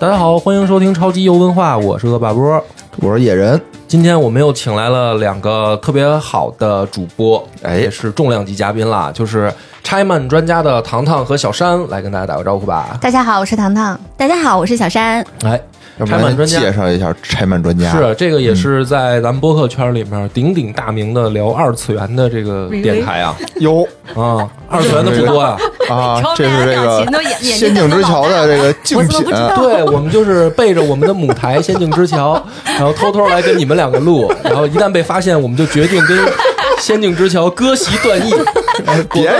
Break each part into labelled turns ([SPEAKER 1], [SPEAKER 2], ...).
[SPEAKER 1] 大家好，欢迎收听超级游文化，我是恶霸波。
[SPEAKER 2] 我是野人，
[SPEAKER 1] 今天我们又请来了两个特别好的主播，哎，也是重量级嘉宾啦，就是拆漫专家的糖糖和小山，来跟大家打个招呼吧。
[SPEAKER 3] 大家好，我是糖糖。大家好，我是小山。
[SPEAKER 1] 哎，
[SPEAKER 2] 要不
[SPEAKER 1] 拆漫
[SPEAKER 2] 然
[SPEAKER 1] 专家
[SPEAKER 2] 介绍一下拆漫专家？
[SPEAKER 1] 是啊这个也是在咱们播客圈里面鼎鼎大名的聊二次元的这个电台啊，
[SPEAKER 2] 哟
[SPEAKER 1] 啊，二次元的不多 啊。
[SPEAKER 2] 啊
[SPEAKER 3] 超，
[SPEAKER 2] 这是这
[SPEAKER 3] 表情
[SPEAKER 2] 个
[SPEAKER 3] 都眼眼睛
[SPEAKER 2] 仙境之桥的这个竞
[SPEAKER 3] 我怎么不
[SPEAKER 2] 品
[SPEAKER 3] 知，道
[SPEAKER 1] 对我们就是背着我们的母台《仙境之桥》，然后偷偷来跟你们两个录，然后一旦被发现，我们就决定跟《仙境之桥》割席断义。哎
[SPEAKER 2] 别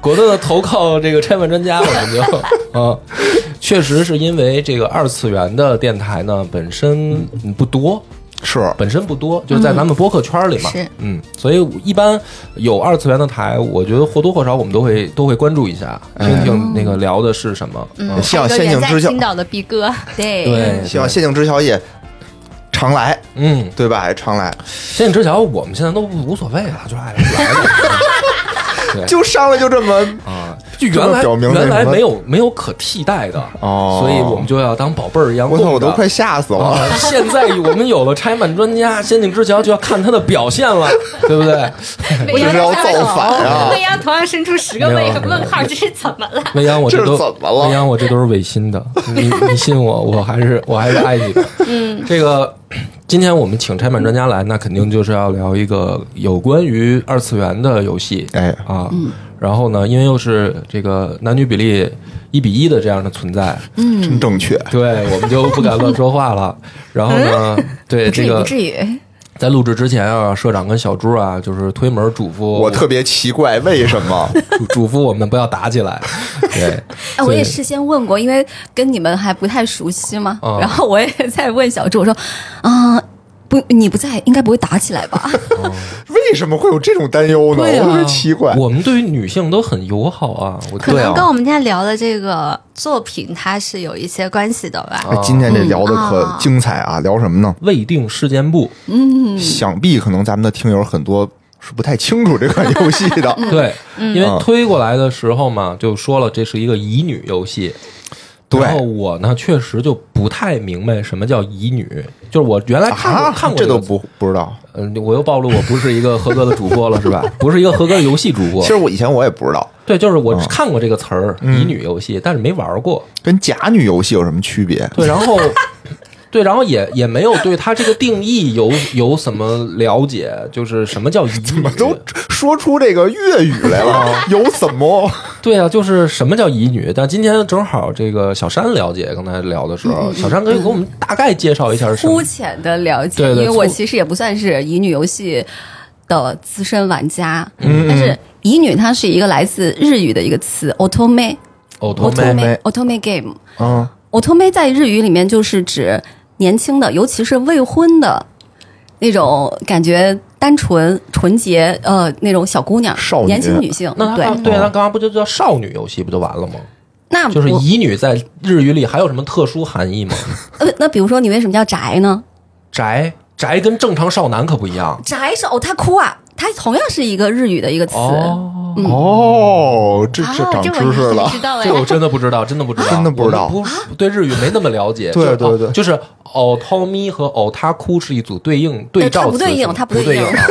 [SPEAKER 1] 果断的投靠这个拆漫专家，我们就啊，确实是因为这个二次元的电台呢本身嗯不多，
[SPEAKER 2] 是
[SPEAKER 1] 本身不多，就是在咱们播客圈里嘛，
[SPEAKER 3] 嗯是
[SPEAKER 1] 嗯，所以一般有二次元的台，我觉得或多或少我们都会都会关注一下，
[SPEAKER 3] 嗯
[SPEAKER 1] 听听那个聊的是什么，嗯
[SPEAKER 2] 希望仙境之
[SPEAKER 3] 在
[SPEAKER 2] 桥
[SPEAKER 3] 青，岛的毕哥，对
[SPEAKER 1] 对，
[SPEAKER 2] 希望仙境之桥也常来，
[SPEAKER 1] 嗯，
[SPEAKER 2] 对吧？也常来，
[SPEAKER 1] 仙境之桥我们现在都无所谓 了，就爱来不来吧。对
[SPEAKER 2] 就上来就这么
[SPEAKER 1] 啊，就原来
[SPEAKER 2] 这么表明那
[SPEAKER 1] 原来
[SPEAKER 2] 什么
[SPEAKER 1] 没有没有可替代的，
[SPEAKER 2] 哦
[SPEAKER 1] 所以我们就要当宝贝儿一样
[SPEAKER 2] 我
[SPEAKER 1] 供
[SPEAKER 2] 操，我
[SPEAKER 1] 着
[SPEAKER 2] 都快吓死
[SPEAKER 1] 啊
[SPEAKER 2] 了！！
[SPEAKER 1] 现在我们有了拆漫专家，仙境之桥就要看他的表现了，对不对？
[SPEAKER 2] 我这是要造反啊！
[SPEAKER 4] 未央同样伸出十个
[SPEAKER 1] 没
[SPEAKER 4] 问
[SPEAKER 1] 有
[SPEAKER 4] 问号，这是怎么 了？
[SPEAKER 1] 未央，我
[SPEAKER 2] 这
[SPEAKER 1] 都
[SPEAKER 2] 是怎么了
[SPEAKER 1] 未央，我这都是违心的，你你信我，我还是我还是爱 你的。嗯，这个今天我们请拆漫专家来，那肯定就是要聊一个有关于二次元的游戏。
[SPEAKER 2] 哎
[SPEAKER 1] 啊，
[SPEAKER 3] 嗯
[SPEAKER 1] 然后呢，因为又是这个男女比例一比一的这样的存在，
[SPEAKER 3] 嗯
[SPEAKER 2] 真正确，
[SPEAKER 1] 对我们就不敢乱说话 了。然后呢，对
[SPEAKER 3] 嗯不至
[SPEAKER 1] 这
[SPEAKER 3] 于，
[SPEAKER 1] 个
[SPEAKER 3] 不至于。
[SPEAKER 1] 在录制之前啊，社长跟小朱啊，就是推门嘱咐
[SPEAKER 2] 我特别奇怪，为什么？
[SPEAKER 1] 嘱嘱咐我们不要打起来。对，
[SPEAKER 5] 哎，我
[SPEAKER 1] 所以
[SPEAKER 5] 也事先问过，因为跟你们还不太熟悉嘛，
[SPEAKER 1] 啊
[SPEAKER 5] 然后我也在问小朱，我说啊。不，你不在，应该不会打起来吧？
[SPEAKER 1] 啊
[SPEAKER 2] 为什么会有这种担忧呢？
[SPEAKER 1] 对啊
[SPEAKER 2] 我是奇怪。
[SPEAKER 1] 我们对于女性都很友好啊，我
[SPEAKER 3] 可
[SPEAKER 1] 对
[SPEAKER 3] 能
[SPEAKER 1] 啊
[SPEAKER 3] 跟我们今天聊的这个作品，它是有一些关系的吧？
[SPEAKER 2] 哎今天这聊的可
[SPEAKER 3] 啊
[SPEAKER 2] 精彩啊！聊什么呢？
[SPEAKER 1] 未定事件簿，嗯
[SPEAKER 2] 想必可能咱们的听友很多是不太清楚这款游戏 的。
[SPEAKER 1] 对，因
[SPEAKER 2] 嗯
[SPEAKER 1] 为推过来的时候嘛，就说了这是一个乙女游戏。
[SPEAKER 2] 对
[SPEAKER 1] 然后我呢，确实就不太明白什么叫乙女，就是我原来看过、
[SPEAKER 2] 啊，
[SPEAKER 1] 看过
[SPEAKER 2] 这
[SPEAKER 1] 个
[SPEAKER 2] 都不不知道。
[SPEAKER 1] 嗯，我又暴露我不是一个合格的主播了，是 吧？不是一个合格的游戏主播
[SPEAKER 2] 其。实嗯我以前我也不知道，
[SPEAKER 1] 对，就是我看过这个词儿“乙女游戏”，但是没玩过。
[SPEAKER 2] 跟假女游戏有什么区别？
[SPEAKER 1] 对，然 后对，然后也也没有对它这个定义有有什么了解，就是什么叫乙
[SPEAKER 2] 怎
[SPEAKER 1] 女
[SPEAKER 2] 么？都说出这个粤语来
[SPEAKER 1] 哦
[SPEAKER 2] 了？有怎 么？
[SPEAKER 1] 对啊，就是什么叫乙女？但今天正好这个小山了解，刚才聊的时
[SPEAKER 5] 嗯
[SPEAKER 1] 候，小山可以给我们大概介绍一下是什么
[SPEAKER 5] 粗？浅的了解，
[SPEAKER 1] 对对
[SPEAKER 5] 因为我
[SPEAKER 1] 粗
[SPEAKER 5] 其实也不算是乙女游戏的资深玩家，
[SPEAKER 1] 嗯
[SPEAKER 5] 但是乙女它是一个来自日语的一个词 o t o m e
[SPEAKER 1] 哦，
[SPEAKER 5] o
[SPEAKER 1] 同
[SPEAKER 5] t o
[SPEAKER 1] 妹
[SPEAKER 5] m
[SPEAKER 2] 妹
[SPEAKER 5] e o t o m e game。
[SPEAKER 2] 嗯，
[SPEAKER 5] o t o m e 在日语里面就是指年轻的，尤其是未婚的那种感觉单纯、纯洁，呃，那种小姑娘、
[SPEAKER 2] 少女
[SPEAKER 5] 年轻女性。
[SPEAKER 1] 那
[SPEAKER 5] 对嗯
[SPEAKER 1] 他，对啊，那刚刚不就叫少女游戏不就完了吗？
[SPEAKER 5] 那
[SPEAKER 1] 就是
[SPEAKER 5] 我
[SPEAKER 1] 乙女在日语里还有什么特殊含 义吗？
[SPEAKER 5] 呃，那比如说你为什么叫宅呢？
[SPEAKER 1] 宅宅跟正常少男可不一样
[SPEAKER 5] 宅是哦，他哭啊，它同样是一个日语的一个词。
[SPEAKER 1] 哦。
[SPEAKER 2] 嗯哦，这这
[SPEAKER 4] 哦
[SPEAKER 2] 长
[SPEAKER 4] 这我
[SPEAKER 2] 知识
[SPEAKER 4] 还
[SPEAKER 2] 了
[SPEAKER 4] 不。知道
[SPEAKER 1] 这
[SPEAKER 4] 哎，
[SPEAKER 1] 我真的不知道，真的不知道，
[SPEAKER 2] 真的不知道
[SPEAKER 1] 我不对日语没那么了解。
[SPEAKER 2] 对
[SPEAKER 1] 就是
[SPEAKER 2] 对对
[SPEAKER 1] 哦就是 o t o m i 和 o t a k u 是一组对应对
[SPEAKER 5] 对
[SPEAKER 1] 照
[SPEAKER 5] 它
[SPEAKER 1] 词，
[SPEAKER 5] 不对应
[SPEAKER 1] 是吗
[SPEAKER 5] 它
[SPEAKER 1] 不
[SPEAKER 5] 不对
[SPEAKER 1] 对
[SPEAKER 5] 应
[SPEAKER 1] 啊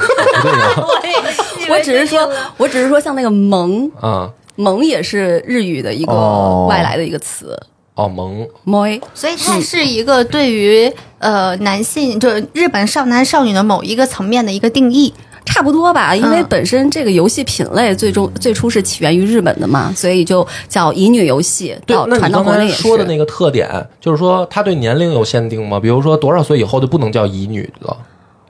[SPEAKER 1] 不对应
[SPEAKER 5] 我只是说，我只是说，像那个萌
[SPEAKER 1] 啊，
[SPEAKER 5] 萌也是日语的一个
[SPEAKER 2] 哦
[SPEAKER 5] 外来的一个词。
[SPEAKER 1] 哦萌，
[SPEAKER 5] moi
[SPEAKER 3] 所以它是一个对于呃男性，就是日本少男少女的某一个层面的一个定义。
[SPEAKER 5] 差不多吧，因为
[SPEAKER 3] 嗯
[SPEAKER 5] 本身这个游戏品类最终最初是起源于日本的嘛，所以就叫乙女游戏，
[SPEAKER 1] 对
[SPEAKER 5] 到，
[SPEAKER 1] 那
[SPEAKER 5] 哦传
[SPEAKER 1] 你
[SPEAKER 5] 到
[SPEAKER 1] 刚
[SPEAKER 5] 国
[SPEAKER 1] 才
[SPEAKER 5] 内也是。
[SPEAKER 1] 说的那个特点，就是说它对年龄有限定吗？比如说多少岁以后就不能叫乙女了？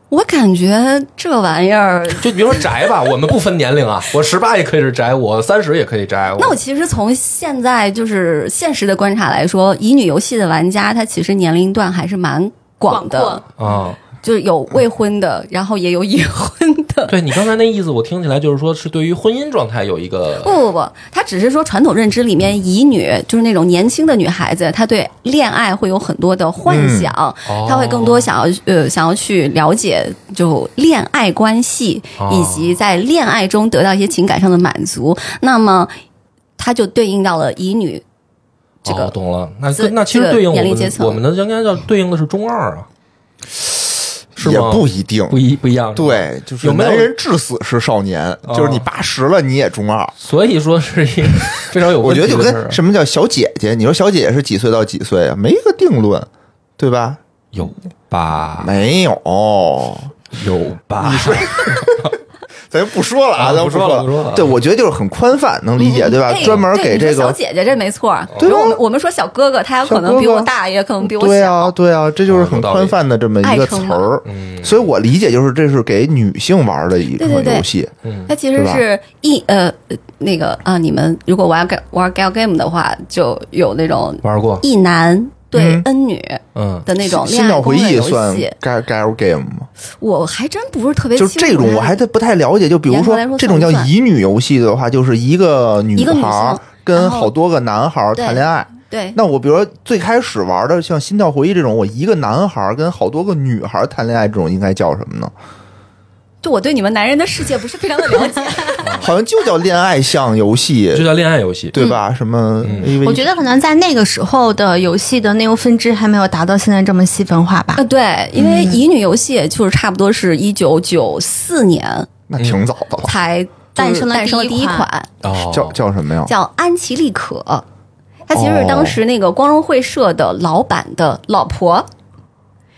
[SPEAKER 5] 我感觉这玩意儿，
[SPEAKER 1] 就比如说宅吧，我们不分年龄啊，我十八也可以是宅，我三十也可以宅。
[SPEAKER 5] 那我其实从现在就是现实的观察来说，乙女游戏的玩家他其实年龄段还是蛮广的，
[SPEAKER 4] 广
[SPEAKER 1] 啊，
[SPEAKER 5] 就是有未婚的，然后也有已婚的。
[SPEAKER 1] 对你刚才那意思，我听起来就是说是对于婚姻状态有一个
[SPEAKER 5] 不不不，他只是说传统认知里面，乙女就是那种年轻的女孩子，她对恋爱会有很多的幻
[SPEAKER 2] 嗯
[SPEAKER 5] 想，
[SPEAKER 1] 哦
[SPEAKER 5] 她会更多想要呃想要去了解就恋爱关系，
[SPEAKER 1] 哦
[SPEAKER 5] 以及在恋爱中得到一些情感上的满足。那么，它就对应到了乙女这个
[SPEAKER 1] 哦，懂了。那
[SPEAKER 5] 资
[SPEAKER 1] 那其实
[SPEAKER 5] 这个
[SPEAKER 1] 对应我
[SPEAKER 5] 年龄
[SPEAKER 1] 们
[SPEAKER 5] 阶层
[SPEAKER 1] 我们的应该叫对应的是中二啊，是
[SPEAKER 2] 也
[SPEAKER 1] 吗？
[SPEAKER 2] 不一定。
[SPEAKER 1] 不一不一样，是吧
[SPEAKER 2] 对，就是
[SPEAKER 1] 有没哦有
[SPEAKER 2] 男人至死是少年，就是你八十了你也中二。
[SPEAKER 1] 所以说是一个非常有
[SPEAKER 2] 我
[SPEAKER 1] 问
[SPEAKER 2] 觉
[SPEAKER 1] 题
[SPEAKER 2] 得就
[SPEAKER 1] 的事儿
[SPEAKER 2] 跟
[SPEAKER 1] 啊。
[SPEAKER 2] 什么叫小姐姐，你说小姐姐是几岁到几岁啊？没个定论，对吧？
[SPEAKER 1] 有吧，
[SPEAKER 2] 没有，
[SPEAKER 1] 有吧，
[SPEAKER 2] 咱不说了
[SPEAKER 1] 啊
[SPEAKER 2] 咱
[SPEAKER 1] 不
[SPEAKER 2] 不
[SPEAKER 1] 说了
[SPEAKER 2] 了。
[SPEAKER 1] 不说了
[SPEAKER 2] 对，我觉得就是很宽泛，能理解，对吧？
[SPEAKER 5] 哎
[SPEAKER 2] 专门给
[SPEAKER 5] 对
[SPEAKER 2] 这
[SPEAKER 5] 你说小
[SPEAKER 2] 个，
[SPEAKER 5] 姐姐这没错儿，
[SPEAKER 2] 对啊
[SPEAKER 5] 我们我们说小哥哥，他可能比我大，也可能比我
[SPEAKER 2] 对
[SPEAKER 5] 小。
[SPEAKER 2] 啊，对啊，这就是很宽泛的这么一个词
[SPEAKER 5] 爱称
[SPEAKER 2] 儿。
[SPEAKER 1] 嗯
[SPEAKER 2] 所以我理解就是这是给女性玩的一
[SPEAKER 5] 对
[SPEAKER 2] 款
[SPEAKER 5] 对对
[SPEAKER 2] 游戏，
[SPEAKER 1] 嗯
[SPEAKER 5] 它其实是一呃呃那个啊，你们如果玩 ga- 玩 gal game 的话，就有那种
[SPEAKER 1] 玩过，
[SPEAKER 5] 一男对
[SPEAKER 2] 嗯
[SPEAKER 5] N 女
[SPEAKER 1] 嗯，
[SPEAKER 5] 的那种恋
[SPEAKER 2] 心
[SPEAKER 5] 爱
[SPEAKER 2] 跳
[SPEAKER 5] 攻
[SPEAKER 2] 回
[SPEAKER 5] 略
[SPEAKER 2] 忆
[SPEAKER 5] 游
[SPEAKER 2] 算
[SPEAKER 5] 戏，
[SPEAKER 2] gal gal game 吗？
[SPEAKER 5] 我还真不是特别
[SPEAKER 2] 就是
[SPEAKER 5] 清楚。
[SPEAKER 2] 这种我还得不太了解。就比如
[SPEAKER 5] 严格
[SPEAKER 2] 说
[SPEAKER 5] 来说
[SPEAKER 2] 这种叫
[SPEAKER 5] 算不算
[SPEAKER 2] 乙女游戏的话，就是一个女
[SPEAKER 5] 一个女
[SPEAKER 2] 孩儿
[SPEAKER 5] 性
[SPEAKER 2] 跟
[SPEAKER 5] 然后
[SPEAKER 2] 好多个男孩儿
[SPEAKER 5] 对
[SPEAKER 2] 谈恋爱。
[SPEAKER 5] 对
[SPEAKER 2] 那我比如说最开始玩的像《心跳回忆》这种，我一个男孩儿跟好多个女孩儿谈恋爱，这种应该叫什么呢？
[SPEAKER 5] 就我对你们男人的世界不是非常的了解，
[SPEAKER 2] 好像就叫恋爱向游
[SPEAKER 1] 这
[SPEAKER 2] 戏，
[SPEAKER 1] 叫恋爱游戏，
[SPEAKER 2] 对吧？什么
[SPEAKER 1] 嗯
[SPEAKER 2] AV？
[SPEAKER 3] 我觉得可能在那个时候的游戏的内容分支还没有达到现在这么细分化吧
[SPEAKER 5] 呃，。对，因
[SPEAKER 2] 嗯
[SPEAKER 5] 为乙女游戏就是差不多是一九九四年
[SPEAKER 2] 那挺早的了，
[SPEAKER 5] 才
[SPEAKER 3] 诞
[SPEAKER 5] 就是
[SPEAKER 3] 生了
[SPEAKER 5] 诞生了
[SPEAKER 3] 第
[SPEAKER 5] 第
[SPEAKER 3] 一
[SPEAKER 5] 一
[SPEAKER 3] 款
[SPEAKER 5] 款，
[SPEAKER 1] 哦，
[SPEAKER 2] 叫叫什么呀？
[SPEAKER 5] 嗯叫安琪丽可，她其实是
[SPEAKER 2] 哦
[SPEAKER 5] 当时那个光荣会社的老板的老婆，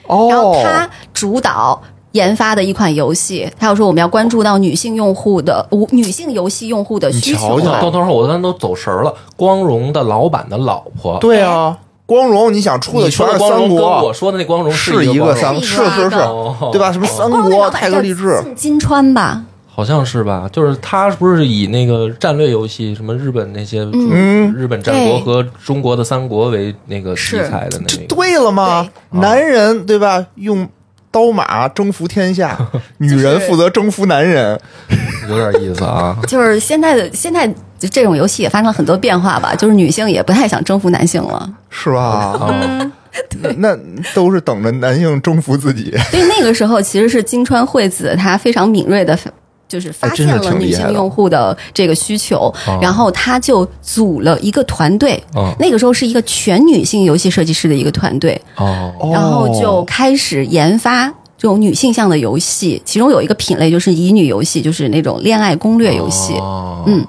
[SPEAKER 5] 然后
[SPEAKER 2] 哦，
[SPEAKER 5] 她主导。研发的一款游戏，她有说我们要关注到女性用户的、无女性游戏用户的需求
[SPEAKER 2] 你瞧
[SPEAKER 1] 等
[SPEAKER 2] 瞧
[SPEAKER 1] 等会儿我刚才都走神儿了，光荣的老板的老婆，
[SPEAKER 2] 对啊，
[SPEAKER 5] 哎
[SPEAKER 2] 光荣，你想出
[SPEAKER 1] 你
[SPEAKER 2] 的
[SPEAKER 1] 说
[SPEAKER 2] 全
[SPEAKER 1] 的
[SPEAKER 2] 是
[SPEAKER 1] 光
[SPEAKER 2] 三
[SPEAKER 1] 荣跟我
[SPEAKER 2] 国，
[SPEAKER 1] 说的那光荣
[SPEAKER 2] 是
[SPEAKER 1] 一
[SPEAKER 2] 个
[SPEAKER 1] 光
[SPEAKER 2] 三
[SPEAKER 1] 荣，
[SPEAKER 2] 国，
[SPEAKER 5] 是
[SPEAKER 2] 是
[SPEAKER 5] 一个
[SPEAKER 2] 是是
[SPEAKER 1] 哦，哎
[SPEAKER 2] 对吧？什么三
[SPEAKER 5] 光荣那
[SPEAKER 2] 国、
[SPEAKER 5] 老板
[SPEAKER 2] 泰
[SPEAKER 5] 叫
[SPEAKER 2] 格励 志，
[SPEAKER 5] 进金川吧，
[SPEAKER 1] 好像是吧？就是他不是以那个战略游戏，什么日本那些，
[SPEAKER 2] 嗯
[SPEAKER 1] 日本战国和中国的三国为那个题材的
[SPEAKER 2] 这
[SPEAKER 1] 那个，
[SPEAKER 2] 对了吗？
[SPEAKER 1] 哦
[SPEAKER 2] 男人对吧？用刀马征服天下， 女人负责征服男人。
[SPEAKER 1] 有点意思啊。
[SPEAKER 5] 就是现在的现在这种游戏也发生了很多变化吧，就是女性也不太想征服男性了。
[SPEAKER 2] 是吧？
[SPEAKER 1] 啊，
[SPEAKER 2] 那 那都是等着男性征服自己。
[SPEAKER 5] 所以那个时候其实是金川惠子她非常敏锐的，就是发
[SPEAKER 2] 哎真
[SPEAKER 5] 现
[SPEAKER 2] 是
[SPEAKER 5] 了
[SPEAKER 2] 挺
[SPEAKER 5] 女
[SPEAKER 2] 厉害
[SPEAKER 5] 性
[SPEAKER 2] 的啊
[SPEAKER 5] 用户的这个需求，
[SPEAKER 1] 哦
[SPEAKER 5] 然后她就组了一个团队。
[SPEAKER 1] 嗯
[SPEAKER 5] 那个时候是一个全女性游戏设计师的一个团队，
[SPEAKER 1] 哦，
[SPEAKER 5] 然后就开始研发这种女性向的游戏，其中有一个品类就是乙女游戏，就是那种恋爱攻略游戏。
[SPEAKER 1] 哦
[SPEAKER 5] 嗯，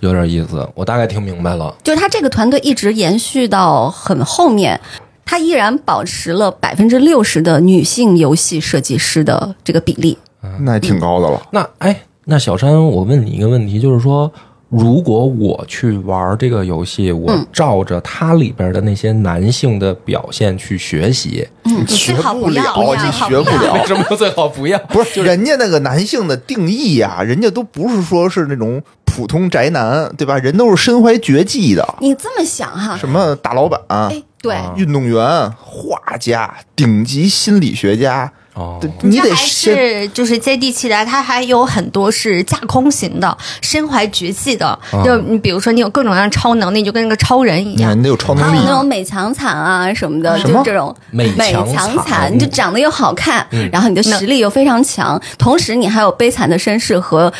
[SPEAKER 1] 有点意思，我大概听明白了。
[SPEAKER 5] 就是他这个团队一直延续到很后面，他依然保持了百分之六十的女性游戏设计师的这个比例。
[SPEAKER 2] 那还挺高的了。
[SPEAKER 1] 那哎，那小山，我问你一个问题，就是说，如果我去玩这个游戏，我
[SPEAKER 5] 嗯
[SPEAKER 1] 照着它里边的那些男性的表现去学习，
[SPEAKER 5] 嗯，
[SPEAKER 3] 你最好
[SPEAKER 2] 不
[SPEAKER 3] 不要，
[SPEAKER 2] 了，
[SPEAKER 3] 最
[SPEAKER 2] 你
[SPEAKER 3] 好
[SPEAKER 2] 学不
[SPEAKER 3] 要
[SPEAKER 2] 了。
[SPEAKER 1] 什么最好不要？
[SPEAKER 2] 不是人家那个男性的定义呀，人家都不是说是那种普通宅男，对吧？人都是身怀绝技的，
[SPEAKER 5] 你这么想哈，
[SPEAKER 2] 什么大老板、
[SPEAKER 5] 哎，对，
[SPEAKER 1] 啊
[SPEAKER 2] 运动员、画家、顶级心理学家，
[SPEAKER 1] 哦，
[SPEAKER 2] 对
[SPEAKER 3] 你
[SPEAKER 2] 你
[SPEAKER 3] 这
[SPEAKER 2] 得
[SPEAKER 3] 还
[SPEAKER 2] 先
[SPEAKER 3] 是就是接地气的，它还有很多是架空型的，身怀绝技的。
[SPEAKER 2] 啊
[SPEAKER 3] 就你比如说，你有各种各样的超能力，你就跟那个超人一
[SPEAKER 2] 你看
[SPEAKER 3] 样。
[SPEAKER 2] 你得有超能
[SPEAKER 5] 还有
[SPEAKER 2] 力
[SPEAKER 5] 那。种美强惨啊什么的，
[SPEAKER 2] 什
[SPEAKER 5] 就
[SPEAKER 2] 么
[SPEAKER 5] 是这种
[SPEAKER 1] 美强惨
[SPEAKER 5] 强惨，你就长得又好看，
[SPEAKER 2] 嗯
[SPEAKER 5] 然后你的实力又非常强，同时你还有悲惨的身世和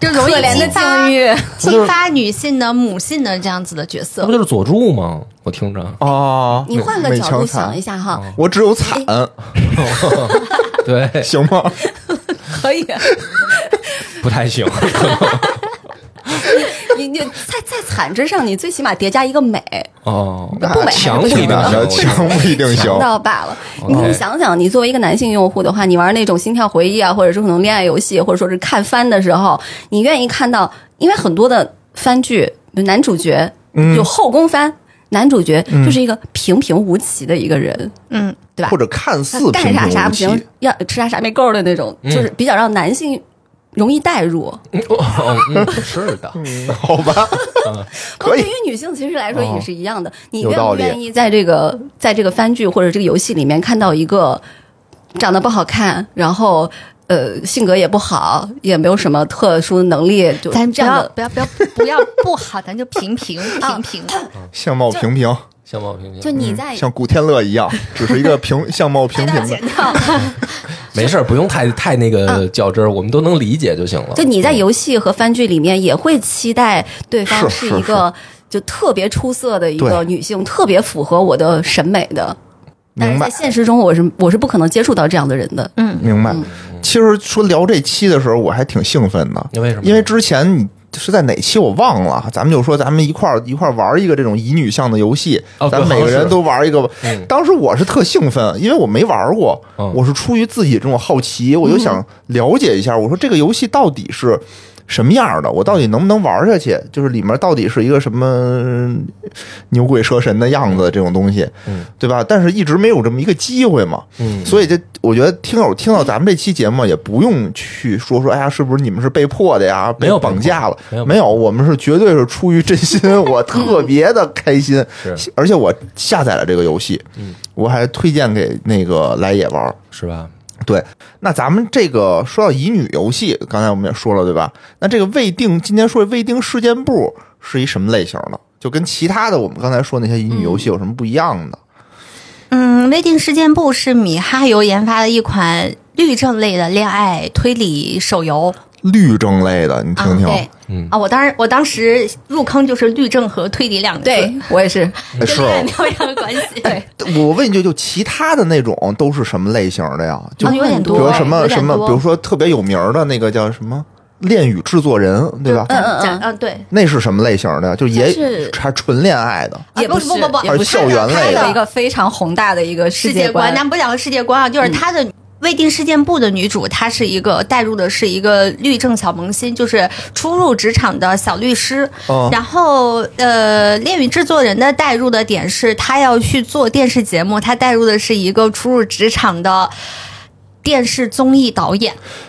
[SPEAKER 3] 就容
[SPEAKER 5] 可
[SPEAKER 3] 易
[SPEAKER 5] 怜的
[SPEAKER 3] 激发
[SPEAKER 5] 境遇。
[SPEAKER 3] 激发女性的母性的这样子的角
[SPEAKER 1] 那
[SPEAKER 3] 色
[SPEAKER 1] 不。就是佐助吗？我听着，
[SPEAKER 2] 哦，
[SPEAKER 5] 你换个
[SPEAKER 2] 美
[SPEAKER 5] 角
[SPEAKER 2] 强
[SPEAKER 5] 度
[SPEAKER 2] 惨
[SPEAKER 5] 想一哎 下哈，
[SPEAKER 2] 我只有惨，
[SPEAKER 1] 对，
[SPEAKER 2] 行吗？
[SPEAKER 5] 可以，
[SPEAKER 1] 不太 行。
[SPEAKER 5] 你你在在惨之上，你最起码叠加一个美，
[SPEAKER 1] 哦，
[SPEAKER 5] 不美还是
[SPEAKER 1] 强
[SPEAKER 5] 不
[SPEAKER 1] 不一
[SPEAKER 5] 行
[SPEAKER 1] 定
[SPEAKER 5] 的
[SPEAKER 1] 行，
[SPEAKER 2] 啊强不一定行
[SPEAKER 5] 强。到罢了。你
[SPEAKER 1] OK
[SPEAKER 5] 你想想，你作为一个男性用户的话，你玩那种心跳回忆啊，或者是可能恋爱游戏，或者说是看番的时候，你愿意看到，因为很多的番剧男主角
[SPEAKER 2] 嗯
[SPEAKER 5] 有后宫番，男主角就是一个平平无奇的一个人，
[SPEAKER 3] 嗯，
[SPEAKER 5] 对吧
[SPEAKER 2] 或？者看似
[SPEAKER 5] 他干
[SPEAKER 2] 平
[SPEAKER 5] 啥啥
[SPEAKER 2] 平无
[SPEAKER 5] 不行
[SPEAKER 2] 奇，，嗯
[SPEAKER 5] 要吃啥啥没够的那种，就是比较让男性容易代入。
[SPEAKER 1] 哦嗯是的，
[SPEAKER 2] 好吧？可以哦
[SPEAKER 5] 对于女性其实来说也是一样的，你
[SPEAKER 2] 有
[SPEAKER 5] 愿
[SPEAKER 2] 道
[SPEAKER 5] 不
[SPEAKER 2] 理
[SPEAKER 5] 愿意在这个在这个番剧或者这个游戏里面看到一个长得不好看，然后呃性格也不好，也没有什么特殊能力，就
[SPEAKER 3] 咱不
[SPEAKER 5] 这样
[SPEAKER 3] 要
[SPEAKER 5] 的。
[SPEAKER 3] 不要不要不要不好，咱就平 平平平。
[SPEAKER 2] 相貌平平，
[SPEAKER 1] 相貌平平，
[SPEAKER 5] 就你在、
[SPEAKER 2] 像古天乐一样，只是一个 平相貌平平的。
[SPEAKER 1] 没事儿，不用太太那
[SPEAKER 2] 啊
[SPEAKER 1] 个较真儿，我们都能理解就行了。
[SPEAKER 5] 就你在游戏和番剧里面也会期待对方
[SPEAKER 2] 是
[SPEAKER 5] 一个就特别出色的一个
[SPEAKER 2] 对
[SPEAKER 5] 女性，特别符合我的审美的。但
[SPEAKER 2] 明
[SPEAKER 5] 是
[SPEAKER 2] 白
[SPEAKER 5] 在现实中，我是我是不可能接触到这样的人的。
[SPEAKER 3] 嗯
[SPEAKER 2] 明白。其实说聊这期的时候，我还挺兴奋的，
[SPEAKER 1] 嗯为什么？
[SPEAKER 2] 因为之前你是在哪期我忘了，咱们就说咱们一块儿一块儿玩一个这种乙女向的游戏，
[SPEAKER 1] 哦对
[SPEAKER 2] 咱们每个人都玩一个。
[SPEAKER 1] 嗯
[SPEAKER 2] 当时我是特兴奋，因为我没玩过，
[SPEAKER 1] 嗯
[SPEAKER 2] 我是出于自己这种好奇，我就想了解一下，我说这个游戏到底是。什么样的？我到底能不能玩下去？就是里面到底是一个什么牛鬼蛇神的样子这种东西，
[SPEAKER 1] 嗯
[SPEAKER 2] 对吧？但是一直没有这么一个机会嘛。
[SPEAKER 1] 嗯，
[SPEAKER 2] 所以这我觉得听友听到咱们这期节目也不用去说说，哎呀，是不是你们是被迫的呀？
[SPEAKER 1] 没有
[SPEAKER 2] 被绑架了
[SPEAKER 1] 没有，
[SPEAKER 2] 没有，我们是绝对是出于 真心，我特别的开心
[SPEAKER 1] 是，
[SPEAKER 2] 而且我下载了这个游戏，
[SPEAKER 1] 嗯，
[SPEAKER 2] 我还推荐给那个来也玩儿。
[SPEAKER 1] 是吧？
[SPEAKER 2] 对，那咱们这个说到乙女游戏，刚才我们也说了，对吧？那这个未定，今天说未定事件簿是一什么类型的？就跟其他的我们刚才说那些乙女游戏有什么不一样的？
[SPEAKER 3] 嗯，未定事件簿是米哈游研发的一款律政类的恋爱推理手游
[SPEAKER 2] 律政类的，你
[SPEAKER 3] 啊，
[SPEAKER 2] 听听，
[SPEAKER 3] 对，
[SPEAKER 1] 嗯
[SPEAKER 3] 啊，我当时我当时入坑就是律政和推理两个字，
[SPEAKER 5] 对我也是，
[SPEAKER 2] 哎
[SPEAKER 3] 跟
[SPEAKER 2] 是
[SPEAKER 3] 恋
[SPEAKER 2] 哦
[SPEAKER 3] 爱没有任何关系。啊对，
[SPEAKER 2] 我问一句，就其他的那种都是什么类型的呀？就
[SPEAKER 3] 啊，
[SPEAKER 2] 比
[SPEAKER 3] 有点
[SPEAKER 5] 比
[SPEAKER 3] 多，
[SPEAKER 2] 如什
[SPEAKER 3] 有
[SPEAKER 2] 么
[SPEAKER 3] 点
[SPEAKER 2] 什么，
[SPEAKER 3] 多
[SPEAKER 2] 比如说特别有名儿的那个叫什么《恋与制作人》，对吧？
[SPEAKER 5] 嗯嗯
[SPEAKER 3] 展嗯，对，
[SPEAKER 2] 那是什么类型的？就也
[SPEAKER 3] 就是
[SPEAKER 2] 还纯恋爱的，
[SPEAKER 3] 啊
[SPEAKER 5] 也
[SPEAKER 3] 不
[SPEAKER 5] 是
[SPEAKER 3] 不不不
[SPEAKER 5] 也
[SPEAKER 2] 还是
[SPEAKER 5] 不是
[SPEAKER 2] 校园啊类的
[SPEAKER 5] 它有一个非常宏大的一个
[SPEAKER 3] 世
[SPEAKER 5] 世
[SPEAKER 3] 界观
[SPEAKER 5] 观，。
[SPEAKER 3] 咱不讲世界观啊，
[SPEAKER 2] 嗯
[SPEAKER 3] 就是他的未定事件簿的女主，她是一个带入的是一个律政小萌新，就是初入职场的小律师。
[SPEAKER 2] 嗯，
[SPEAKER 3] 然后，呃，恋与制作人的带入的点是，他要去做电视节目，他带入的是一个初入职场的电视综艺导演，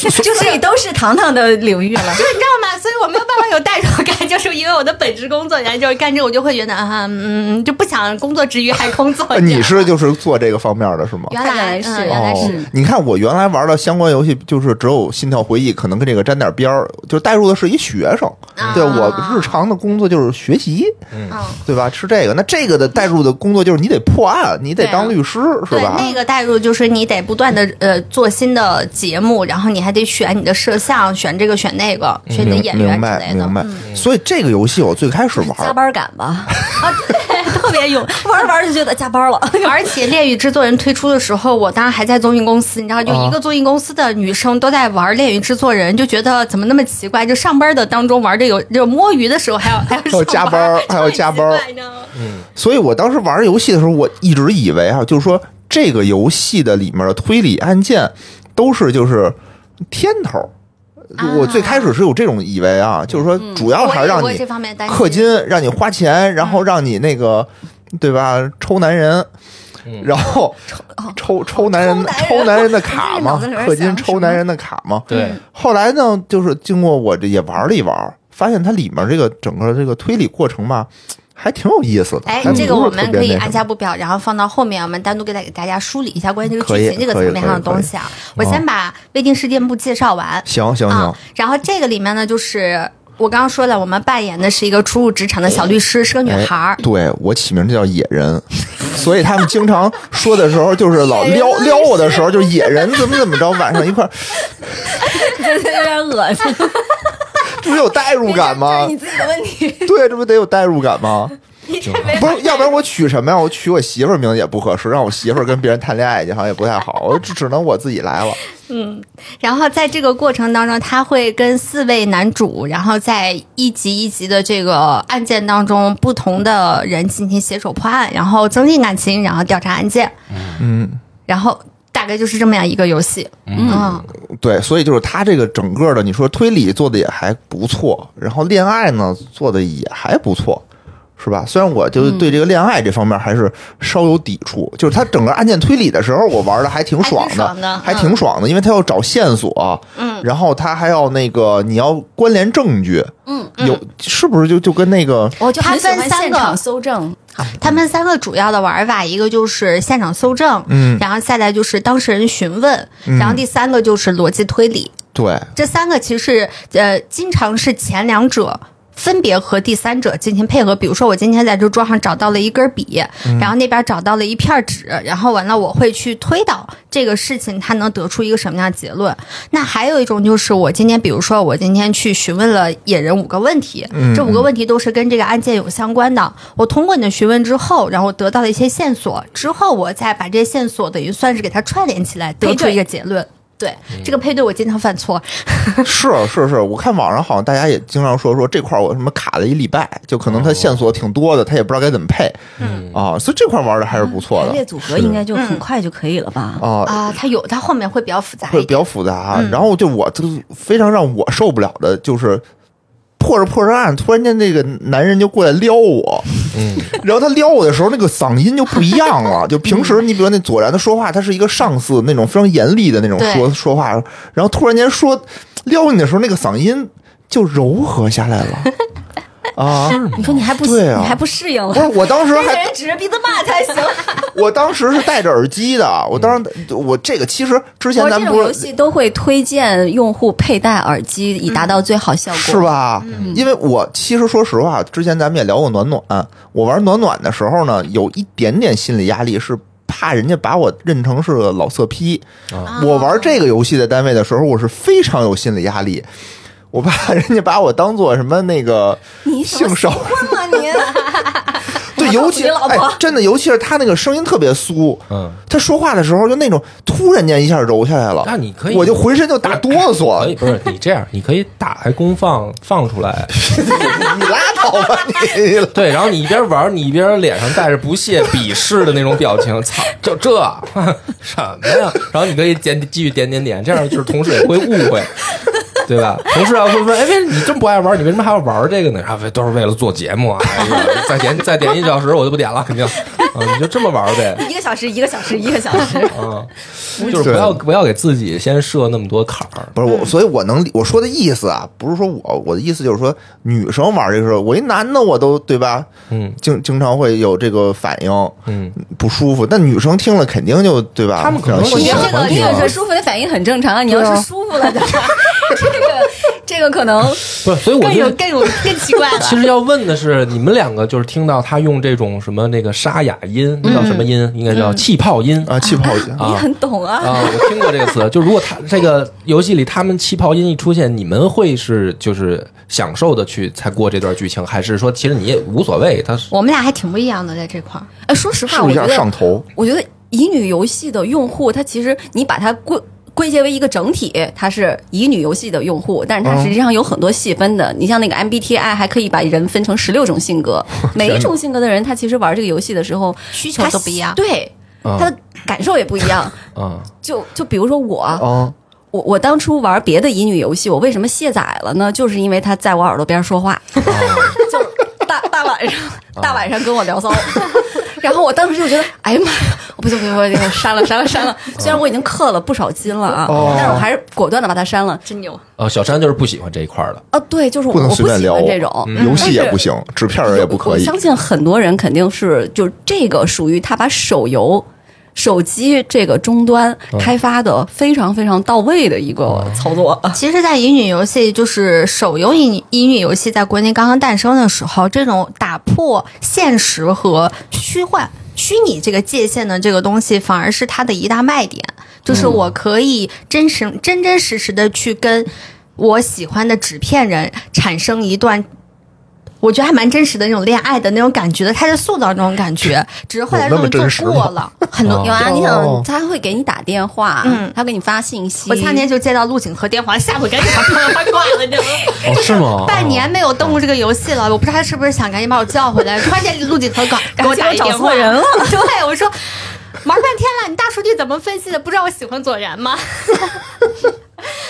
[SPEAKER 5] 就是你都是糖糖的领 域了。
[SPEAKER 3] 你知道吗？所以我没有办法有代入感，就是因为我的本职工作原来就是干这个，我就会觉得啊，嗯，就不想工作之余还工作。
[SPEAKER 2] 呃你是就是做这个方面的是吗？
[SPEAKER 3] 原
[SPEAKER 5] 看
[SPEAKER 3] 来
[SPEAKER 5] 来是
[SPEAKER 3] 嗯原来
[SPEAKER 2] 哦
[SPEAKER 3] 是。，
[SPEAKER 2] 你看我原来玩的相关游戏，就是只有《心跳回忆》，可能跟这个沾点边儿，就带入的是一学生，对我日常的工作就是学习，
[SPEAKER 3] 啊嗯，
[SPEAKER 2] 对吧？是这个，那这个的带入的工作就是你得破案，你得
[SPEAKER 3] 对啊
[SPEAKER 2] 当律师，是
[SPEAKER 3] 对，
[SPEAKER 2] 吧？
[SPEAKER 3] 那个代入就是你得不断的呃做新的节目，然后你还得选你的摄像，选这个选那个，选你的嗯
[SPEAKER 2] 明
[SPEAKER 3] 演员
[SPEAKER 2] 明
[SPEAKER 3] 之
[SPEAKER 2] 白
[SPEAKER 3] 类的，
[SPEAKER 2] 明白，所以这个游戏我最开始玩
[SPEAKER 5] 加
[SPEAKER 2] 儿，
[SPEAKER 5] 班感 吧，
[SPEAKER 3] 特别有。
[SPEAKER 5] 玩着玩着就觉得加班了。
[SPEAKER 3] 而且《恋与制作人》推出的时候，我当时还在综艺公司，你知道，就
[SPEAKER 2] 啊
[SPEAKER 3] 一个综艺公司的女生都在玩《恋与制作人》，就觉得怎么那么奇怪？就上班的当中玩这个，就摸鱼的时候还要 还要
[SPEAKER 2] 还有加
[SPEAKER 3] 上
[SPEAKER 2] 班 儿，还有加班儿，所以我当时玩游戏的时候，我一直以为啊，就是说这个游戏的里面的推理案件都是就是天头儿。我最开始是有这种以为啊，就是说主要还是让
[SPEAKER 3] 啊嗯我也我也
[SPEAKER 2] 你
[SPEAKER 3] 这方面担心嗯
[SPEAKER 2] 氪金，让你花钱，然后让你那个，对吧？抽男人，然后
[SPEAKER 3] 哦
[SPEAKER 2] 抽抽男人抽男人的卡 嘛，
[SPEAKER 5] 我在这脑子里边
[SPEAKER 2] 氪金
[SPEAKER 5] 想
[SPEAKER 2] 抽
[SPEAKER 5] 什
[SPEAKER 2] 男
[SPEAKER 5] 么
[SPEAKER 2] 人的卡嘛。
[SPEAKER 1] 对，
[SPEAKER 2] 后来呢，就是经过我这也玩了一玩，发现它里面这个整个这个推理过程吧，还挺有意思的。
[SPEAKER 3] 哎
[SPEAKER 2] 还，
[SPEAKER 3] 这
[SPEAKER 2] 嗯不
[SPEAKER 3] 个
[SPEAKER 2] 是
[SPEAKER 3] 我
[SPEAKER 2] 特
[SPEAKER 3] 们
[SPEAKER 2] 别
[SPEAKER 3] 可以
[SPEAKER 2] 那什
[SPEAKER 3] 按
[SPEAKER 2] 么
[SPEAKER 3] 下不表，然后放到后面，我们单独给大给大家梳理一下关于这个
[SPEAKER 2] 可以
[SPEAKER 3] 剧情这个
[SPEAKER 2] 可以
[SPEAKER 3] 层面上的
[SPEAKER 2] 可以
[SPEAKER 3] 东西啊。我先把未定事件簿介绍完
[SPEAKER 2] 行行行
[SPEAKER 3] 啊，，然后这个里面呢，就是我刚刚说了，我们扮演的是一个初入职场的小律师，是个女
[SPEAKER 2] 哎
[SPEAKER 3] 孩儿。
[SPEAKER 2] 对我起名就叫野人， 所以他们经常说的时候，就是老撩撩我的时候，就是野人怎么怎么着，晚上一块儿，
[SPEAKER 5] 有点恶心，
[SPEAKER 2] 这不有代入感吗？
[SPEAKER 5] 自己的问题。
[SPEAKER 2] 对，这不得有代入感 吗？不是，要不然我取什么呀？我取我媳妇儿名字也不合适，让我媳妇儿跟别人谈恋爱去，好像也不太好，我只只能我自己来了。
[SPEAKER 3] 然后在这个过程当中，她会跟四位男主，然后在一集一集的这个案件当中，不同的人进行携手破案，然后增进感情，然后调查案件，
[SPEAKER 2] 嗯，
[SPEAKER 3] 然后大概就是这么样一个游戏。嗯
[SPEAKER 2] 对，所以就是他这个整个的，你说推理做的也还不错，然后恋爱呢做的也还不错，是吧？虽然我就是对这个恋爱这方面还是稍有抵触，就是他整个案件推理的时候，我玩的还挺爽
[SPEAKER 3] 还挺
[SPEAKER 2] 的，
[SPEAKER 3] 爽的
[SPEAKER 2] 还挺爽的因为他要找线索，嗯，然后他还要那个你要关联证据，嗯，有是不是就就跟那个
[SPEAKER 5] 我 就
[SPEAKER 3] 很
[SPEAKER 5] 很
[SPEAKER 3] 喜
[SPEAKER 5] 喜
[SPEAKER 3] 欢
[SPEAKER 5] 欢
[SPEAKER 3] 现
[SPEAKER 5] 现
[SPEAKER 3] 场
[SPEAKER 5] 场搜证，
[SPEAKER 3] 他们三个主要的玩法，一个就是现场搜证，
[SPEAKER 2] 嗯
[SPEAKER 3] 然后再来就是当事人询问，然后第三个就是逻辑推理。
[SPEAKER 2] 对
[SPEAKER 3] 这三个其实是呃，经常是前两者。分别和第三者进行配合。比如说，我今天在这桌上找到了一根笔，然后那边找到了一片纸，然后完了我会去推导这个事情，它能得出一个什么样的结论。那还有一种就是，我今天比如说我今天去询问了野人五个问题，这五个问题都是跟这个案件有相关的。我通过你的询问之后，然后得到了一些线索，之后我再把这些线索等于算是给它串联起来，得出一个结论。对，这个配对我经常犯错，
[SPEAKER 2] 是是是，我看网上好像大家也经常说说这块儿我什么卡了一礼拜，就可能他线索挺多的，他也不知道该怎么配，嗯啊，所以这块玩的还是不错
[SPEAKER 5] 排列
[SPEAKER 2] 的。
[SPEAKER 5] 组合应该就很快就可以了吧？
[SPEAKER 2] 啊，
[SPEAKER 3] 啊，它有，它后面会比较复杂
[SPEAKER 2] 会
[SPEAKER 3] 一
[SPEAKER 2] 比
[SPEAKER 3] 点。
[SPEAKER 2] 较复杂。啊
[SPEAKER 5] 嗯
[SPEAKER 2] 然后就我就非常让我受不了的就是。破着破着案，突然间那个男人就过来撩我，
[SPEAKER 1] 嗯，
[SPEAKER 2] 然后他撩我的时候，那个嗓音就不一样了。就平
[SPEAKER 5] 嗯
[SPEAKER 2] 时你比如那左然他说话，他是一个上司那种非常严厉的那种
[SPEAKER 3] 对
[SPEAKER 2] 说说话，然后突然间说撩你的时候，那个嗓音就柔和下来了啊。
[SPEAKER 5] 你说你还不
[SPEAKER 2] 对啊
[SPEAKER 5] 你还不适应
[SPEAKER 2] 不是，我当时 还
[SPEAKER 3] 人指着鼻子骂才行。
[SPEAKER 2] 我当时是戴着耳机的，我当时我这个其实之前
[SPEAKER 5] 我
[SPEAKER 2] 咱
[SPEAKER 5] 这
[SPEAKER 2] 们
[SPEAKER 5] 种
[SPEAKER 2] 不
[SPEAKER 5] 游
[SPEAKER 2] 是
[SPEAKER 5] 戏都会推荐用户佩戴耳机，以达到最好效果，
[SPEAKER 2] 是？ 吧？
[SPEAKER 5] 嗯
[SPEAKER 2] 因为我其实说实话，之前咱们也聊过暖暖，我玩暖暖的时候呢，有一点点心理压力是。怕人家把我认成是个老色批，
[SPEAKER 5] 啊
[SPEAKER 2] 我玩这个游戏的单位的时候，我是非常有心理压力，我怕人家把我当做什么那个
[SPEAKER 5] 你怎
[SPEAKER 2] 性
[SPEAKER 5] 么
[SPEAKER 2] 少 数
[SPEAKER 5] 困了你？啊
[SPEAKER 2] 对，尤其
[SPEAKER 5] 你老
[SPEAKER 2] 哎
[SPEAKER 5] 婆，
[SPEAKER 2] 真的，尤其是他那个声音特别酥，
[SPEAKER 1] 嗯，
[SPEAKER 2] 他说话的时候就那种突然间一下柔下来了，
[SPEAKER 1] 那你可以
[SPEAKER 2] 我就浑身就打哆嗦
[SPEAKER 1] 可以，，不是你这样，你可以打开功放放出来，
[SPEAKER 2] 你拉倒吧你，
[SPEAKER 1] 对，然后你一边玩，你一边脸上带着不屑、鄙视的那种表情，操，就这什么呀？然后你可以点继续点点点，这样就是同事也会误会，对吧？同事啊会问，哎，为你这么不爱玩，你为什么还要玩这个呢？啊，都是为了做节目啊！哎呀，再点再点一小时，我就不点了，肯定。啊，你就这么玩呗，
[SPEAKER 5] 一个小时，一个小时，一个小时。
[SPEAKER 1] 啊，就是不要不要给自己先设那么多坎儿。
[SPEAKER 2] 不是我，所以我能理我说的意思啊，不是说我我的意思就是说，女生玩这个时候，我一男的我都对吧，
[SPEAKER 1] 嗯
[SPEAKER 2] 经经常会有这个反应
[SPEAKER 1] 嗯，
[SPEAKER 2] 不舒服，但女生听了肯定就对吧？
[SPEAKER 1] 她们可能
[SPEAKER 2] 比较
[SPEAKER 1] 会
[SPEAKER 5] 我
[SPEAKER 2] 欣
[SPEAKER 5] 觉
[SPEAKER 2] 赏
[SPEAKER 5] 得这个
[SPEAKER 1] 环
[SPEAKER 5] 你
[SPEAKER 1] 境啊
[SPEAKER 5] 有这舒服的反应很正常啊。你要是舒服了的话，这个这个可能
[SPEAKER 1] 不是，所以我
[SPEAKER 3] 更
[SPEAKER 1] 就
[SPEAKER 3] 有
[SPEAKER 1] 是
[SPEAKER 3] 更有更奇怪了。
[SPEAKER 1] 其实要问的是，你们两个就是听到他用这种什么那个沙哑音，那
[SPEAKER 3] 嗯
[SPEAKER 1] 叫什么音？应该叫气泡音
[SPEAKER 2] 啊，气泡一下。
[SPEAKER 1] 啊
[SPEAKER 5] 你很懂啊。
[SPEAKER 1] 啊！我听过这个 词，就如果他这个游戏里他们气泡音一出现，你们会是就是享受的去才过这段剧情，还是说其实你也无所谓？他是
[SPEAKER 3] 我们俩还挺不一样的，在这块儿。
[SPEAKER 5] 哎，说实
[SPEAKER 2] 是
[SPEAKER 5] 话，
[SPEAKER 2] 不
[SPEAKER 5] 我
[SPEAKER 2] 是有
[SPEAKER 5] 觉
[SPEAKER 2] 点上
[SPEAKER 5] 得
[SPEAKER 2] 头？
[SPEAKER 5] 我觉得乙女游戏的用户，他其实你把它归。归结为一个整体，它是乙女游戏的用户，但
[SPEAKER 1] 嗯
[SPEAKER 5] 是它实际上有很多细分的。你像那个 MBTI 还可以把人分成十六种 性格，每一种性格的人，他其实玩这个游戏的时候
[SPEAKER 3] 需求
[SPEAKER 5] 他
[SPEAKER 3] 都不一样
[SPEAKER 5] 对，
[SPEAKER 1] 嗯
[SPEAKER 5] 他的感受也不一 样。
[SPEAKER 1] 啊，
[SPEAKER 5] 就就比如说我，
[SPEAKER 1] 哦
[SPEAKER 2] 啊，
[SPEAKER 5] 我我当初玩别的乙女游戏，我为什么卸载了呢？就是因为他在我耳朵边说话，
[SPEAKER 2] 哦
[SPEAKER 5] 就大大晚上大晚上跟我聊骚，然后我当时就觉得，哎呀妈呀，我不行不行不行，删了删了删了。虽然我已经氪了不少金了啊，
[SPEAKER 2] 哦
[SPEAKER 5] 但是我还是果断的把它删了。
[SPEAKER 4] 真
[SPEAKER 3] 啊
[SPEAKER 4] 牛！
[SPEAKER 1] 呃，小山就是不喜欢这一块儿的，
[SPEAKER 5] 啊，对，就是我
[SPEAKER 2] 不能
[SPEAKER 5] 我
[SPEAKER 2] 随
[SPEAKER 5] 不
[SPEAKER 2] 便
[SPEAKER 5] 喜
[SPEAKER 2] 聊
[SPEAKER 5] 欢这种。嗯
[SPEAKER 1] 嗯
[SPEAKER 2] 游戏也不行，纸片儿也不可
[SPEAKER 5] 我
[SPEAKER 2] 以。
[SPEAKER 5] 相信很多人肯定是就这个属于他把手游、手机这个终端
[SPEAKER 2] 嗯
[SPEAKER 5] 开发的非常非常到位的一个操作。
[SPEAKER 3] 其实，在乙女游戏，就是手游乙女乙女游戏，在国内刚刚诞生的时候，这种打破现实和虚幻、虚拟这个界限的这个东西，反而是它的一大卖点。就是
[SPEAKER 2] 嗯
[SPEAKER 3] 我可以真实、真真实实的去跟我喜欢的纸片人产生一段。我觉得还蛮真实的那种恋爱的那种感觉的，他是塑造这种感觉，只是后来
[SPEAKER 2] 有
[SPEAKER 3] 这
[SPEAKER 2] 哦那么
[SPEAKER 3] 种
[SPEAKER 2] 真实
[SPEAKER 3] 做
[SPEAKER 2] 吗
[SPEAKER 3] 过了很多
[SPEAKER 1] 哦
[SPEAKER 5] 有啊，你
[SPEAKER 2] 哦
[SPEAKER 5] 想他会给你打电话，
[SPEAKER 3] 嗯
[SPEAKER 5] 他会给你发信息。
[SPEAKER 3] 我前两天就接到陆景和电话，吓我赶紧把电话挂了，你知道吗？
[SPEAKER 1] 哦，是 吗？
[SPEAKER 3] 半年没有动过这个游戏了，我不知道他是不是想赶紧把我叫回来。突 然间陆景和搞
[SPEAKER 5] 给我打一
[SPEAKER 3] 找
[SPEAKER 5] 电话
[SPEAKER 3] 错了， 对我说玩半天了，你大数据怎么分析的？不知道我喜欢左然吗？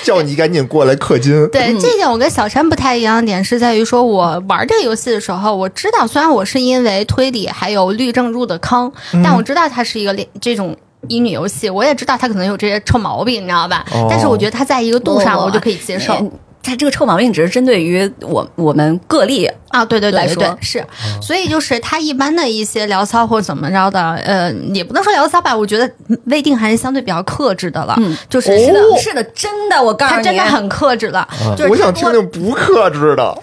[SPEAKER 2] 叫你赶紧过来氪金。
[SPEAKER 3] 对，这点我跟小山不太一样的点是在于说，我玩这个游戏的时候，我知道虽然我是因为推理还有律政入的坑，但我知道它是一个恋这种。乙女游戏，我也知道它可能有这些臭毛病，你知道吧？
[SPEAKER 2] 哦
[SPEAKER 3] 但是我觉得它在一个度上，
[SPEAKER 5] 不
[SPEAKER 3] 我就可以接受。。
[SPEAKER 5] 你呃他这个臭毛病只是针对于我我们个例，
[SPEAKER 3] 啊，对对
[SPEAKER 5] 来
[SPEAKER 3] 对
[SPEAKER 5] 说
[SPEAKER 3] 对，是，
[SPEAKER 2] 嗯
[SPEAKER 3] 所以就是他一般的一些聊骚或怎么着的，呃，也不能说聊骚吧，我觉得未定还是相对比较克制的了，就是
[SPEAKER 2] 哦
[SPEAKER 3] 是的，
[SPEAKER 5] 是的，真的，我告
[SPEAKER 3] 他真的很克制了，就
[SPEAKER 2] 嗯
[SPEAKER 3] 是
[SPEAKER 2] 我
[SPEAKER 3] 他
[SPEAKER 2] 想
[SPEAKER 3] 给我
[SPEAKER 2] 听听不克制的，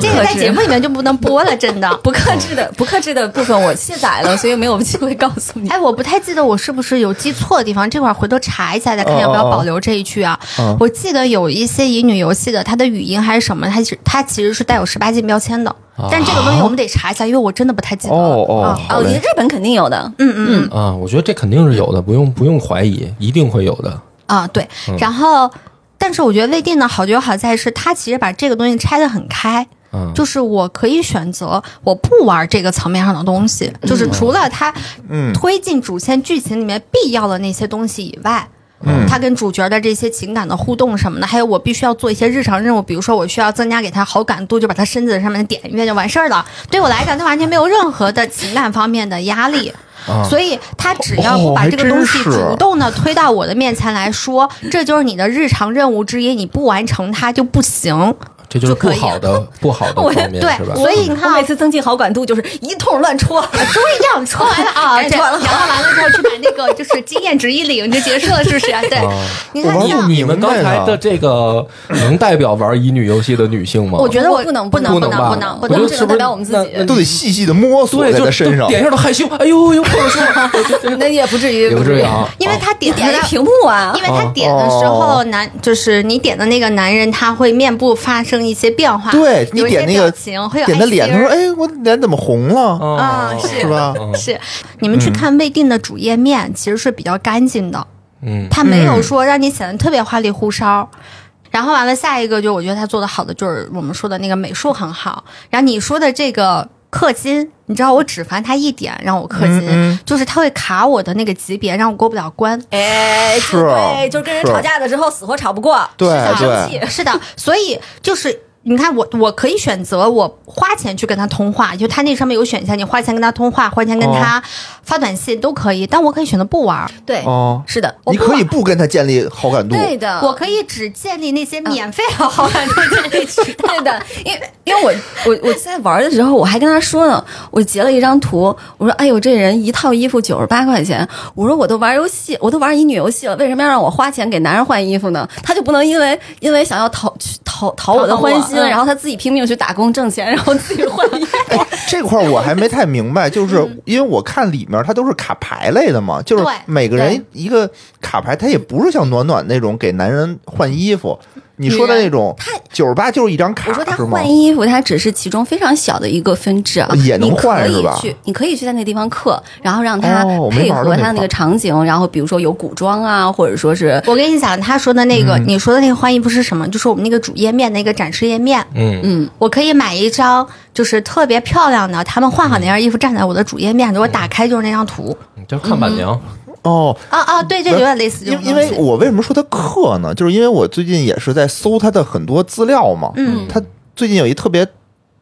[SPEAKER 3] 这个在节目里面就不能播了，真 的。
[SPEAKER 5] 不克制 的不克制的部分我卸载了，所以没有机会告诉你。
[SPEAKER 3] 哎，我不太记得我是不是有记错的地方，这块儿回头查一下，再看要不要保留这一句啊。
[SPEAKER 2] 哦
[SPEAKER 3] 我记得有一些乙女游戏的，它的语音还是什么，它是它其实是带有十八禁标签的，但这个东西我们得查一下，因为我真的不太记得了。
[SPEAKER 2] 啊哦哦
[SPEAKER 3] 啊
[SPEAKER 5] 哦，
[SPEAKER 2] 好
[SPEAKER 5] 你
[SPEAKER 2] 嘞
[SPEAKER 5] 日本肯定有的，
[SPEAKER 3] 嗯嗯嗯
[SPEAKER 1] 啊，我觉得这肯定是有的，不用不用怀疑，一定会有的。
[SPEAKER 3] 啊，对。然后，但是我觉得未定呢，好就好在是它其实把这个东西拆得很开。
[SPEAKER 1] 嗯，
[SPEAKER 3] 就是我可以选择我不玩这个层面上的东西，就是除了它
[SPEAKER 2] 嗯
[SPEAKER 3] 推进主线剧情里面必要的那些东西以外。
[SPEAKER 2] 嗯
[SPEAKER 3] 它跟主角的这些情感的互动什么的，还有我必须要做一些日常任务，比如说我需要增加给他好感度，就把他身子上面点一遍就完事儿了。对我来讲，它完全没有任何的情感方面的压力，
[SPEAKER 1] 啊
[SPEAKER 3] 所以他只要不把这个东西主动的推到我的面前来说，这就是你的日常任务之一，你不完成它就不行。
[SPEAKER 1] 这就是
[SPEAKER 3] 就可
[SPEAKER 1] 不
[SPEAKER 3] 以
[SPEAKER 1] 好的 不好的
[SPEAKER 5] 我
[SPEAKER 1] 方面
[SPEAKER 3] 对
[SPEAKER 1] 是吧？
[SPEAKER 3] 所以你看
[SPEAKER 5] 我每次增进好感度就是一通乱 戳。
[SPEAKER 3] 终于让抽完了啊！
[SPEAKER 5] 赶紧
[SPEAKER 3] 这
[SPEAKER 5] 抽完了
[SPEAKER 3] 然后完了之后去把那个就是经验值一领就结束了，是不是？啊对，你看
[SPEAKER 2] 哦我
[SPEAKER 3] 这
[SPEAKER 2] 玩
[SPEAKER 3] 样
[SPEAKER 2] 不
[SPEAKER 1] 你们刚才的这个能代表玩乙女游戏的女性吗？
[SPEAKER 3] 我觉得我
[SPEAKER 5] 不能
[SPEAKER 3] 不能
[SPEAKER 1] 不
[SPEAKER 3] 能
[SPEAKER 1] 吧
[SPEAKER 3] 不能不
[SPEAKER 1] 我觉
[SPEAKER 3] 能
[SPEAKER 1] 得
[SPEAKER 5] 只
[SPEAKER 1] 是
[SPEAKER 5] 能
[SPEAKER 1] 不是
[SPEAKER 5] 代表我们自己
[SPEAKER 1] 那那
[SPEAKER 2] 都得细细的摸索
[SPEAKER 1] 对，
[SPEAKER 2] 在
[SPEAKER 1] 就
[SPEAKER 2] 他身
[SPEAKER 1] 就
[SPEAKER 2] 上。
[SPEAKER 1] 点一下都害羞，哎呦 呦，碰上胸了，
[SPEAKER 5] 那也不至于，
[SPEAKER 1] 也不至于啊。
[SPEAKER 3] 因为他点
[SPEAKER 5] 点
[SPEAKER 3] 他
[SPEAKER 5] 了
[SPEAKER 3] 的
[SPEAKER 5] 一屏幕啊
[SPEAKER 3] 因，为他点的时候，
[SPEAKER 2] 哦
[SPEAKER 3] 男就是你点的那个男人，他会面部发生一些变化，
[SPEAKER 2] 对你
[SPEAKER 3] 有一些
[SPEAKER 2] 点那
[SPEAKER 3] 表
[SPEAKER 2] 个
[SPEAKER 3] 情，会有
[SPEAKER 2] 点他
[SPEAKER 3] 爱心
[SPEAKER 2] 脸，他说：“
[SPEAKER 3] 儿
[SPEAKER 2] 哎，我脸怎么红了？”
[SPEAKER 3] 啊
[SPEAKER 1] 啊，
[SPEAKER 2] 是嗯吧？
[SPEAKER 3] 是你们去看未定的主页面，其实是比较干净的，
[SPEAKER 1] 嗯，
[SPEAKER 3] 他没有说让你显得特别花里胡哨。然后完了，下一个就我觉得他做的好的就是我们说的那个美术很好。然后你说的这个氪金，你知道我只烦他一点让我氪金，
[SPEAKER 2] 嗯
[SPEAKER 3] 就是他会卡我的那个级别，让我过不了关。
[SPEAKER 5] 哎，就是
[SPEAKER 2] 啊
[SPEAKER 5] 对，就是跟人
[SPEAKER 2] 是啊
[SPEAKER 5] 吵架的时候死活吵不过，
[SPEAKER 2] 对
[SPEAKER 5] 是吧
[SPEAKER 2] 哎对
[SPEAKER 5] 生气
[SPEAKER 3] 是的，所以就是。你看我，我可以选择我花钱去跟他通话，就他那上面有选项，你花钱跟他通话，花钱
[SPEAKER 2] 哦
[SPEAKER 3] 跟他发短信都可以，但我可以选择不玩儿，
[SPEAKER 5] 对，
[SPEAKER 1] 嗯
[SPEAKER 2] 哦
[SPEAKER 5] 是的，
[SPEAKER 2] 你可以不跟他建立好感度，哎
[SPEAKER 5] 对的，
[SPEAKER 3] 我可以只建立那些免费的好感度建立渠道。
[SPEAKER 5] 对的，因为因为我我我在玩的时候，我还跟他说呢，我截了一张图，我说：“哎呦，这人一套衣服九十八块钱。”我说：“我都玩游戏，我都玩乙女游戏了，为什么要让我花钱给男人换衣服呢？他就不能因为因为想要讨去讨讨我的欢心，
[SPEAKER 3] 讨我嗯
[SPEAKER 5] 然后他自己拼命去打工挣钱，然后自己 换衣服。
[SPEAKER 2] 这块儿我还没太明白，就是因为我看里面它都是卡牌类的嘛，就是
[SPEAKER 3] 对
[SPEAKER 2] 每个人一个卡牌，它也不是像暖暖那种给男人换衣服，你说的那种九十八就是一张卡
[SPEAKER 5] 我说他
[SPEAKER 2] 是吗
[SPEAKER 5] 换？衣服，他只是其中非常小的一个分支啊，
[SPEAKER 2] 也能
[SPEAKER 5] 你可
[SPEAKER 2] 换
[SPEAKER 5] 以
[SPEAKER 2] 是吧
[SPEAKER 5] 去，你可以去在那个地方刻，然后让他
[SPEAKER 2] 哦我没
[SPEAKER 5] 配
[SPEAKER 2] 玩儿过
[SPEAKER 5] 合
[SPEAKER 2] 那
[SPEAKER 5] 他的那
[SPEAKER 2] 块儿
[SPEAKER 5] 个场景，然后比如说有古装啊，或者说是
[SPEAKER 3] 我跟你讲，他说的那
[SPEAKER 2] 嗯
[SPEAKER 3] 个，你说的那个换衣服是什么？就是我们那个主页面那个展示页面，
[SPEAKER 1] 嗯
[SPEAKER 5] 嗯。
[SPEAKER 3] 我可以买一张就是特别漂亮的，他们换好
[SPEAKER 2] 嗯
[SPEAKER 3] 那件衣服站在我的主页面，我打开就是那张图。
[SPEAKER 1] 嗯，就看板娘，
[SPEAKER 2] 哦，
[SPEAKER 3] 啊啊，对，这有点类似这
[SPEAKER 2] 因
[SPEAKER 3] 种
[SPEAKER 2] 因
[SPEAKER 3] 东西
[SPEAKER 2] 为我为什么说它克呢？就是因为我最近也是在搜它的很多资料嘛。
[SPEAKER 3] 嗯，
[SPEAKER 2] 它最近有一特别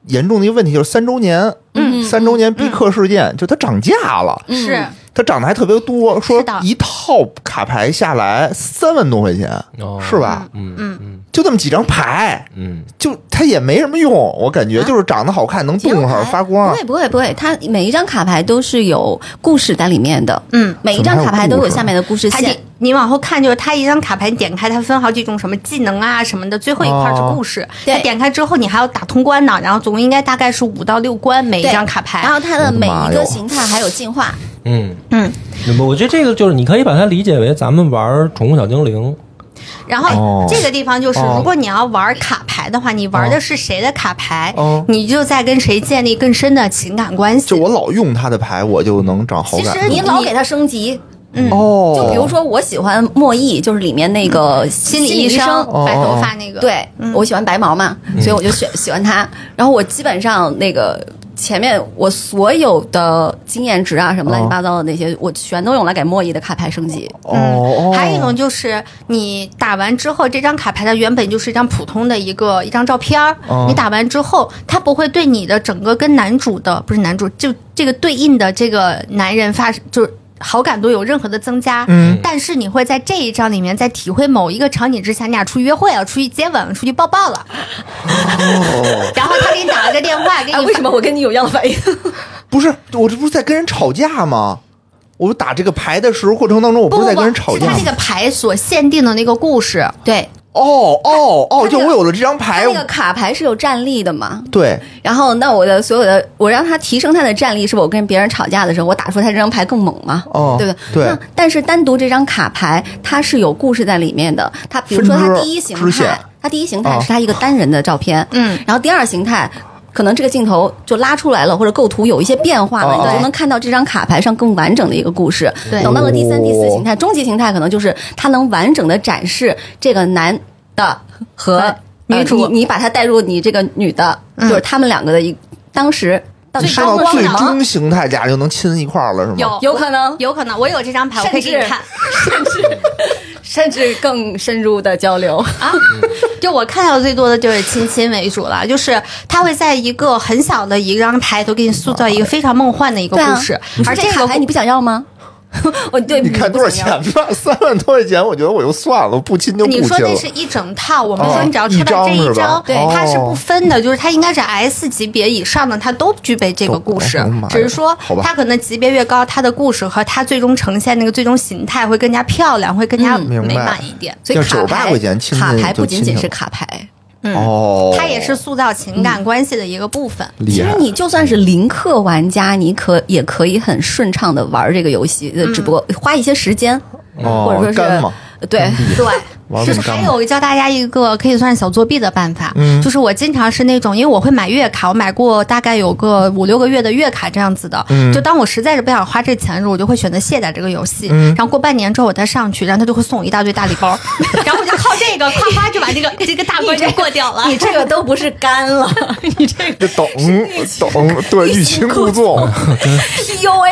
[SPEAKER 2] 严重的一个问题，就是三周年，
[SPEAKER 3] 嗯
[SPEAKER 2] 三周年逼克事件，就它涨价了，
[SPEAKER 3] 是
[SPEAKER 2] 它涨得还特别多，说
[SPEAKER 3] 是的
[SPEAKER 2] 一套卡牌下来三万多块钱，
[SPEAKER 1] 哦
[SPEAKER 2] 是吧？
[SPEAKER 1] 嗯嗯
[SPEAKER 2] 就这么几张牌，
[SPEAKER 1] 嗯
[SPEAKER 2] 就它也没什么用，我感觉就是长得好看，能
[SPEAKER 5] 几
[SPEAKER 2] 动
[SPEAKER 5] 张
[SPEAKER 2] 会儿
[SPEAKER 5] 牌
[SPEAKER 2] 发光
[SPEAKER 5] 不。会不会不会，它每一张卡牌都是有故事在里面的，
[SPEAKER 3] 嗯，
[SPEAKER 5] 每一张卡牌都
[SPEAKER 2] 怎么还有
[SPEAKER 5] 有
[SPEAKER 2] 故事
[SPEAKER 5] 下面的故事
[SPEAKER 3] 它你
[SPEAKER 5] 线。
[SPEAKER 3] 你往后看，就是它一张卡牌，你点开它分好几种什么技能啊什么的，最后一块是
[SPEAKER 2] 哦
[SPEAKER 3] 故事。
[SPEAKER 5] 对
[SPEAKER 3] 它点开之后，你还要打通关呢，然后总共应该大概是五到六关每一张卡
[SPEAKER 5] 然
[SPEAKER 3] 牌。
[SPEAKER 5] 后它的每一
[SPEAKER 2] 哎我的妈
[SPEAKER 5] 个
[SPEAKER 2] 哟
[SPEAKER 5] 形态还有进化，
[SPEAKER 1] 嗯
[SPEAKER 3] 嗯，
[SPEAKER 1] 嗯，我觉得这个就是你可以把它理解为咱们玩《宠物小精灵
[SPEAKER 3] 然后
[SPEAKER 2] 哦
[SPEAKER 3] 这个地方就是，
[SPEAKER 2] 哦
[SPEAKER 3] 如果你要玩卡牌的话，你玩的是谁的卡牌
[SPEAKER 2] 哦，
[SPEAKER 3] 你就在跟谁建立更深的情感关系
[SPEAKER 2] 就。我老用它的牌，我就能长好感
[SPEAKER 3] 其实。
[SPEAKER 5] 你老给它升级。
[SPEAKER 2] 哦，
[SPEAKER 5] 就比如说，我喜欢莫易，就是里面那个心
[SPEAKER 3] 心理医
[SPEAKER 5] 医
[SPEAKER 3] 生
[SPEAKER 5] 生。
[SPEAKER 2] 哦
[SPEAKER 3] 白头发那个，
[SPEAKER 5] 对，我喜欢白毛嘛，所以我就选喜欢他。然后我基本上那个前面我所有的经验值啊，什么乱七八糟的那些，我全都用来给莫易的卡牌升级。
[SPEAKER 2] 哦，哦
[SPEAKER 3] 嗯还有一种就是你打完之后，这张卡牌它原本就是一张普通的一个一张照片儿、
[SPEAKER 2] 哦
[SPEAKER 3] 你打完之后，它不会对你的整个跟男主的不是男主，就这个对应的这个男人发就是。好感度有任何的增加，
[SPEAKER 2] 嗯
[SPEAKER 3] 但是你会在这一章里面，在体会某一个场景之下，你俩出去约会了，出去接吻了，出去抱抱了，
[SPEAKER 2] 哦
[SPEAKER 3] 然后他给你打了个电话，给你、
[SPEAKER 5] 哎，为什么我跟你有一样的反应？
[SPEAKER 2] 不是，我这不是在跟人吵架吗？我打这个牌的时候过程当中，我
[SPEAKER 3] 不
[SPEAKER 2] 不是在
[SPEAKER 3] 不
[SPEAKER 2] 跟人吵
[SPEAKER 3] 是
[SPEAKER 2] 架
[SPEAKER 3] 他
[SPEAKER 2] 吗
[SPEAKER 3] 这个牌所限定的那个故事，
[SPEAKER 5] 对，
[SPEAKER 2] 哦哦哦，
[SPEAKER 5] 它
[SPEAKER 2] 就
[SPEAKER 5] 这个
[SPEAKER 2] 我有了这张牌
[SPEAKER 5] 它，那个卡牌是有战力的嘛？
[SPEAKER 2] 对，
[SPEAKER 5] 然后，那我的所有的，我让他提升他的战力，是不是我跟别人吵架的时候，我打出他这张牌更猛嘛？
[SPEAKER 2] 哦
[SPEAKER 5] 对不
[SPEAKER 2] 对
[SPEAKER 5] 那但是单独这张卡牌，它是有故事在里面的。它比如说，
[SPEAKER 2] 分
[SPEAKER 5] 它
[SPEAKER 2] 支
[SPEAKER 5] 第一形
[SPEAKER 2] 支线
[SPEAKER 5] 态，它第一形态
[SPEAKER 2] 哦
[SPEAKER 5] 是它一个单人的照片，
[SPEAKER 3] 嗯，
[SPEAKER 5] 然后第二形态。可能这个镜头就拉出来了，或者构图有一些变化了，
[SPEAKER 2] 哦
[SPEAKER 5] 你
[SPEAKER 2] 对
[SPEAKER 5] 就能看到这张卡牌上更完整的一个故事。
[SPEAKER 3] 对
[SPEAKER 5] 等到了第三、第
[SPEAKER 2] 哦
[SPEAKER 5] 四形态，终极形态可能就是它能完整的展示这个男的和
[SPEAKER 3] 女主
[SPEAKER 5] 呃你你把他带入你这个女的，
[SPEAKER 3] 嗯
[SPEAKER 5] 就是他们两个的一当时到底
[SPEAKER 2] 升
[SPEAKER 5] 发
[SPEAKER 2] 到
[SPEAKER 5] 生了
[SPEAKER 2] 最
[SPEAKER 5] 什么？
[SPEAKER 2] 终形态，俩人就能亲一块儿了，是吗？
[SPEAKER 3] 有
[SPEAKER 5] 有可能，
[SPEAKER 3] 有可能，我有这张牌，我可以给你
[SPEAKER 5] 甚至
[SPEAKER 3] 看。
[SPEAKER 5] 甚至更深入的交流。
[SPEAKER 3] 就我看到最多的就是亲亲为主了，就是他会在一个很小的一张牌都给你塑造一个非常梦幻的一个
[SPEAKER 5] 对啊
[SPEAKER 3] 故事，而
[SPEAKER 5] 而
[SPEAKER 3] 这
[SPEAKER 5] 这
[SPEAKER 3] 个
[SPEAKER 5] 卡牌你不想要吗？ 我对
[SPEAKER 3] 嗯
[SPEAKER 2] 你看多少钱？吧？三万多块钱，我觉得我就算了，我不亲就不亲
[SPEAKER 3] 啊
[SPEAKER 2] 了。
[SPEAKER 3] 你说那是一整套，我们
[SPEAKER 2] 哦
[SPEAKER 3] 说你只要
[SPEAKER 2] 一
[SPEAKER 3] 抽到
[SPEAKER 2] 张
[SPEAKER 3] 这
[SPEAKER 2] 是
[SPEAKER 3] 一
[SPEAKER 2] 吧
[SPEAKER 3] 张，
[SPEAKER 2] 对
[SPEAKER 3] 它是不
[SPEAKER 2] 哦
[SPEAKER 3] 分的，就是它应该是 S 级别以上的，它都具备这个故事
[SPEAKER 2] 懂了哎呀妈呀，
[SPEAKER 3] 只是说
[SPEAKER 2] 好吧
[SPEAKER 3] 它可能级别越高，它的故事和它最终呈现那个最终形态会更加漂亮，会更加
[SPEAKER 2] 嗯明白
[SPEAKER 3] 美满一点。
[SPEAKER 5] 所以
[SPEAKER 2] 就
[SPEAKER 5] 卡
[SPEAKER 2] 98
[SPEAKER 5] 牌
[SPEAKER 2] 块钱亲
[SPEAKER 5] 卡
[SPEAKER 2] 亲
[SPEAKER 5] 牌
[SPEAKER 2] 就
[SPEAKER 5] 不仅
[SPEAKER 2] 亲
[SPEAKER 5] 仅
[SPEAKER 2] 了
[SPEAKER 5] 是卡牌，
[SPEAKER 2] 哦，
[SPEAKER 3] 它嗯也是塑造情
[SPEAKER 2] 嗯
[SPEAKER 3] 感关系的一个部分。
[SPEAKER 2] 厉
[SPEAKER 5] 其实
[SPEAKER 2] 害。
[SPEAKER 5] 你就算是零氪玩家，你可也可以很顺畅的玩这个游戏，呃只不过花一些时间，
[SPEAKER 2] 哦
[SPEAKER 5] 或者说
[SPEAKER 2] 干嘛
[SPEAKER 5] 是 对。
[SPEAKER 2] 玩
[SPEAKER 3] 对，
[SPEAKER 2] 得
[SPEAKER 3] 就
[SPEAKER 2] 很
[SPEAKER 3] 是
[SPEAKER 2] 干
[SPEAKER 3] 还
[SPEAKER 2] 嘛
[SPEAKER 3] 有教大家一个可以算是小作弊的办法，
[SPEAKER 2] 嗯
[SPEAKER 3] 就是我经常是那种，因为我会买月卡，我买过大概有个五六个月的月卡这样子的，
[SPEAKER 2] 嗯
[SPEAKER 3] 就当我实在是不想花这钱的时候，我就会选择卸载这个游戏，
[SPEAKER 2] 嗯
[SPEAKER 3] 然后过半年之后我再上去，然后他就会送我一大堆大礼包，然后我就靠这个夸夸就把这个这个大关就过掉了。
[SPEAKER 5] 你这个都不是干了， 你这个
[SPEAKER 2] 这懂懂，对，欲擒故 纵，哎
[SPEAKER 5] PUA，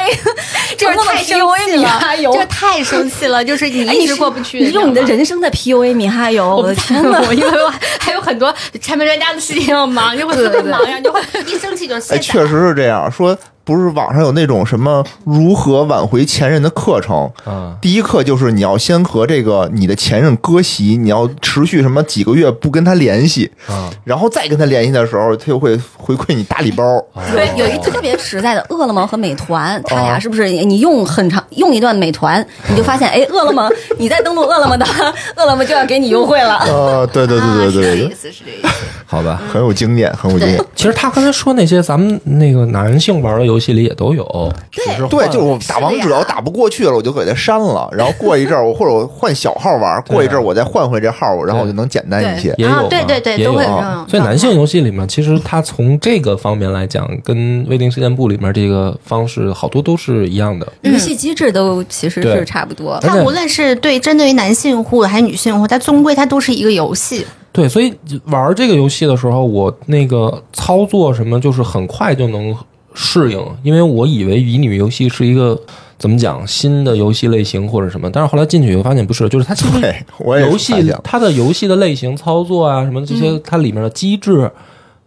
[SPEAKER 3] 就是太生气了，
[SPEAKER 5] 油
[SPEAKER 3] 啊就是太生气了，就是你一直过不去。
[SPEAKER 5] 哎你用你的
[SPEAKER 3] 知道吗
[SPEAKER 5] 人生在 PUA 米哈游，我的天呐！
[SPEAKER 3] 我因为我还有很多产品专家的事情要忙，就会特别忙，然后就会一生气就卸
[SPEAKER 2] 哎，
[SPEAKER 3] 载。
[SPEAKER 2] 确实是这样。说不是网上有那种什么如何挽回前任的课程，
[SPEAKER 1] 啊，
[SPEAKER 2] 第一课就是你要先和这个你的前任割席，你要持续什么几个月不跟他联系，
[SPEAKER 1] 啊
[SPEAKER 2] 然后再跟他联系的时候，他就会回馈你大礼包。
[SPEAKER 5] 对，有一特别实在的饿了么和美团，他俩是不是你用很长用一段美团，你就发现哎，饿了么，你再登录饿了么的，饿了么就要给你优惠了。
[SPEAKER 2] 呃，对对对对
[SPEAKER 3] 啊
[SPEAKER 2] 对
[SPEAKER 3] 是这
[SPEAKER 2] 对
[SPEAKER 3] 个意，思，是这个意 思。
[SPEAKER 1] 好吧。
[SPEAKER 2] 很有经验，很有经验。
[SPEAKER 1] 其实他刚才说那些，咱们那个男性玩的游戏里也都
[SPEAKER 2] 啊
[SPEAKER 1] 有，只是换
[SPEAKER 2] 对，就是我打王者，我打不过去了，我就给它删了。然后过一阵儿，我或者我换小号玩，
[SPEAKER 1] 啊
[SPEAKER 2] 过一阵儿我再换回这号，然后我就能简单一些。
[SPEAKER 1] 也有
[SPEAKER 3] 啊
[SPEAKER 1] 嘛
[SPEAKER 3] 对对对
[SPEAKER 1] 也有
[SPEAKER 3] 都会有
[SPEAKER 1] 嘛
[SPEAKER 3] 这种
[SPEAKER 1] 所以男性游戏里面，其实它从这个方面来讲，跟《卫灵事件簿》里面这个方式好多都是一样的。
[SPEAKER 5] 游戏机制都其实
[SPEAKER 1] 对
[SPEAKER 5] 是差不多，
[SPEAKER 1] 而
[SPEAKER 3] 它
[SPEAKER 1] 且
[SPEAKER 3] 无论是对针对于男性用户还是女性用户，它终归它都是一个游戏。
[SPEAKER 1] 对，所以玩这个游戏的时候，我那个操作什么，就是很快就能适应，因为我以为乙女游戏是一个怎么讲新的游戏类型或者什么，但是后来进去以后发现不是，就是它其实
[SPEAKER 2] 对，我也是
[SPEAKER 1] 游
[SPEAKER 2] 发
[SPEAKER 1] 戏
[SPEAKER 2] 现了
[SPEAKER 1] 它的游戏的类型、操作啊什么这些，它里面的机制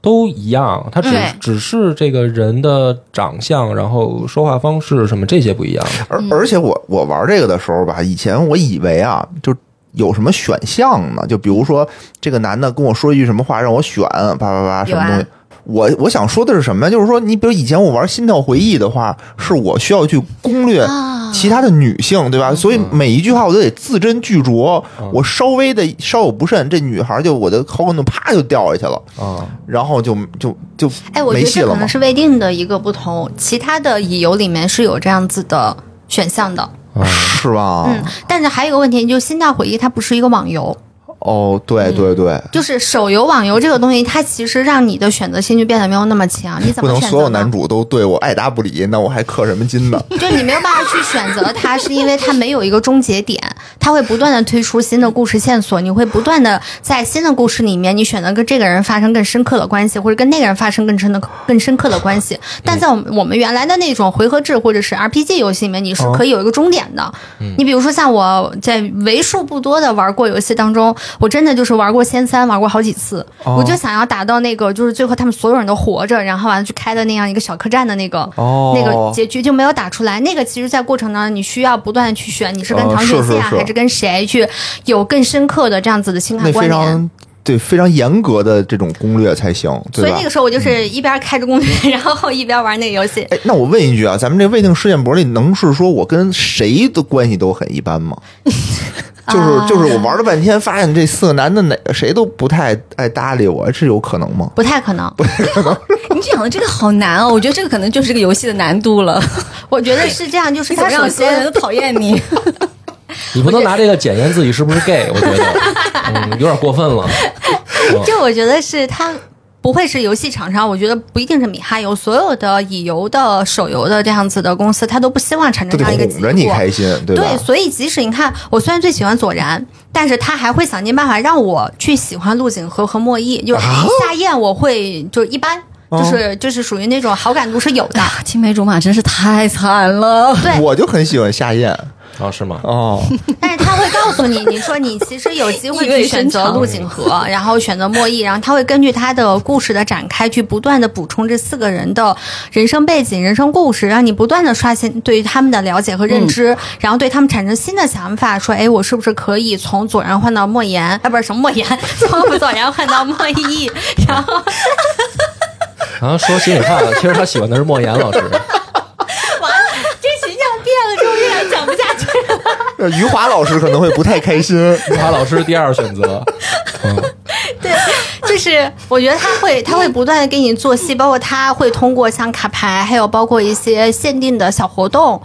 [SPEAKER 1] 都一样，它只
[SPEAKER 3] 对
[SPEAKER 1] 只是这个人的长相，然后说话方式什么这些不 一样。
[SPEAKER 2] 而而且我我玩这个的时候吧，以前我以为啊，就有什么选项呢？就比如说这个男的跟我说一句什么话让我选，叭叭叭什么东西
[SPEAKER 5] 有啊。
[SPEAKER 2] 我我想说的是什么呀？就是说，你比如以前我玩《心跳回忆》的话，是我需要去攻略
[SPEAKER 3] 啊
[SPEAKER 2] 其他的女性，
[SPEAKER 3] 嗯
[SPEAKER 2] 对吧？所以每一句话我都得字斟句酌。我稍微的稍有不慎，这女孩就我的好感度啪就掉下去了，
[SPEAKER 1] 啊，
[SPEAKER 2] 然后就就就
[SPEAKER 3] 哎，我觉
[SPEAKER 2] 没
[SPEAKER 3] 得
[SPEAKER 2] 戏了
[SPEAKER 3] 这可
[SPEAKER 2] 嘛
[SPEAKER 3] 能。是未定的一个不同，其他的乙游里面是有这样子的选项的。
[SPEAKER 2] 是吧？
[SPEAKER 3] 嗯，但是还有一个问题，就是《心跳回忆》它不是一个网游，
[SPEAKER 2] 哦，对对对，
[SPEAKER 3] 就是手游、网游这个东西，它其实让你的选择性就变得没有那么强。你怎
[SPEAKER 2] 不
[SPEAKER 3] 么
[SPEAKER 2] 能
[SPEAKER 3] 选
[SPEAKER 2] 所有
[SPEAKER 3] 择呢？
[SPEAKER 2] 男主都对我爱答不理，那我还氪什么金呢？
[SPEAKER 3] 就你没有办法去选择它，是因为它没有一个终结点，它会不断的推出新的故事线索，你会不断的在新的故事里面，你选择跟这个人发生更深刻的关系，或者跟那个人发生更深的更深刻的关系。但在我们我们原来的那种回合制或者是 RPG 游戏里面，你是可以有一个终点的。你比如说像我在为数不多的玩过游戏当中，我真的就是玩过仙三，玩过好几次，我就想要达到那个就是最后他们所有人都活着，然后完了去开的那样一个小客栈的那个。
[SPEAKER 2] 哦
[SPEAKER 3] 那个结局就没有打出来。那个其实，在过程当中，你需要不断的去选，你是跟
[SPEAKER 2] 呃
[SPEAKER 3] 唐
[SPEAKER 2] 是
[SPEAKER 3] 雪
[SPEAKER 2] 是
[SPEAKER 3] 线啊
[SPEAKER 2] 是
[SPEAKER 3] 还是跟谁去有更深刻的这样子的情感
[SPEAKER 2] 那
[SPEAKER 3] 关
[SPEAKER 2] 非
[SPEAKER 3] 联。
[SPEAKER 2] 常对非常严格的这种攻略才行，
[SPEAKER 3] 所
[SPEAKER 2] 对
[SPEAKER 3] 以
[SPEAKER 2] 吧嗯
[SPEAKER 3] 那个？时候我就是一边开着攻略， 然后一边玩那个游戏。
[SPEAKER 2] 哎，那我问一句啊， 咱们这未定事件簿里能是说我跟谁的关系都很一般吗？
[SPEAKER 3] 啊
[SPEAKER 2] 就是就是我玩了半天，发现这四个男的哪个谁都不太爱搭理我，这有可能吗？
[SPEAKER 3] 不太可能。
[SPEAKER 5] 你讲的这个好难哦，我觉得这个可能就是这个游戏的难度了。
[SPEAKER 3] 我觉得是这样，就是
[SPEAKER 5] 你怎
[SPEAKER 3] 他
[SPEAKER 5] 么
[SPEAKER 3] 首
[SPEAKER 5] 让所有人
[SPEAKER 3] 先
[SPEAKER 5] 都讨厌 你？
[SPEAKER 1] 你不能拿这个检验自己是不是 gay，我觉得，嗯，有点过分了。
[SPEAKER 3] 这我觉得是它不会是游戏厂商，我觉得不一定是米哈游，所有的乙游的、手游的这样子的公司，它都不希望产
[SPEAKER 2] 都
[SPEAKER 3] 生这
[SPEAKER 2] 得
[SPEAKER 3] 样一个
[SPEAKER 2] 哄
[SPEAKER 3] 结果
[SPEAKER 2] 着。你开心，对吧？
[SPEAKER 3] 所以即使你看，我虽然最喜欢左然，但是他还会想尽办法让我去喜欢陆景和和莫弈。就是
[SPEAKER 2] 啊哦
[SPEAKER 3] 夏燕，我会就一般，就是就是属于那种好感度是有 的。
[SPEAKER 5] 啊青梅竹马真是太惨了。
[SPEAKER 3] 对
[SPEAKER 2] 我就很喜欢夏燕
[SPEAKER 1] 啊，是吗？
[SPEAKER 2] 哦，
[SPEAKER 3] 但是他会告 诉你，你说你其实有机会
[SPEAKER 5] 意味
[SPEAKER 3] 去选
[SPEAKER 5] 深
[SPEAKER 3] 择
[SPEAKER 5] 长
[SPEAKER 3] 陆景和，然后选择莫弈，然后他会根据他的故事的展开，去不断的补充这四个人的人生背景、人生故事，让你不断的刷新对于他们的了解和认
[SPEAKER 5] 嗯
[SPEAKER 3] 知，然后对他们产生新的想法，说，哎，我是不是可以从左然换到莫言？啊，不是什么莫言， 从左然换到莫 弈，然后
[SPEAKER 1] 然后说心里话，其实他喜欢的是莫言老师。
[SPEAKER 3] 这形象变了之后，依然讲不下去。
[SPEAKER 2] 呃余华老师可能会不太开心。
[SPEAKER 1] 他老师第二选择，
[SPEAKER 3] 就是我觉得他会，他会不断的给你做戏，包括他会通过像卡牌，还有包括一些限定的小活动。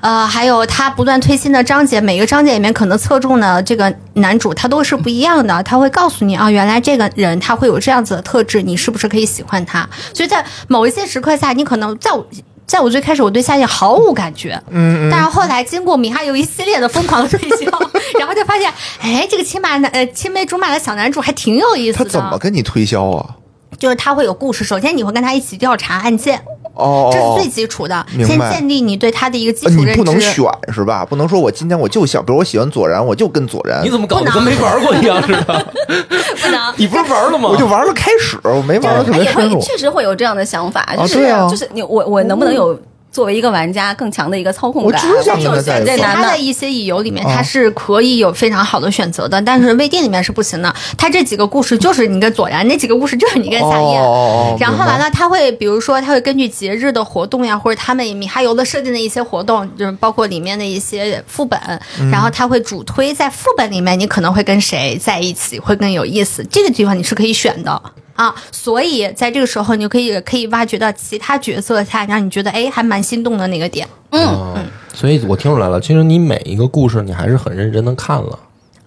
[SPEAKER 3] 呃，还有他不断推新的章节，每个章节里面可能侧重的这个男主他都是不一样的，他会告诉你啊，原来这个人他会有这样子的特质，你是不是可以喜欢他？所以在某一些时刻下，你可能在我在我最开始我对夏夜毫无感觉，
[SPEAKER 2] 嗯
[SPEAKER 3] 但是后来经过米哈游一系列的疯狂推销，然后就 发现，哎，这个青马男呃青梅竹马的小男主还挺有意思
[SPEAKER 2] 他
[SPEAKER 3] 的。
[SPEAKER 2] 怎么跟你推销啊？
[SPEAKER 3] 就是他会有故事。首先你会跟他一起调查案件，
[SPEAKER 2] 哦，
[SPEAKER 3] 这是最基础的，
[SPEAKER 2] 明白
[SPEAKER 3] 先建立你对他的一个基
[SPEAKER 2] 呃
[SPEAKER 3] 础
[SPEAKER 2] 你
[SPEAKER 3] 认
[SPEAKER 2] 不能
[SPEAKER 3] 知。
[SPEAKER 2] 选是吧？不能说我今天我就想，比如我喜欢左然，我就跟左然
[SPEAKER 1] 你。怎么搞得跟没玩过一样似的？
[SPEAKER 3] 不能，
[SPEAKER 1] 你不是玩了吗？
[SPEAKER 2] 我就玩了开始，我没玩的
[SPEAKER 3] 哎
[SPEAKER 2] 特别
[SPEAKER 5] 也
[SPEAKER 2] 深
[SPEAKER 5] 会
[SPEAKER 2] 入。
[SPEAKER 5] 哎确实会有这样的想法，就是、
[SPEAKER 2] 对啊
[SPEAKER 5] 就是你我我能不能有作为一个玩家更强的一个操控
[SPEAKER 2] 我
[SPEAKER 5] 感？
[SPEAKER 2] 只是想跟
[SPEAKER 5] 就
[SPEAKER 2] 他在一
[SPEAKER 5] 是
[SPEAKER 2] 块
[SPEAKER 5] 选这
[SPEAKER 2] 儿
[SPEAKER 3] 其
[SPEAKER 5] 男
[SPEAKER 3] 他
[SPEAKER 5] 的
[SPEAKER 3] 的一些乙游里面，
[SPEAKER 2] 啊
[SPEAKER 3] 它是可以有非常好的选择的，但是微店里面是不行的。它这几个故事就是你跟左然，那几哎个故事就是你跟
[SPEAKER 2] 哦
[SPEAKER 3] 夏
[SPEAKER 2] 哦
[SPEAKER 3] 夜。
[SPEAKER 2] 哦，
[SPEAKER 3] 然后
[SPEAKER 2] 明白
[SPEAKER 3] 完了，他会比如说，他会根据节日的活动呀，或者他们米哈游的设定的一些活动，就是包括里面的一些副本，
[SPEAKER 2] 嗯
[SPEAKER 3] 然后他会主推在副本里面，你可能会跟谁在一起会更有意思，这个地方你是可以选的。啊，所以在这个时候，你就可以可以挖掘到其他角色下让你觉得哎还蛮心动的那个点。
[SPEAKER 1] 嗯，所以我听出来了，其实你每一个故事你还是很认真的看了，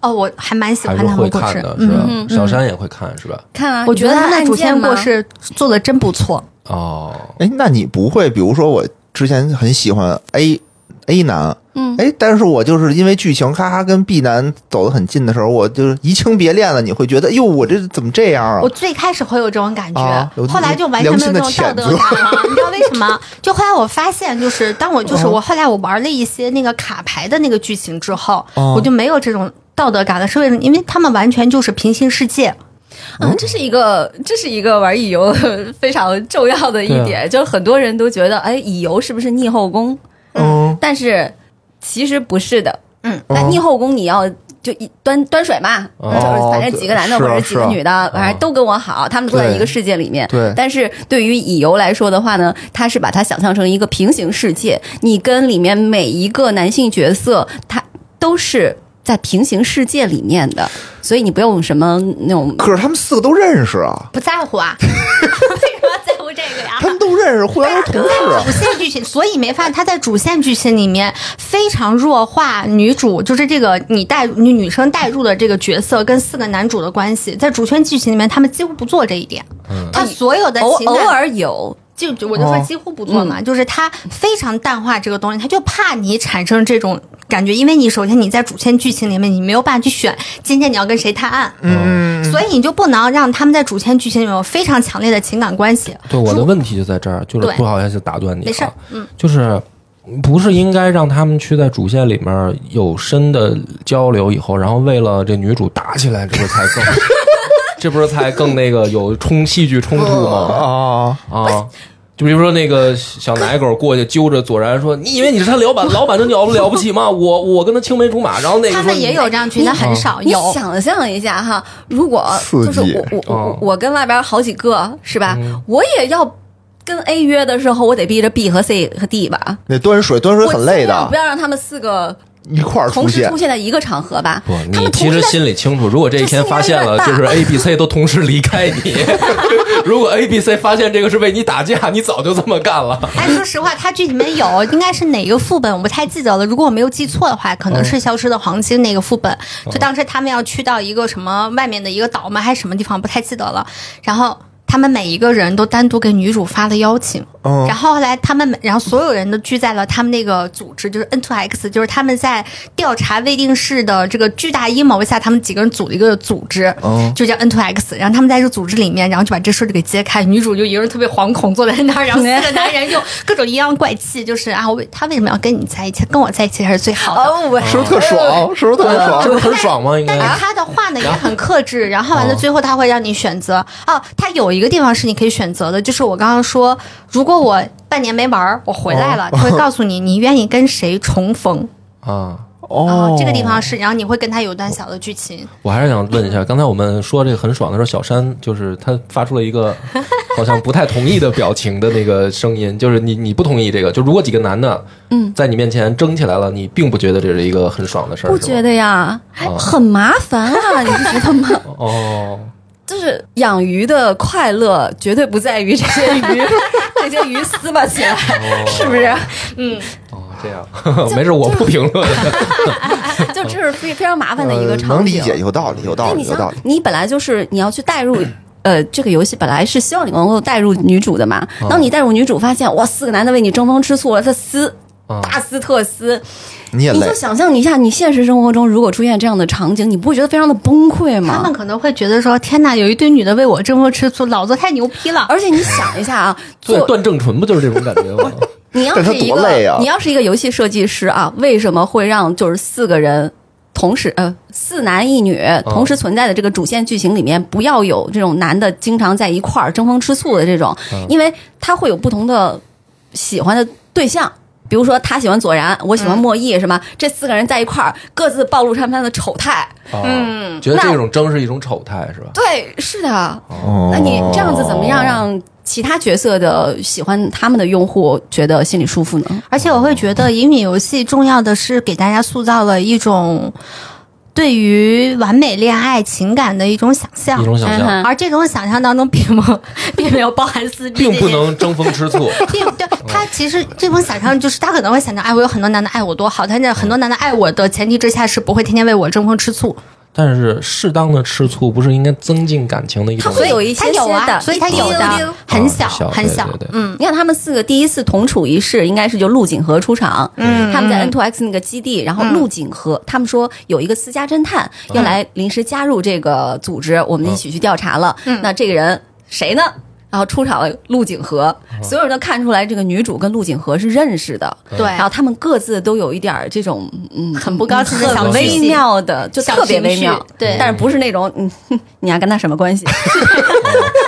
[SPEAKER 3] 哦，我还蛮喜
[SPEAKER 1] 还
[SPEAKER 3] 欢
[SPEAKER 1] 是
[SPEAKER 3] 他
[SPEAKER 1] 会
[SPEAKER 3] 们故
[SPEAKER 1] 看
[SPEAKER 3] 事
[SPEAKER 1] 的，，是吧
[SPEAKER 3] 嗯，？
[SPEAKER 1] 小山也会看，是吧？
[SPEAKER 5] 看啊，
[SPEAKER 3] 我觉得他们
[SPEAKER 5] 按
[SPEAKER 3] 的主线故事做的真不错。
[SPEAKER 1] 哦，
[SPEAKER 2] 哎，那你不会，比如说我之前很喜欢 A A 男，
[SPEAKER 5] 嗯
[SPEAKER 2] 哎，但是我就是因为剧情咔咔跟 B 男走得很近的时候，我就是移情别恋了，你会觉得，哟，我这怎么这样啊
[SPEAKER 3] 我？最开始会有这种感觉，
[SPEAKER 2] 啊有
[SPEAKER 3] 后来就完全没有这种道德感了。你知道为什么？ 就后来我发现，就是当我
[SPEAKER 1] 哦
[SPEAKER 3] 就是我后来我玩了一些那个卡牌的那个剧情之后，
[SPEAKER 2] 哦
[SPEAKER 3] 我就没有这种道德感了，是为什么？因为他们完全就是平行世界。
[SPEAKER 5] 嗯，这是一个这是一个玩乙游 非常重要的一
[SPEAKER 1] 对
[SPEAKER 5] 点，
[SPEAKER 2] 啊
[SPEAKER 5] 就是很多人都觉得，哎，乙游是不是逆后宫？
[SPEAKER 2] 嗯，
[SPEAKER 5] 但是其实不是的，
[SPEAKER 3] 嗯，
[SPEAKER 5] 那
[SPEAKER 2] 哦
[SPEAKER 5] 逆后宫你要。就一端端水嘛，
[SPEAKER 1] 哦
[SPEAKER 5] 就是反正几个男的
[SPEAKER 2] 是
[SPEAKER 5] 或
[SPEAKER 2] 啊
[SPEAKER 5] 者几个
[SPEAKER 2] 是啊
[SPEAKER 5] 女的，反正都跟我好，他们都在一个世界里面。
[SPEAKER 2] 对对
[SPEAKER 5] 但是对于乙游来说的话呢，他是把它想象成一个平行世界，你跟里面每一个男性角色，他都是在平行世界里面的，所以你不用什么那种
[SPEAKER 2] 可是他们四个都认识啊，
[SPEAKER 3] 不在乎啊，为什么要在乎这个呀？
[SPEAKER 2] 他们都认识，互相都同事啊
[SPEAKER 3] 主。线剧情，所以没发现他在主线剧情里面非常弱化女主，就是这个你带女女生带入的这个角色跟四个男主的关系，在主线剧情里面他们几乎不做这一点，他所有的
[SPEAKER 5] 嗯偶
[SPEAKER 3] 情
[SPEAKER 5] 偶
[SPEAKER 3] 感
[SPEAKER 5] 尔嗯有，
[SPEAKER 3] 就就我就说
[SPEAKER 2] 嗯哦
[SPEAKER 3] 几乎不做嘛，就是他非常淡化这个东西，他就怕你产生这种感觉，因为你首先你在主线剧情里面你没有办法去选今天你要跟谁探案，
[SPEAKER 2] 嗯，
[SPEAKER 3] 所以你就不能让他们在主线剧情里面有非常强烈的情感关系。
[SPEAKER 1] 对，我的问题就在这儿，就是
[SPEAKER 3] 对
[SPEAKER 1] 不好意思打断你、啊，
[SPEAKER 3] 没事儿嗯，
[SPEAKER 1] 就是不是应该让他们去在主线里面有深的交流以后，然后为了这女主打起来，这不是才更， 这不是才更那个有冲戏剧冲突吗？
[SPEAKER 2] 哦，
[SPEAKER 1] 啊。就比如说那个小奶狗过去揪着左然说：“你以为你是他老板？老板真了不了不起吗？我我跟他青梅竹马。”然后那个
[SPEAKER 3] 他
[SPEAKER 1] 说
[SPEAKER 3] 们也
[SPEAKER 1] 你
[SPEAKER 3] 有这样剧，
[SPEAKER 2] 嗯
[SPEAKER 3] 但很
[SPEAKER 1] 啊
[SPEAKER 3] 少
[SPEAKER 5] 你
[SPEAKER 3] 有。
[SPEAKER 5] 想象一下哈，如果
[SPEAKER 2] 刺
[SPEAKER 5] 就是
[SPEAKER 2] 激
[SPEAKER 5] 我我
[SPEAKER 1] 哦嗯
[SPEAKER 5] 我我跟外边好几个是吧？我也要跟 A 约的时候，我得逼着 B 和 C 和 D 吧。
[SPEAKER 2] 那端水端水
[SPEAKER 5] 我
[SPEAKER 2] 很累
[SPEAKER 5] 尽量
[SPEAKER 2] 的
[SPEAKER 5] 不，要让他们四个
[SPEAKER 2] 一块儿出
[SPEAKER 5] 同时
[SPEAKER 2] 现
[SPEAKER 5] 出。现在一个场合吧
[SPEAKER 1] 不，，
[SPEAKER 5] 他
[SPEAKER 1] 你
[SPEAKER 5] 们
[SPEAKER 1] 其
[SPEAKER 5] 同
[SPEAKER 1] 实
[SPEAKER 5] 时在
[SPEAKER 1] 心里清楚，如果这一天发现了，
[SPEAKER 5] 这
[SPEAKER 1] 就
[SPEAKER 5] 心
[SPEAKER 1] 是
[SPEAKER 5] 里有
[SPEAKER 1] A、B、C 都同时离开 你。如果 A、B、C 发现这个是为你打架，你早就这么干了。
[SPEAKER 3] 哎，说实话，它剧里面有，应该是哪个副本我不太记得了。如果我没有记错的话，
[SPEAKER 2] 嗯
[SPEAKER 3] 可能是《消失的黄金》那个副本。就当时他们要去到一个什么外面的一个岛嘛，还是什么地方，不太记得了。然后他们每一个人都单独给女主发了邀请。
[SPEAKER 2] 嗯
[SPEAKER 3] 然后后来他们每，然后所有人都聚在了他们那个组织，就是 N 2 X，就是他们在调查未定式的这个巨大阴谋下，他们几个人组了一个组织，
[SPEAKER 2] 嗯
[SPEAKER 3] 就叫 N 2 X。然后他们在这个组织里面，然后就把这事儿就给揭开。女主就一个人特别惶恐坐在那儿，然后四个男人就各种阴阳怪气，就是啊，我为他为什么要跟你在一起？跟我在一起才是最好的。
[SPEAKER 5] 哦，我
[SPEAKER 1] 嗯
[SPEAKER 2] 是不是特爽？是不是特别
[SPEAKER 1] 这不
[SPEAKER 2] 爽？
[SPEAKER 1] 是很爽吗？应
[SPEAKER 3] 但是
[SPEAKER 1] 该
[SPEAKER 3] 他的话呢也很克制，然后完了
[SPEAKER 1] 哦
[SPEAKER 3] 最后他会让你选择哦，他有一个地方是你可以选择的，就是我刚刚说，如果我半年没玩儿，我回来了，他会告诉你你愿意跟谁重逢
[SPEAKER 1] 啊。
[SPEAKER 3] 啊
[SPEAKER 2] 哦，，
[SPEAKER 3] 这个地方是，然后你会跟他有一段小的剧情，
[SPEAKER 1] 我还是想问一下，刚才我们说这个很爽的时候，小山就是他发出了一 个好像不太同意的表情的那个声音，就是你你不同意这个，就如果几个男的嗯在你面前争起来了，你并不觉得这是一个很爽的事儿，
[SPEAKER 5] 不
[SPEAKER 1] 是吗
[SPEAKER 5] 觉得呀，很麻烦啊，你不觉得吗？
[SPEAKER 1] 哦，
[SPEAKER 5] 就是养鱼的快乐绝对不在于这些鱼， 这些鱼撕吧起来，是不是？
[SPEAKER 1] 哦，这样， 没事，我不评论。
[SPEAKER 5] 就这是非非常麻烦的一个
[SPEAKER 2] 呃
[SPEAKER 5] 场景，
[SPEAKER 2] 能理解，有道理，有道
[SPEAKER 5] 对，
[SPEAKER 2] 理，
[SPEAKER 5] 哎你
[SPEAKER 2] 有道
[SPEAKER 5] 想
[SPEAKER 2] 理，。
[SPEAKER 5] 你本来就是你要去带入。呃，这个游戏本来是希望你能够带入女主的嘛。
[SPEAKER 2] 嗯
[SPEAKER 5] 当你带入女主，发现哇，四个男的为你争风吃醋了，他撕
[SPEAKER 1] 啊
[SPEAKER 5] 大撕特撕，
[SPEAKER 2] 你也
[SPEAKER 5] 你
[SPEAKER 2] 嗯累
[SPEAKER 5] 就，想象一下，你现实生活中如果出现这样的场景，你不会觉得非常的崩溃
[SPEAKER 3] 他
[SPEAKER 5] 吗？
[SPEAKER 3] 们可能会觉得说，天哪，有一堆女的为我争风吃醋，老子太牛逼了。
[SPEAKER 5] 而且你想一 下啊，
[SPEAKER 1] 对，
[SPEAKER 5] 做
[SPEAKER 1] 段正淳不就是这种感觉 吗？
[SPEAKER 5] 你要
[SPEAKER 2] 但他
[SPEAKER 5] 是一
[SPEAKER 2] 多累
[SPEAKER 5] 个、
[SPEAKER 2] 啊
[SPEAKER 5] 你要是一个游戏设计师啊，为什么会让就是四个人同时呃四男一女
[SPEAKER 2] 嗯
[SPEAKER 5] 同时存在的这个主线剧情里面，不要有这种男的经常在一块儿争风吃醋的这种，
[SPEAKER 2] 嗯
[SPEAKER 5] 因为他会有不同的喜欢的对象。比如说，他喜欢左然，我喜欢莫易，是吗？这四个人在一块儿，各自暴露他们的丑态。
[SPEAKER 1] 嗯，觉得这种争是一种丑态，是吧？
[SPEAKER 5] 对，是的。
[SPEAKER 3] 哦
[SPEAKER 2] 那
[SPEAKER 5] 那你
[SPEAKER 2] 哦
[SPEAKER 5] 这样子怎么样让其他角色的喜欢他们的用户觉得心里舒服呢？
[SPEAKER 3] 而且我会觉得，乙女游戏重要的是给大家塑造了一种对于完美恋爱情感的一种想象
[SPEAKER 1] 一，种想象，
[SPEAKER 5] 嗯
[SPEAKER 3] 而这种想象当中并不 并没有包含撕 逼这
[SPEAKER 1] 并
[SPEAKER 3] 件事，
[SPEAKER 1] 不能争风吃醋。
[SPEAKER 3] 并对他其实这种想象就是他可能会想象，哎，我有很多男的爱我多好，但是很多男的爱我的前提之下是不会天天为我争风吃醋，
[SPEAKER 1] 但是适当的吃醋不是应该增进感情的一种？
[SPEAKER 5] 会有一
[SPEAKER 3] 他
[SPEAKER 5] 些
[SPEAKER 3] 有
[SPEAKER 5] 些
[SPEAKER 3] 啊，
[SPEAKER 5] 的
[SPEAKER 3] 所以他有
[SPEAKER 5] 一丢
[SPEAKER 3] 的
[SPEAKER 5] 丢
[SPEAKER 3] 很小
[SPEAKER 1] 啊小
[SPEAKER 3] 很小
[SPEAKER 1] 对对，对
[SPEAKER 3] 嗯
[SPEAKER 5] 你看他们四个第一次同处一室，应该是就陆景和出场。
[SPEAKER 3] 嗯
[SPEAKER 5] 他们在 N two X 那个基地，然后陆景和、他们说有一个私家侦探要来临时加入这个组织，我们一起去调查了。那这个人谁呢？然后出场了陆景和，所有人都看出来这个女主跟陆景和是认识的。
[SPEAKER 3] 对，
[SPEAKER 5] 然后他们各自都有一点儿这种嗯
[SPEAKER 3] 很不高兴的
[SPEAKER 5] 很
[SPEAKER 3] 小
[SPEAKER 1] 情
[SPEAKER 5] 微
[SPEAKER 3] 绪
[SPEAKER 5] 妙的，就
[SPEAKER 3] 小
[SPEAKER 5] 特别
[SPEAKER 3] 情
[SPEAKER 5] 微
[SPEAKER 3] 绪
[SPEAKER 5] 妙，
[SPEAKER 3] 对
[SPEAKER 5] 但是不是那种嗯， 哼你要跟他什么 关系？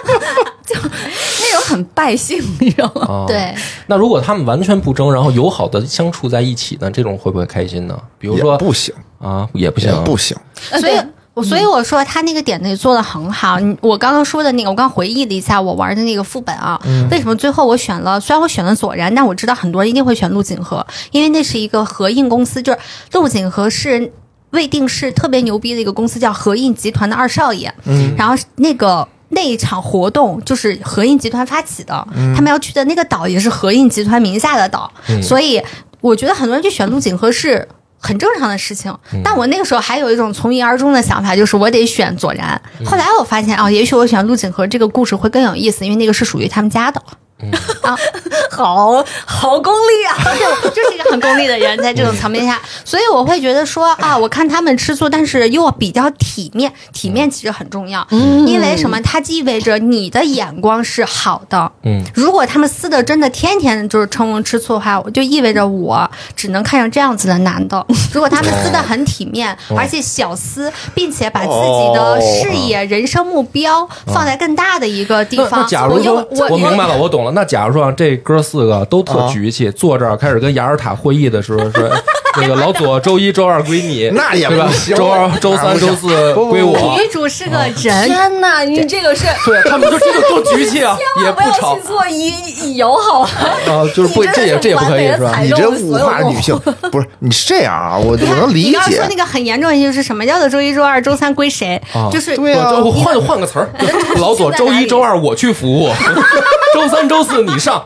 [SPEAKER 5] 就那种很败兴， 你知道
[SPEAKER 1] 啊，
[SPEAKER 5] 吗？
[SPEAKER 3] 对。
[SPEAKER 1] 那如果他们完全不争，然后友好的相处在一起呢，这种会不会开心呢？比如
[SPEAKER 2] 也
[SPEAKER 1] 说
[SPEAKER 2] 不行，
[SPEAKER 1] 啊，也不
[SPEAKER 2] 也
[SPEAKER 1] 行，
[SPEAKER 2] 不行。
[SPEAKER 3] 所以。我所以我说他那个点子也做的很好。你我刚刚说的那个，我刚回忆了一下我玩的那个副本啊，为什么最后我选了？虽然我选了索然，但我知道很多人一定会选陆景和，因为那是一个合印公司，就是陆景和是未定市特别牛逼的一个公司，叫合印集团的二少爷。
[SPEAKER 2] 嗯，
[SPEAKER 3] 然后那个那一场活动就是合印集团发起的，他们要去的那个岛也是合印集团名下的岛，所以我觉得很多人去选陆景和是。很正常的事情，但我那个时候还有一种从一而终的想法，就是我得选左然。后来我发现啊，也许我选陆景和这个故事会更有意思，因为那个是属于他们家的。
[SPEAKER 5] 好好功利 啊！
[SPEAKER 3] 就就是一个很功利的人，在这种层面下，所以我会觉得说啊，我看他们吃醋，但是又比较体面，体面其实很重要，
[SPEAKER 1] 嗯
[SPEAKER 3] 因为什么？它意味着你的眼光是好的。
[SPEAKER 1] 嗯，
[SPEAKER 3] 如果他们撕的真的天天就是称王吃醋的话，我就意味着我只能看上这样子的男 的。如果他们撕的很体面，
[SPEAKER 1] 哦
[SPEAKER 3] 而且小撕，并且把自己的视野、人生目标放在更大的一个地
[SPEAKER 1] 哦那那
[SPEAKER 3] 方，
[SPEAKER 1] 假
[SPEAKER 3] 我
[SPEAKER 1] 如
[SPEAKER 3] 就
[SPEAKER 1] 说，
[SPEAKER 3] 我
[SPEAKER 1] 明白了，我懂了。那假如说啊这哥四个都特
[SPEAKER 2] 啊
[SPEAKER 1] 局气，坐这儿开始跟雅尔塔会议的时候说，那个老左周一周二归你，
[SPEAKER 2] 那也不
[SPEAKER 1] 对吧？
[SPEAKER 2] 行
[SPEAKER 1] 周二、 周
[SPEAKER 2] 那
[SPEAKER 1] 三、
[SPEAKER 2] 不行
[SPEAKER 1] 周四
[SPEAKER 2] 不不
[SPEAKER 1] 归
[SPEAKER 2] 不
[SPEAKER 1] 我。
[SPEAKER 3] 女主是
[SPEAKER 2] 啊
[SPEAKER 3] 个人，
[SPEAKER 5] 天哪，你这个是
[SPEAKER 1] 对啊他们说这个多局气啊，也
[SPEAKER 5] 千万不
[SPEAKER 1] 不
[SPEAKER 5] 要
[SPEAKER 1] 吵
[SPEAKER 5] 去做以以友 好吧？
[SPEAKER 1] 啊，就是不
[SPEAKER 5] 你真的
[SPEAKER 1] 这也
[SPEAKER 5] 是
[SPEAKER 1] 这也不可以
[SPEAKER 5] 完美的
[SPEAKER 1] 是吧
[SPEAKER 3] 哎
[SPEAKER 5] 踩？
[SPEAKER 2] 你这
[SPEAKER 5] 肉所
[SPEAKER 2] 物
[SPEAKER 5] 有
[SPEAKER 2] 化
[SPEAKER 5] 肉
[SPEAKER 2] 女 性不是你是这样啊？我我能
[SPEAKER 3] 你
[SPEAKER 2] 理
[SPEAKER 3] 刚刚
[SPEAKER 2] 解
[SPEAKER 3] 说，那个很严重的就是什么叫做周一、周二、周三归谁
[SPEAKER 1] 啊？
[SPEAKER 3] 就是
[SPEAKER 2] 对啊
[SPEAKER 1] 我我换换个词 儿，老左周一周二我去服务，周三周四你上。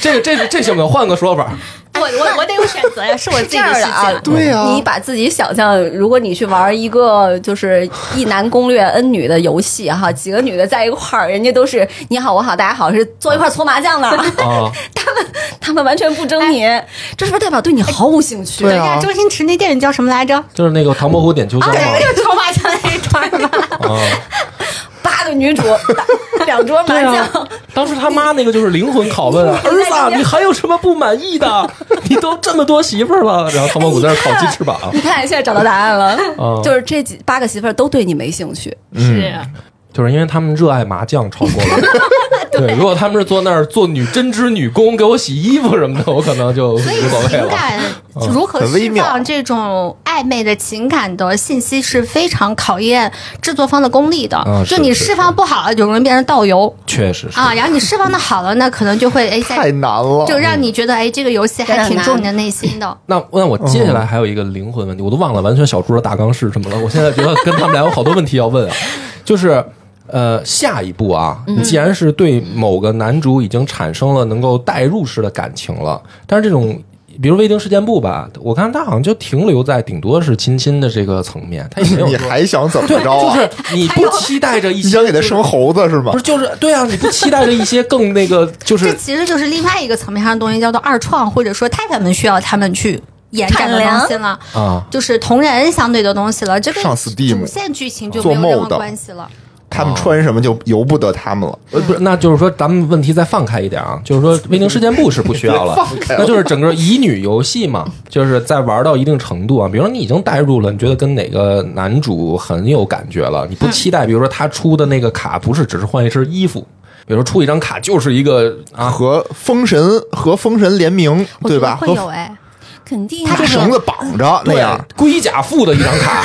[SPEAKER 1] 这个这个这行不行？换个说法，
[SPEAKER 5] 哎
[SPEAKER 4] 我我我得有选择呀，是我自
[SPEAKER 5] 这
[SPEAKER 4] 己的
[SPEAKER 5] 样
[SPEAKER 4] 事
[SPEAKER 5] 的
[SPEAKER 4] 情。
[SPEAKER 5] 啊，
[SPEAKER 2] 对啊
[SPEAKER 5] 你把自己想象，如果你去玩一个就是一男攻略 N 女的游戏哈，几个女的在一块儿，人家都是你好我好大家好，是坐一块儿搓麻将的，
[SPEAKER 1] 啊，
[SPEAKER 5] 他们完全不争你，哎这是不是代表对你毫无兴趣？
[SPEAKER 2] 对
[SPEAKER 3] 对呀，
[SPEAKER 2] 啊，
[SPEAKER 3] 周星驰那电影叫什么来着？
[SPEAKER 1] 就是那个唐伯虎点秋香
[SPEAKER 5] 哦
[SPEAKER 1] 嘛
[SPEAKER 5] 哎
[SPEAKER 3] 对，就是筹麻将那一段吧。
[SPEAKER 1] 啊，
[SPEAKER 5] 八个女主，打两桌麻将，
[SPEAKER 1] 当时他妈那个就是灵魂拷 问啊，儿子啊，你还有什么不满意的？你都这么多媳妇儿了，然后唐伯虎在那儿烤鸡翅膀
[SPEAKER 5] 你看现在找到答案了，
[SPEAKER 1] 啊，
[SPEAKER 5] 就是这几八个媳妇儿都对你没兴趣。
[SPEAKER 2] 嗯
[SPEAKER 4] 是
[SPEAKER 1] 就是因为他们热爱麻将超过 了。对，如果他们是坐那儿做女针织女工，给我洗衣服什么的，我可能就无
[SPEAKER 3] 所以
[SPEAKER 1] 所谓
[SPEAKER 3] 情
[SPEAKER 1] 了。
[SPEAKER 3] 感如何
[SPEAKER 2] 嗯很微
[SPEAKER 3] 释
[SPEAKER 2] 妙
[SPEAKER 3] 放这种暧昧的情感的信息是非常考验制作方的功力的。
[SPEAKER 2] 啊
[SPEAKER 1] 嗯
[SPEAKER 3] 就是你
[SPEAKER 1] 是
[SPEAKER 3] 释放不好，就容易变成倒油
[SPEAKER 1] 确实是
[SPEAKER 3] 啊。然后你释放的好了，那可能就会哎，在
[SPEAKER 2] 太难了。嗯
[SPEAKER 3] 就让你觉得哎，这个游戏还挺重你的内心的。
[SPEAKER 1] 那那我接
[SPEAKER 2] 哦
[SPEAKER 1] 下来还有一个灵魂问题，我都忘了完全小猪的大纲是什么了。我现在觉得跟他们俩有好多问题要问啊，就是呃，下一步啊，你既然是对某个男主已经产生了能够代入式的感情了，但是这种。比如《未定事件簿》吧，我看他好像就停留在顶多是亲亲的这个层面，他也没有
[SPEAKER 2] 你
[SPEAKER 1] 说
[SPEAKER 2] 还想怎么
[SPEAKER 1] 对，
[SPEAKER 2] 着 啊？
[SPEAKER 1] 就是你不期待着一
[SPEAKER 2] 你
[SPEAKER 1] 些
[SPEAKER 2] 想给他
[SPEAKER 1] 就是
[SPEAKER 2] 生猴子是吗
[SPEAKER 1] 不？是就是对啊，你不期待着一些更那个就
[SPEAKER 3] 这
[SPEAKER 1] 是
[SPEAKER 3] 其实就是另外一个层面上的东西，叫做二创，或者说太太们需要他们去延展的东西了，
[SPEAKER 1] 啊，
[SPEAKER 3] 就是同人相对的东西了。这跟
[SPEAKER 2] 上 Steam
[SPEAKER 3] 主线剧情就没有任
[SPEAKER 2] 做 mode
[SPEAKER 3] 何关系了。
[SPEAKER 2] 他们穿什么就由不得他们了。
[SPEAKER 1] 呃，不是，那就是说咱们问题再放开一点啊，就是说未定事件簿是不需要 了
[SPEAKER 2] 放，开了
[SPEAKER 1] 那就是整个乙女游戏嘛，就是在玩到一定程度啊，比如说你已经代入了，你觉得跟哪个男主很有感觉了，你不
[SPEAKER 3] 嗯
[SPEAKER 1] 期待，比如说他出的那个卡不是只是换一身衣服，比如说出一张卡就是一个啊，
[SPEAKER 2] 和封神和封神联名，
[SPEAKER 3] 我
[SPEAKER 2] 对
[SPEAKER 3] 觉
[SPEAKER 2] 吧？
[SPEAKER 3] 得
[SPEAKER 2] 和
[SPEAKER 3] 会
[SPEAKER 4] 哦
[SPEAKER 3] 有 哎，
[SPEAKER 5] 肯定
[SPEAKER 3] 他
[SPEAKER 5] 啊
[SPEAKER 2] 拿绳子绑着那
[SPEAKER 1] 对
[SPEAKER 2] 样，，
[SPEAKER 1] 龟甲附的一张卡，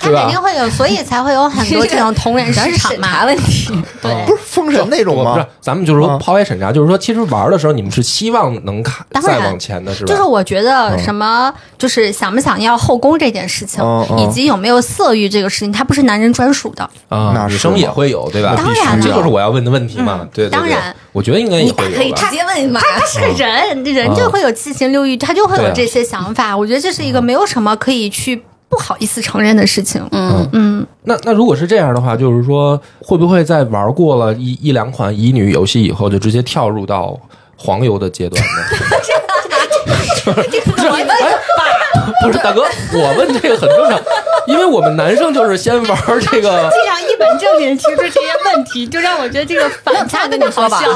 [SPEAKER 3] 他
[SPEAKER 1] 对吧
[SPEAKER 3] 肯定？会有，所以才会有很多这种同人 市场
[SPEAKER 4] 啊
[SPEAKER 5] 审查
[SPEAKER 3] 嘛。
[SPEAKER 5] 问题，
[SPEAKER 1] 对
[SPEAKER 2] 不是封神那种
[SPEAKER 1] 我不是
[SPEAKER 2] 吗？，
[SPEAKER 1] 咱们就是说
[SPEAKER 2] 啊
[SPEAKER 1] 抛开审查，就是说，其实玩的时候你们是希望能看
[SPEAKER 3] 当
[SPEAKER 1] 再
[SPEAKER 3] 然
[SPEAKER 1] 往前的是吧？
[SPEAKER 3] 就是我觉得
[SPEAKER 4] 嗯
[SPEAKER 3] 什么，就是想不想要后宫这件事情
[SPEAKER 2] 嗯，嗯
[SPEAKER 3] 以及有没有色欲这个事情，它不是男人专属的。
[SPEAKER 4] 嗯
[SPEAKER 1] 啊，
[SPEAKER 2] 那
[SPEAKER 1] 女
[SPEAKER 2] 是
[SPEAKER 1] 生
[SPEAKER 2] 吗
[SPEAKER 1] 也会有对吧？
[SPEAKER 3] 当然
[SPEAKER 1] 这
[SPEAKER 3] 了
[SPEAKER 1] 就是我要问的问题嘛。对对对，
[SPEAKER 3] 当然，
[SPEAKER 1] 我觉得应该也
[SPEAKER 5] 嗯你
[SPEAKER 1] 会
[SPEAKER 5] 大
[SPEAKER 1] 有啊
[SPEAKER 5] 可以
[SPEAKER 1] 吧
[SPEAKER 5] 直接问啊嘛。
[SPEAKER 3] 他是个人，人就会有七情六欲，他就会
[SPEAKER 1] 对
[SPEAKER 3] 有
[SPEAKER 1] 啊
[SPEAKER 3] 这些想法。我觉得这是一
[SPEAKER 4] 嗯
[SPEAKER 3] 个没有什么可以去不好意思承认的事情。
[SPEAKER 5] 嗯，
[SPEAKER 3] 嗯，
[SPEAKER 1] 那那如果是这样的话，就是说会不会在玩过了一一两款乙女游戏以后，就直接跳入到黄油的阶段 呢？
[SPEAKER 5] 你问
[SPEAKER 1] 不是大哥，我问这个很正常，因为我们男生就是先玩这 个，
[SPEAKER 4] 这样一本正经地提出这些问题，就让我觉得这个反差
[SPEAKER 5] 那
[SPEAKER 4] 特
[SPEAKER 5] 我跟
[SPEAKER 4] 别
[SPEAKER 5] 你
[SPEAKER 4] 好
[SPEAKER 5] 说吧
[SPEAKER 4] 笑。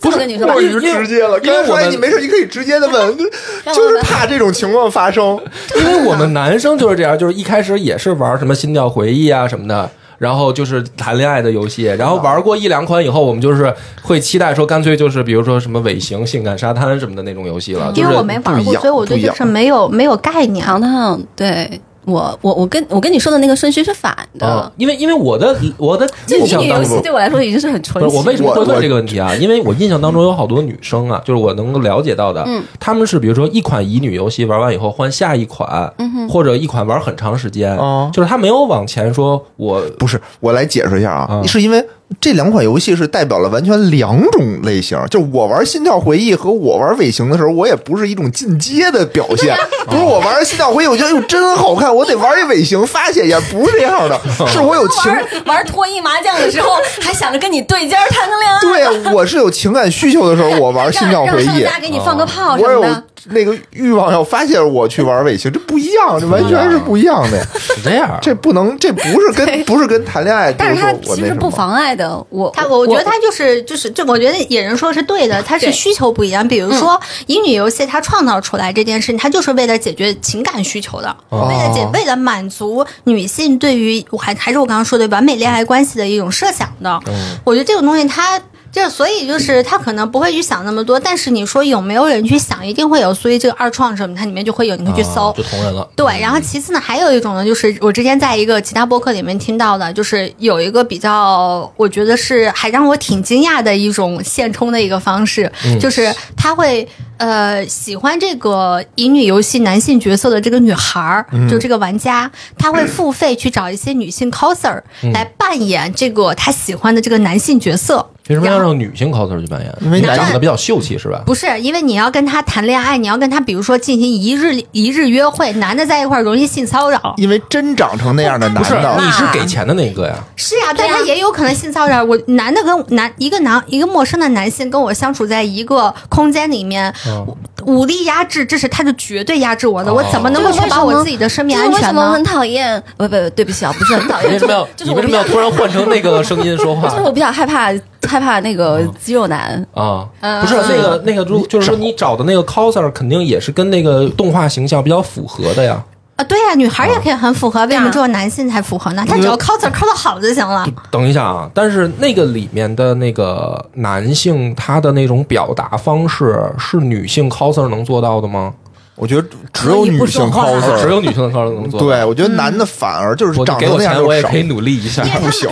[SPEAKER 1] 不是
[SPEAKER 5] 跟你说吧
[SPEAKER 2] 过
[SPEAKER 1] 因
[SPEAKER 2] 于
[SPEAKER 1] 为
[SPEAKER 2] 直接了。
[SPEAKER 1] 因为
[SPEAKER 2] 刚才
[SPEAKER 1] 我
[SPEAKER 2] 说哎
[SPEAKER 1] 们
[SPEAKER 2] 你没事，你可以直接的问，就是怕这种情况发生。
[SPEAKER 1] 因为我们男生就是这样，就是一开始也是玩什么心跳回忆啊什么的，然后就是谈恋爱的游戏，然后玩过一两款以后，我们就是会期待说，干脆就是比如说什么尾行、性感沙滩什么的那种游戏了。
[SPEAKER 3] 因为我没
[SPEAKER 2] 不
[SPEAKER 3] 玩
[SPEAKER 2] 一
[SPEAKER 3] 过，
[SPEAKER 2] 样
[SPEAKER 3] 所以我对
[SPEAKER 2] 不一样
[SPEAKER 3] 这是没有没有概念。啊
[SPEAKER 5] 糖糖，对我我我跟我跟你说的那个顺序是反
[SPEAKER 1] 就是啊
[SPEAKER 5] 的，，
[SPEAKER 1] 因为因为我的我的
[SPEAKER 5] 就
[SPEAKER 1] 印
[SPEAKER 5] 乙
[SPEAKER 1] 象
[SPEAKER 5] 女
[SPEAKER 1] 当
[SPEAKER 5] 游
[SPEAKER 1] 中
[SPEAKER 5] 戏。对我来说已经是很纯
[SPEAKER 1] 不是
[SPEAKER 5] 情
[SPEAKER 1] 我为什么
[SPEAKER 2] 我
[SPEAKER 1] 会问
[SPEAKER 2] 我
[SPEAKER 1] 这个问题啊？因为我印象当中有好多女生啊，就是我能够了解到的，
[SPEAKER 3] 嗯
[SPEAKER 1] 她们是比如说一款乙女游戏玩完以后换下一款，
[SPEAKER 3] 嗯
[SPEAKER 1] 或者一款玩很长时间
[SPEAKER 2] 哦，
[SPEAKER 1] 就是她没有往前说我
[SPEAKER 2] 不是，我来解释一下啊，
[SPEAKER 1] 嗯
[SPEAKER 2] 是因为这两款游戏是代表了完全两种类型。就是我玩《心跳回忆》和我玩《尾行》的时候，我也不是一种进阶的表 现，不是我玩《心跳回忆》，我觉得哟真好看，我得玩一尾行发泄一下，不是这样 的，是我有情。
[SPEAKER 5] 玩玩脱衣麻将的时候，还想着跟你对尖儿谈个恋爱，
[SPEAKER 2] 对，啊我是有情感需求的时候，我玩《心跳
[SPEAKER 5] 让
[SPEAKER 2] 回
[SPEAKER 5] 让
[SPEAKER 2] 忆
[SPEAKER 5] 商》，家给你放个炮什
[SPEAKER 2] 我
[SPEAKER 5] 么
[SPEAKER 2] 有
[SPEAKER 5] 的。
[SPEAKER 2] 那个欲望要发泄，我去玩尾行，这不一样，这完全是不一样的 呀。
[SPEAKER 1] 是这样，啊
[SPEAKER 2] 这不能，这不是跟不是跟谈恋爱，
[SPEAKER 5] 但是它
[SPEAKER 2] 比如说我
[SPEAKER 5] 其
[SPEAKER 2] 那
[SPEAKER 5] 实
[SPEAKER 2] 什
[SPEAKER 5] 不
[SPEAKER 2] 么。
[SPEAKER 5] 妨碍的，我
[SPEAKER 3] 他，我觉得他就是就是这，我觉得野人说是对的，他是
[SPEAKER 5] 对
[SPEAKER 3] 需求不一样。比如说乙女游戏，它创造出来这件事情，它就是为了解决情感需求的，
[SPEAKER 1] 哦
[SPEAKER 3] 为了解为了满足女性
[SPEAKER 2] 嗯
[SPEAKER 3] 对于我还还是我刚刚说的完美恋爱关系的一种设想的。我觉得这种东西它。就所以就是他可能不会去想那么多，但是你说有没有人去想，一定会有。所以这个二创什么，它里面就会有，你会去搜。
[SPEAKER 1] 啊就同人了。
[SPEAKER 3] 对，然后其次呢，还有一种呢，就是我之前在一个其他播客里面听到的，就是有一个比较，我觉得是还让我挺惊讶的一种现充的一个方式，
[SPEAKER 1] 嗯
[SPEAKER 3] 就是他会呃喜欢这个乙女游戏男性角色的这个女孩儿，
[SPEAKER 1] 嗯
[SPEAKER 3] 就这个玩家，他会付费去找一些女性 coser
[SPEAKER 1] 嗯
[SPEAKER 3] 来扮演这个他喜欢的这个男性角色。
[SPEAKER 1] 为什么
[SPEAKER 3] 然
[SPEAKER 1] 要
[SPEAKER 3] 后
[SPEAKER 1] 让女性 coser 去扮演？
[SPEAKER 2] 因为
[SPEAKER 3] 男
[SPEAKER 1] 长得比较秀气是吧？
[SPEAKER 3] 不是，因为你要跟他谈恋爱，你要跟他，比如说进行一日一日约会，男的在一块儿容易性骚扰。
[SPEAKER 2] 因为真长成那样的男
[SPEAKER 1] 不是，
[SPEAKER 2] 的，
[SPEAKER 1] 你是给钱的那一个呀？
[SPEAKER 3] 是呀、
[SPEAKER 5] 啊
[SPEAKER 3] 但他也有可能性骚扰。我呃男的跟男一个男一个陌生的男性跟我相处在一个呃空间里面，
[SPEAKER 1] 嗯
[SPEAKER 3] 武力压制，这是他是绝对压制我的。
[SPEAKER 1] 哦
[SPEAKER 3] 我怎么能够
[SPEAKER 5] 这个
[SPEAKER 3] 确
[SPEAKER 5] 为什
[SPEAKER 3] 保我
[SPEAKER 5] 么
[SPEAKER 3] 自己的生
[SPEAKER 5] 就
[SPEAKER 3] 命
[SPEAKER 5] 是
[SPEAKER 3] 安
[SPEAKER 5] 为什
[SPEAKER 3] 全
[SPEAKER 5] 么
[SPEAKER 3] 呢
[SPEAKER 5] 很？讨厌？ 不不，对不起啊，不是很讨
[SPEAKER 1] 你
[SPEAKER 5] 厌。
[SPEAKER 1] 为什么要？
[SPEAKER 5] 就是
[SPEAKER 1] 你为
[SPEAKER 5] 我
[SPEAKER 1] 什么要突然换成那个声音 说话
[SPEAKER 5] 就是我比较害怕害怕那个
[SPEAKER 1] 哦
[SPEAKER 5] 肌肉男，
[SPEAKER 1] 啊？
[SPEAKER 3] 嗯
[SPEAKER 1] 不是那个那个，如就是说你找的那个 coser 肯定也是跟那个动画形象比较符合的呀。
[SPEAKER 3] 啊，对呀、女孩也可以很符合，为什么只有男性才符合呢？他只要
[SPEAKER 2] 嗯
[SPEAKER 3] coser cos 好就行了。
[SPEAKER 1] 等一下啊，但是那个里面的那个男性他的那种表达方式是女性 coser 能做到的吗？
[SPEAKER 2] 我觉得只有女性
[SPEAKER 1] 只
[SPEAKER 2] coser。
[SPEAKER 1] 有女性的 coser 能做到。
[SPEAKER 2] 对，我觉得男的反而就是
[SPEAKER 1] 嗯我
[SPEAKER 2] 长
[SPEAKER 1] 给
[SPEAKER 2] 成
[SPEAKER 1] 我
[SPEAKER 2] 那样
[SPEAKER 1] 钱，
[SPEAKER 2] 就
[SPEAKER 1] 我也
[SPEAKER 2] 少
[SPEAKER 1] 可以努力一 下。
[SPEAKER 2] 不行，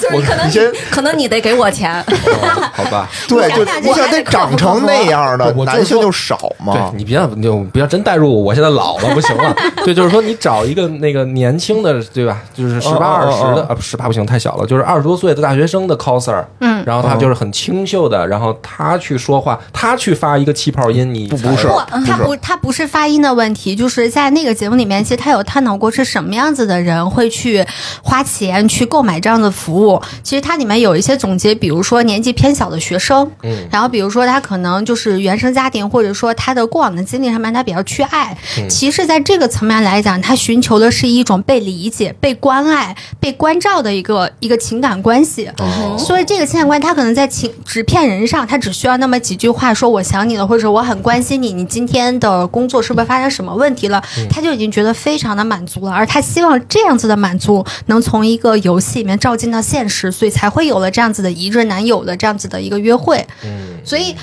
[SPEAKER 5] 就是可能
[SPEAKER 2] 你先
[SPEAKER 5] 你可能你得给 我钱，
[SPEAKER 1] 好吧，
[SPEAKER 2] 对，就
[SPEAKER 3] 想想
[SPEAKER 2] 你想得长成那样的
[SPEAKER 1] 我我就是
[SPEAKER 2] 男性
[SPEAKER 1] 说
[SPEAKER 2] 就少
[SPEAKER 1] 对
[SPEAKER 2] 嘛。
[SPEAKER 1] 你别你就不要真带入我，我现在老了不行 了。对，就是说你找一个那个年轻的，对吧？就是十八
[SPEAKER 2] 哦
[SPEAKER 1] 二
[SPEAKER 2] 哦
[SPEAKER 1] 十
[SPEAKER 2] 哦
[SPEAKER 1] 的，啊，十八不行，太小了，就是二十多岁的大学生的 coser，嗯，然后
[SPEAKER 2] 哦
[SPEAKER 1] 他就是很清秀的，然后他去说话，他去发一个气泡音，你
[SPEAKER 2] 不不是
[SPEAKER 3] 不，
[SPEAKER 2] 嗯不
[SPEAKER 3] 嗯他
[SPEAKER 2] 是
[SPEAKER 3] 不，他不是发音的问题，就是在那个节目里面，其实他有探讨过是什么样子的人会去花钱去购买这样的服务。其实它里面有一些总结，比如说年纪偏小的学生，嗯，然后比如说他可能就是原生家庭，或者说他的过往的经历上面，他比较缺爱。
[SPEAKER 2] 嗯
[SPEAKER 3] 其实，在这个层面来讲，他寻求的是一种被理解、被关爱、被关照的一个一个情感关系。所以这个情感观，他可能在情纸片人上，他只需要那么几句话，说我想你了，或者我很关心你，你今天的工作是不是发生什么问题了，他就已经觉得非常的满足了。而他希望这样子的满足能从一个游戏里面照进到现实，所以才会有了这样子的一日男友的这样子的一个约会。
[SPEAKER 1] 嗯，
[SPEAKER 3] 所以。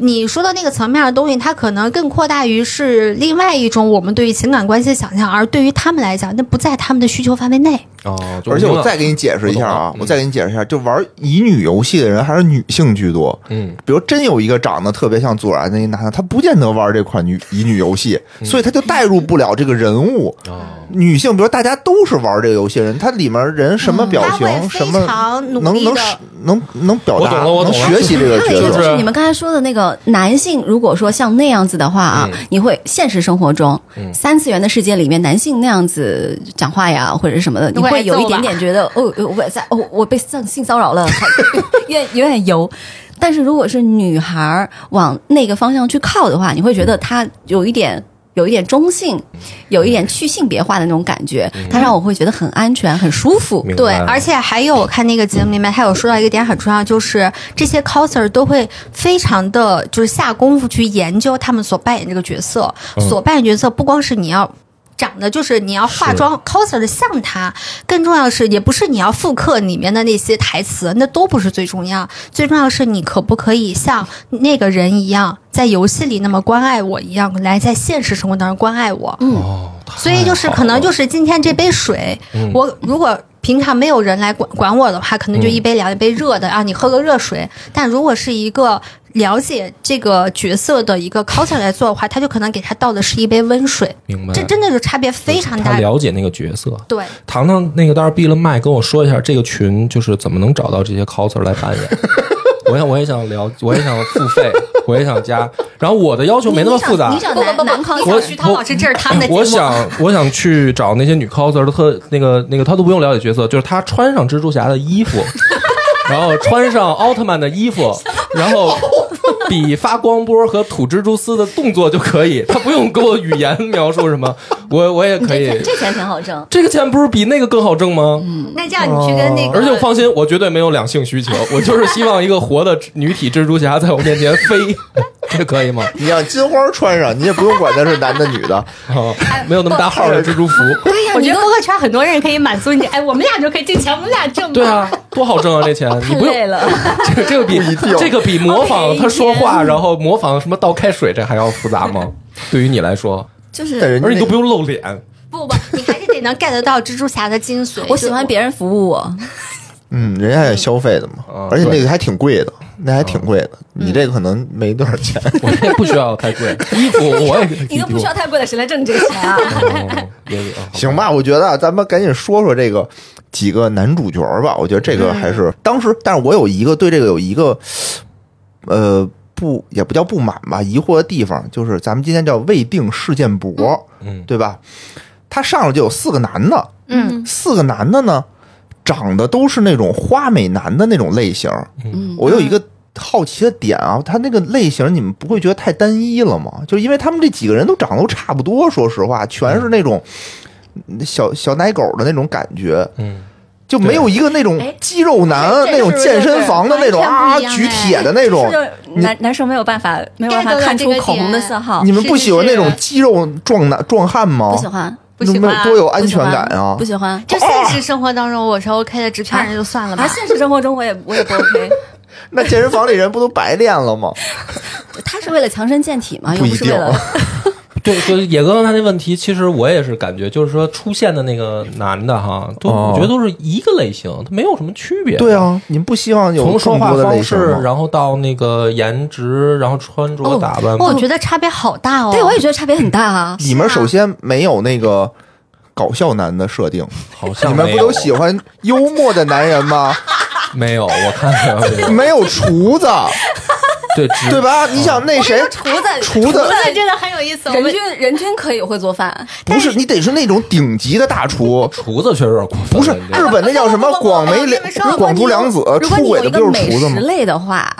[SPEAKER 3] 你说的那个层面的东西，它可能更扩大于是另外一种我们对于情感关系的想象，而对于他们来讲，那不在他们的需求范围内。
[SPEAKER 1] 哦，就
[SPEAKER 2] 而
[SPEAKER 1] 是
[SPEAKER 2] 且
[SPEAKER 1] 明
[SPEAKER 2] 我
[SPEAKER 1] 了
[SPEAKER 2] 再给你解释一下
[SPEAKER 1] 我
[SPEAKER 2] 啊
[SPEAKER 1] 懂了，嗯
[SPEAKER 2] 我再给你解释一下，就玩乙女游戏的人还是女性居多。
[SPEAKER 1] 嗯，
[SPEAKER 2] 比如真有一个长得特别像左然的一男的，他不见得玩这款女乙女游戏，所以他就代入不了这个人物。
[SPEAKER 1] 嗯哦，
[SPEAKER 2] 女性，比如大家都是玩这个游戏的人，他里面人什么表
[SPEAKER 3] 嗯他会
[SPEAKER 2] 情，什
[SPEAKER 3] 非
[SPEAKER 2] 么
[SPEAKER 3] 常努
[SPEAKER 2] 能
[SPEAKER 3] 力
[SPEAKER 2] 能
[SPEAKER 3] 的
[SPEAKER 2] 能能表
[SPEAKER 1] 我懂
[SPEAKER 2] 达，
[SPEAKER 1] 了我
[SPEAKER 2] 能
[SPEAKER 1] 懂了
[SPEAKER 2] 学习这个
[SPEAKER 5] 还有
[SPEAKER 2] 角
[SPEAKER 5] 一个就
[SPEAKER 2] 色。
[SPEAKER 5] 是你们刚才说的那个男性，如果说像那样子的话啊，
[SPEAKER 1] 嗯
[SPEAKER 5] 你会现实生活中、
[SPEAKER 1] 嗯
[SPEAKER 5] 三次元的世界里面，男性那样子讲话呀，或者是什么的，你
[SPEAKER 3] 我也
[SPEAKER 5] 会有一
[SPEAKER 3] 揍了
[SPEAKER 5] 点点觉得哦，哦我在哦，我被性性骚扰了， 还有点有点油。但是如果是女孩儿往那个方向去靠的话，你会觉得她有一点。有一点中性，有一点去性别化的那种感觉，它让我会觉得很安全、很舒服。
[SPEAKER 1] 明白
[SPEAKER 3] 对，
[SPEAKER 1] 了
[SPEAKER 3] 而且还有我看那个节目里面，他有说到一个点很重要，就是这些 coser 都会非常的就是下功夫去研究他们所扮演这个角色，所扮演角色不光是你要。长得就是你要化妆 coser 的像他，更重要的是，也不是你要复刻里面的那些台词，那都不是最重要。最重要的是，你可不可以像那个人一样，在游戏里那么关爱我一样，来在现实生活当中关爱我。
[SPEAKER 1] 哦，
[SPEAKER 3] 所以就是可能就是今天这杯水，
[SPEAKER 1] 嗯
[SPEAKER 3] 我如果平常没有人来管管我的话，可能就一杯凉一杯热的，让啊你喝个热水。但如果是一个了解这个角色的一个 coser 来做的话，他就可能给他倒的是一杯温水，
[SPEAKER 1] 明白，
[SPEAKER 3] 这真的是差别非常
[SPEAKER 1] 他
[SPEAKER 3] 大。
[SPEAKER 1] 了解那个角色。
[SPEAKER 3] 对，
[SPEAKER 1] 糖糖那个倒是闭了麦，跟我说一下这个群就是怎么能找到这些 coser 来 扮演。我也我也想了，我也想付费，我也想加。然后我的要求没那么复杂，
[SPEAKER 5] 你想男男 cos
[SPEAKER 1] 我
[SPEAKER 3] 徐涛老师，这是他们的节目。
[SPEAKER 1] 哎我想 我想去找那些女 coser 的特那个那个，她都不用了解角色，就是她穿上蜘蛛侠的衣 服，然后穿上奥特曼的衣服，然后比发光波和吐蜘蛛丝的动作就可以，她不用给我语言描述什么，我我也可
[SPEAKER 5] 这
[SPEAKER 1] 以
[SPEAKER 5] 钱。这嗯钱挺好挣。
[SPEAKER 1] 这个钱不是比那个更好挣吗？
[SPEAKER 3] 那这样你去跟那
[SPEAKER 1] 哦
[SPEAKER 3] 个，
[SPEAKER 1] 而且我放心，我绝对没有两性需求，我就是希望一个活的女体蜘蛛侠在我面前飞。 这可以吗？
[SPEAKER 2] 你让金花穿上，你也不用管他是男的女的。
[SPEAKER 1] 哦，没有那么大号的蜘蛛服。
[SPEAKER 4] 对呀、我觉得播客圈很多人可以满足你，哎，我们俩就可以挣钱，我们俩挣。
[SPEAKER 1] 对啊，多好挣啊！这钱你不用
[SPEAKER 5] 累了，
[SPEAKER 1] 这个这个比
[SPEAKER 2] 不一定
[SPEAKER 1] 这个比模仿
[SPEAKER 4] OK，
[SPEAKER 1] 他说话，然后模仿什么倒开水，这还要复杂吗？ 对于你来说，
[SPEAKER 3] 嗯
[SPEAKER 5] 就是
[SPEAKER 2] 但人家
[SPEAKER 1] 而且你
[SPEAKER 2] 那
[SPEAKER 1] 都不用露 脸，
[SPEAKER 3] 不不，你还是得能 get 得到蜘蛛侠的精髓。
[SPEAKER 5] 我喜欢别人服务我，
[SPEAKER 2] 嗯，人家也消费的嘛
[SPEAKER 1] 啊，
[SPEAKER 2] 而且那个还挺贵的，那还
[SPEAKER 1] 嗯
[SPEAKER 2] 挺贵的。你这个可能没多少钱。
[SPEAKER 1] 我也不需要太贵，衣服我也
[SPEAKER 5] 你都不需要太贵了，谁来挣你这个钱啊？
[SPEAKER 1] 哦也有哦
[SPEAKER 2] 行吧，我觉得啊咱们赶紧说说这个几个男主角吧。我觉得这个还
[SPEAKER 3] 嗯
[SPEAKER 2] 是、当时，但是我有一个对这个有一个呃不也不叫不满吧，疑惑的地方就是咱们今天叫未定事件簿，
[SPEAKER 1] 嗯
[SPEAKER 2] 对吧？他上来就有四个男的，
[SPEAKER 3] 嗯，
[SPEAKER 2] 四个男的呢长得都是那种花美男的那种类型。
[SPEAKER 5] 嗯
[SPEAKER 2] 我有一个好奇的点啊，他那个类型你们不会觉得太单一了吗？就是因为他们这几个人都长得都差不多，说实话，全是那种小小奶狗的那种感觉，
[SPEAKER 1] 嗯，
[SPEAKER 2] 就没有一个那种
[SPEAKER 5] 哎
[SPEAKER 2] 肌肉男、
[SPEAKER 5] 这
[SPEAKER 2] 那种
[SPEAKER 5] 是不是
[SPEAKER 2] 健身房的那种
[SPEAKER 3] 完全
[SPEAKER 2] 啊
[SPEAKER 3] 不一样
[SPEAKER 2] 举
[SPEAKER 3] 哎
[SPEAKER 2] 铁的那种。
[SPEAKER 5] 就是男男生没有办法，没有办法
[SPEAKER 3] get 到
[SPEAKER 5] 看
[SPEAKER 3] 这
[SPEAKER 5] 出
[SPEAKER 3] 个
[SPEAKER 5] 口红的
[SPEAKER 3] 点
[SPEAKER 5] 色号
[SPEAKER 2] 你，们不
[SPEAKER 3] 是
[SPEAKER 2] 喜欢那
[SPEAKER 3] 是
[SPEAKER 2] 种肌肉壮男壮汉吗
[SPEAKER 5] 不？喜欢，
[SPEAKER 3] 不喜
[SPEAKER 2] 那么
[SPEAKER 3] 欢啊
[SPEAKER 2] 多有
[SPEAKER 5] 不
[SPEAKER 2] 安
[SPEAKER 5] 喜
[SPEAKER 2] 全
[SPEAKER 5] 欢
[SPEAKER 2] 感啊
[SPEAKER 5] 不！喜欢。
[SPEAKER 3] 就现实生活当中我是 OK 的，纸片人就算了吧
[SPEAKER 5] 啊，。现实生活中我也我也不 OK，
[SPEAKER 2] 那健身房里人不都白练了吗？
[SPEAKER 5] 他是为了强身健体嘛，又
[SPEAKER 2] 一
[SPEAKER 5] 不是
[SPEAKER 2] 定啊
[SPEAKER 5] 为，了
[SPEAKER 1] 对，就是野哥刚才那问题，其实我也是感觉，就是说出现的那个男的哈，都
[SPEAKER 2] 哦
[SPEAKER 1] 我觉得都是一个类型，他没有什么区别。
[SPEAKER 2] 对啊，你们不希望有
[SPEAKER 1] 从说
[SPEAKER 2] 更
[SPEAKER 1] 话
[SPEAKER 2] 多的类
[SPEAKER 1] 方
[SPEAKER 2] 型
[SPEAKER 1] 式，
[SPEAKER 2] 吗？
[SPEAKER 1] 然后到那个颜值，然后穿着打扮，
[SPEAKER 3] 哦我觉得差别好大哦。
[SPEAKER 5] 对，我也觉得差别很大啊。
[SPEAKER 2] 里面首先没有那个搞笑男的设定，
[SPEAKER 1] 好像
[SPEAKER 2] 你们
[SPEAKER 1] 没
[SPEAKER 2] 不
[SPEAKER 1] 有
[SPEAKER 2] 都喜欢幽默的男人吗？
[SPEAKER 1] 没有？我看看 啊，没有
[SPEAKER 2] 没有厨子，
[SPEAKER 1] 对只
[SPEAKER 2] 对吧？你想那谁，
[SPEAKER 5] 厨子，
[SPEAKER 2] 厨子
[SPEAKER 4] 对，真的很有意思。我
[SPEAKER 5] 人
[SPEAKER 4] 们
[SPEAKER 5] 均人均可以会做饭，
[SPEAKER 2] 不是你得是那种顶级的大厨，
[SPEAKER 1] 厨子确实有点过分了，
[SPEAKER 2] 不是
[SPEAKER 1] 你这
[SPEAKER 2] 日本那叫什么
[SPEAKER 5] 不不不
[SPEAKER 2] 广梅
[SPEAKER 5] 我跟你们说
[SPEAKER 2] 良广
[SPEAKER 5] 如果你
[SPEAKER 2] 出
[SPEAKER 5] 有
[SPEAKER 2] 良子
[SPEAKER 5] 如果
[SPEAKER 2] 出
[SPEAKER 5] 你有
[SPEAKER 2] 轨
[SPEAKER 5] 一
[SPEAKER 2] 的
[SPEAKER 5] 个
[SPEAKER 2] 不就是
[SPEAKER 5] 美
[SPEAKER 2] 厨子
[SPEAKER 5] 食
[SPEAKER 2] 吗？
[SPEAKER 5] 类的话，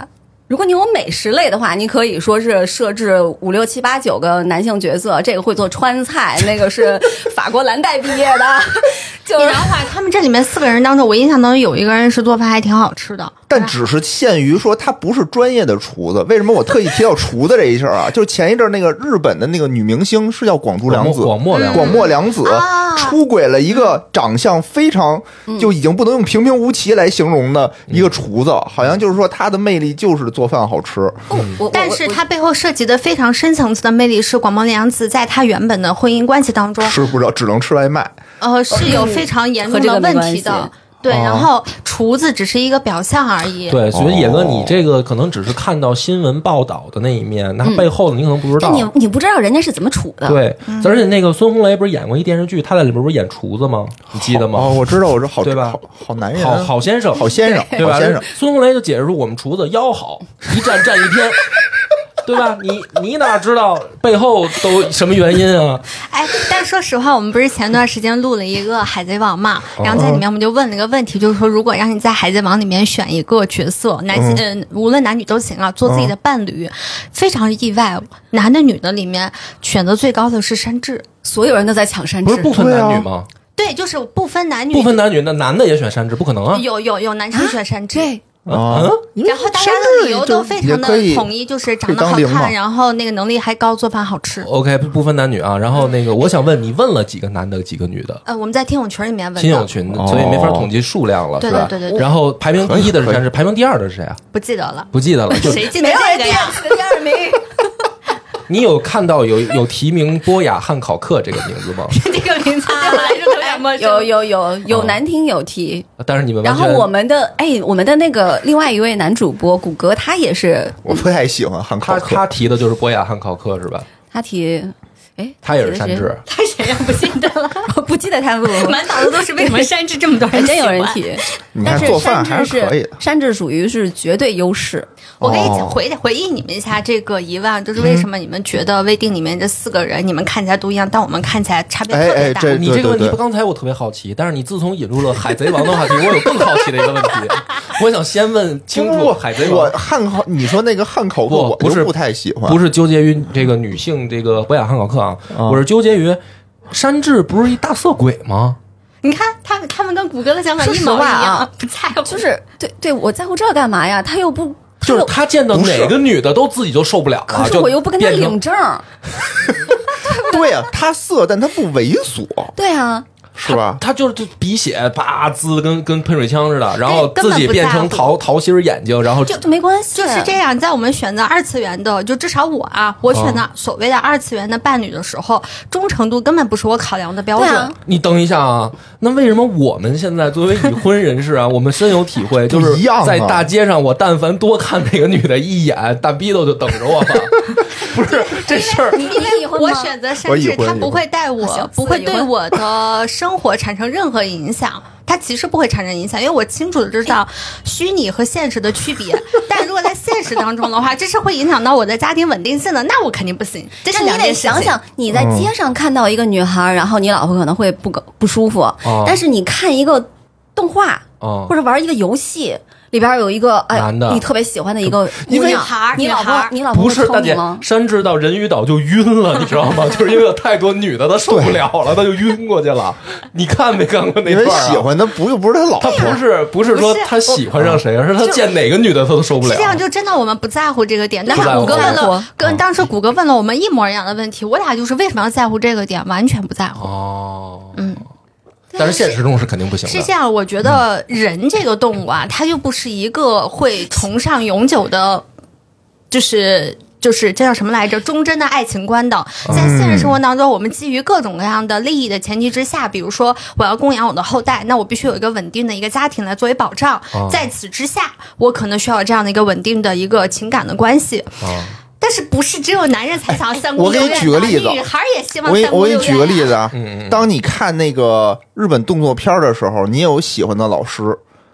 [SPEAKER 5] 如果你有美食类的话，你可以说是设置五六七八九个男性角色，这个会做川菜，那个是 法国蓝带毕业的， 就
[SPEAKER 3] 你
[SPEAKER 5] 是
[SPEAKER 3] 然后啊，他们这里面四个人当中，我印象当中有一个人是做饭还挺好吃的。
[SPEAKER 2] 但只是限于说他不是专业的厨子。为什么我特意提到厨子这一事儿啊？就是 前一阵儿那个日本的那个女明星是叫广出
[SPEAKER 1] 广
[SPEAKER 2] 良
[SPEAKER 1] 末
[SPEAKER 2] 子，
[SPEAKER 1] 广末凉子
[SPEAKER 2] 广末凉子
[SPEAKER 3] 啊嗯
[SPEAKER 2] 出轨了一个长相非常就已经不能用平平无奇来形容的一
[SPEAKER 1] 嗯
[SPEAKER 2] 个厨子，好像就是说他的魅力就是做饭好吃。
[SPEAKER 5] 哦我
[SPEAKER 3] 但是
[SPEAKER 5] 他
[SPEAKER 3] 它背后涉及的非常深层次的魅力是广末凉子在她原本的婚姻关系当中，
[SPEAKER 2] 吃不着，只能吃外卖。
[SPEAKER 3] 呃，是有非常严重
[SPEAKER 5] 和这
[SPEAKER 3] 的
[SPEAKER 5] 个没
[SPEAKER 3] 问题
[SPEAKER 5] 关系
[SPEAKER 3] 的。对，
[SPEAKER 2] 哦
[SPEAKER 3] 然后厨子只是一个表象而已。
[SPEAKER 1] 对，所以野哥，
[SPEAKER 2] 哦
[SPEAKER 1] 你这个可能只是看到新闻报道的那一面，那背后的你可能不知道
[SPEAKER 5] 但。哎你你不知道人家是怎么处的，
[SPEAKER 1] 对，而且那个孙红雷不是演过一电视剧，他在里边不是演厨子吗？你记得
[SPEAKER 2] 哦，
[SPEAKER 1] 吗？
[SPEAKER 2] 我知道，我是好
[SPEAKER 1] 对吧
[SPEAKER 2] 好好男人，
[SPEAKER 1] 好好先生，
[SPEAKER 2] 好先生，
[SPEAKER 1] 对
[SPEAKER 2] 好
[SPEAKER 1] 吧？
[SPEAKER 2] 先生。
[SPEAKER 1] 孙红雷就解释说，我们厨子腰好，一站站一天， 对吧？你你哪知道背后都什么原因啊？
[SPEAKER 3] 哎，但说实话，我们不是前段时间录了一个《海贼王》嘛，然后在里面我们就问了一个问题，就是说，如果让你在《海贼王》里面选一个角色，男性、呃无论男女都行啊，做自己的伴侣，非常意外，男的女的里面选择最高的是山治。
[SPEAKER 5] 所有人都在抢山
[SPEAKER 1] 不
[SPEAKER 5] 治
[SPEAKER 1] 是，不分
[SPEAKER 2] 啊
[SPEAKER 1] 男女吗？
[SPEAKER 3] 对，就是不分男女，
[SPEAKER 1] 不分男女，那男的也选山治，不可能啊！
[SPEAKER 3] 有有有男生选山治。
[SPEAKER 5] 对，
[SPEAKER 1] 嗯
[SPEAKER 2] 啊，因为
[SPEAKER 3] 然后大家
[SPEAKER 2] 山
[SPEAKER 3] 的
[SPEAKER 2] 日
[SPEAKER 3] 理由
[SPEAKER 2] 就
[SPEAKER 3] 都非常
[SPEAKER 2] 也可以
[SPEAKER 3] 的统一，就是
[SPEAKER 2] 可
[SPEAKER 3] 长
[SPEAKER 2] 以
[SPEAKER 3] 得
[SPEAKER 2] 当
[SPEAKER 3] 好
[SPEAKER 2] 零嘛
[SPEAKER 3] 看，然后那个能力还高，做饭好吃。
[SPEAKER 1] OK，不不分男女啊。然后那个，我想问你，问了几个男的，几个女的？
[SPEAKER 3] 呃，我们在听友群里面问
[SPEAKER 1] 亲友
[SPEAKER 3] 的，
[SPEAKER 1] 群，
[SPEAKER 2] 哦
[SPEAKER 1] 所以没法统计数量了，
[SPEAKER 3] 对
[SPEAKER 1] 是吧？
[SPEAKER 3] 对对对对
[SPEAKER 1] 然后排名第一的是谁？是排名第二的是谁啊？
[SPEAKER 3] 不记得了，
[SPEAKER 1] 不记得了。就
[SPEAKER 3] 谁记得
[SPEAKER 5] 没有人
[SPEAKER 3] 这个
[SPEAKER 5] 第
[SPEAKER 3] 呀？
[SPEAKER 5] 二次、第二名，
[SPEAKER 1] 你有看到有有提名波雅汉考克这个名字吗？
[SPEAKER 4] 这个名字对我来说有点陌生。
[SPEAKER 5] 哎有有有
[SPEAKER 1] 哦
[SPEAKER 5] 有男听友提。
[SPEAKER 1] 但是你们完
[SPEAKER 5] 然后
[SPEAKER 1] 全
[SPEAKER 5] 我们的哎，我们的那个另外一位男主播谷歌，他也是
[SPEAKER 2] 我不太喜欢汉考
[SPEAKER 1] 他
[SPEAKER 2] 克。
[SPEAKER 1] 他提的就是波雅汉考克是吧？
[SPEAKER 5] 他提，哎，
[SPEAKER 1] 他也是
[SPEAKER 5] 提的
[SPEAKER 1] 山治，
[SPEAKER 4] 他谁呀？不记得了，
[SPEAKER 5] 我不记得他 问我，
[SPEAKER 4] 满脑子都是为什么山治这么多
[SPEAKER 5] 还
[SPEAKER 4] 人喜
[SPEAKER 5] 真
[SPEAKER 4] 欢？
[SPEAKER 5] 有人提。
[SPEAKER 2] 你
[SPEAKER 5] 但
[SPEAKER 2] 看
[SPEAKER 5] 是
[SPEAKER 2] 做饭
[SPEAKER 5] 山治
[SPEAKER 2] 还是可以
[SPEAKER 5] 是
[SPEAKER 2] 的，
[SPEAKER 5] 山治属于是绝对优势，
[SPEAKER 3] 我可以
[SPEAKER 2] 哦
[SPEAKER 3] 回回忆你们一下这个疑问，啊就是为什么你们觉得未定里面这四个人，你们看起来都一样，但我们看起来差别特
[SPEAKER 2] 哎哎
[SPEAKER 3] 别大。
[SPEAKER 2] 这
[SPEAKER 1] 你这个问
[SPEAKER 2] 对对
[SPEAKER 1] 题
[SPEAKER 2] 对
[SPEAKER 1] 不刚才我特别好奇，但是你自从引入了《海贼王》的话题，我有更好奇的一个问题，我想先问清
[SPEAKER 2] 不
[SPEAKER 1] 楚
[SPEAKER 2] 不
[SPEAKER 1] 《
[SPEAKER 2] 不
[SPEAKER 1] 海贼王
[SPEAKER 2] 我》汉考，你说那个汉考克，
[SPEAKER 1] 不
[SPEAKER 2] 我
[SPEAKER 1] 不
[SPEAKER 2] 就是不太喜欢，嗯
[SPEAKER 1] 不是纠结于这个女性这个波雅汉考克啊，我是纠结于山治不是一大色鬼吗？
[SPEAKER 4] 你看他们，他们跟谷歌的想法
[SPEAKER 5] 说
[SPEAKER 4] 一
[SPEAKER 5] 实
[SPEAKER 4] 模一
[SPEAKER 5] 话
[SPEAKER 4] 样，
[SPEAKER 5] 啊
[SPEAKER 4] 不在乎。
[SPEAKER 5] 就是对对，我在乎这干嘛呀？他又不
[SPEAKER 1] 就是他见到哪个女的都自己就受不了
[SPEAKER 5] 可
[SPEAKER 1] 了，
[SPEAKER 5] 是
[SPEAKER 1] 就
[SPEAKER 5] 我又不跟他
[SPEAKER 1] 变成
[SPEAKER 5] 领证儿，
[SPEAKER 2] 对呀、啊，他色，但他不猥琐，
[SPEAKER 5] 对啊，
[SPEAKER 2] 是吧？
[SPEAKER 1] 他就是鼻血叭滋的跟跟喷水枪似的，然后
[SPEAKER 3] 根
[SPEAKER 1] 自
[SPEAKER 3] 本
[SPEAKER 1] 己
[SPEAKER 3] 不
[SPEAKER 1] 变
[SPEAKER 3] 在
[SPEAKER 1] 成
[SPEAKER 3] 乎
[SPEAKER 1] 桃桃心儿眼睛，然后
[SPEAKER 5] 就没关系，
[SPEAKER 3] 就是这样，在我们选择二次元的，就至少我啊，我选
[SPEAKER 2] 哦
[SPEAKER 3] 择所谓的二次元的伴侣的时候，忠诚度根本不是我考量的标
[SPEAKER 5] 对
[SPEAKER 3] 准。
[SPEAKER 5] 啊，
[SPEAKER 1] 你等一下啊，那为什么我们现在作为已婚人士啊，我们深有体会，就
[SPEAKER 2] 不
[SPEAKER 1] 是
[SPEAKER 2] 一样啊
[SPEAKER 1] 在大街上，我但凡多看那个女的一眼，大逼斗就等着我了。不是这事儿，
[SPEAKER 5] 你你已婚吗啊
[SPEAKER 3] 我选择
[SPEAKER 2] 我
[SPEAKER 3] 删
[SPEAKER 2] 已
[SPEAKER 3] 置，
[SPEAKER 2] 婚
[SPEAKER 3] 它
[SPEAKER 2] 已
[SPEAKER 3] 不
[SPEAKER 2] 婚
[SPEAKER 3] 会带
[SPEAKER 5] 小
[SPEAKER 3] 我
[SPEAKER 5] 四，
[SPEAKER 3] 不会
[SPEAKER 5] 已
[SPEAKER 3] 对
[SPEAKER 5] 婚
[SPEAKER 3] 我的生活产生任何影响。它其实不会产生影响，因为我清楚的知道虚拟和现实的区别。 但如果在现实当中的话，这是会影响到我的家庭稳定性的，那我肯定不行。这是
[SPEAKER 5] 那
[SPEAKER 3] 两
[SPEAKER 5] 你得
[SPEAKER 3] 件事情
[SPEAKER 5] 想，想，你
[SPEAKER 1] 嗯
[SPEAKER 5] 在街上看到一个女孩儿，然后你老婆可能会不高不舒服，
[SPEAKER 1] 哦
[SPEAKER 5] 但是你看一个动画
[SPEAKER 1] 哦
[SPEAKER 5] 或者玩一个游戏，里边有一个哎
[SPEAKER 1] 男的，
[SPEAKER 5] 你特别喜欢的一个
[SPEAKER 3] 因为
[SPEAKER 5] 姑娘
[SPEAKER 3] 女孩儿
[SPEAKER 5] 你老
[SPEAKER 3] 女孩
[SPEAKER 5] 婆
[SPEAKER 3] 儿
[SPEAKER 5] 你老婆
[SPEAKER 1] 不
[SPEAKER 5] 会
[SPEAKER 1] 是
[SPEAKER 5] 抽
[SPEAKER 1] 大
[SPEAKER 5] 啊你
[SPEAKER 1] 姐
[SPEAKER 5] 吗？
[SPEAKER 1] 山治到人鱼岛就晕了，你知道吗？就是因为有太多女的，她受不了了，她就晕过去了。你看没看过那
[SPEAKER 2] 因为
[SPEAKER 1] 段、啊？
[SPEAKER 2] 喜。欢的不又不是他老
[SPEAKER 1] 她
[SPEAKER 2] 婆，
[SPEAKER 1] 不是不是说
[SPEAKER 3] 不是
[SPEAKER 1] 她喜欢上谁，而是她见哪个女的她都受不
[SPEAKER 3] 是
[SPEAKER 1] 了。
[SPEAKER 3] 这样，就真的我们不在乎这个点。但
[SPEAKER 1] 不
[SPEAKER 3] 是
[SPEAKER 1] 在乎
[SPEAKER 3] 谷歌
[SPEAKER 1] 不在
[SPEAKER 3] 问了
[SPEAKER 5] 乎，
[SPEAKER 1] 嗯
[SPEAKER 3] 跟当时谷歌问了我们一模一样的问题，我俩就是为什么要在乎这个点，完全不在乎。
[SPEAKER 1] 哦，
[SPEAKER 3] 嗯，
[SPEAKER 1] 但是现实中是肯定不行的。
[SPEAKER 3] 是这样，我觉得人这个动物啊，它又不是一个会崇尚永久的，就是。就是这叫什么来着？忠贞的爱情观的，
[SPEAKER 2] 嗯
[SPEAKER 3] 在现实生活当中，我们基于各种各样的利益的前提之下，比如说我要供养我的后代，那我必须有一个稳定的一个家庭来作为保障
[SPEAKER 1] 哦。
[SPEAKER 3] 在此之下，我可能需要这样的一个稳定的一个情感的关系。
[SPEAKER 1] 啊，
[SPEAKER 3] 但是不是只有男人才想要三姑
[SPEAKER 2] 哎我给
[SPEAKER 3] 六
[SPEAKER 2] 你
[SPEAKER 3] 院啊？
[SPEAKER 2] 举个例子
[SPEAKER 3] 女孩也希望
[SPEAKER 2] 我给你
[SPEAKER 3] 三姑
[SPEAKER 2] 我给
[SPEAKER 3] 六
[SPEAKER 2] 你
[SPEAKER 3] 院啊。
[SPEAKER 2] 举个例子啊
[SPEAKER 1] 嗯嗯，
[SPEAKER 2] 当你看那个日本动作片儿的时候，你也有喜欢的老师，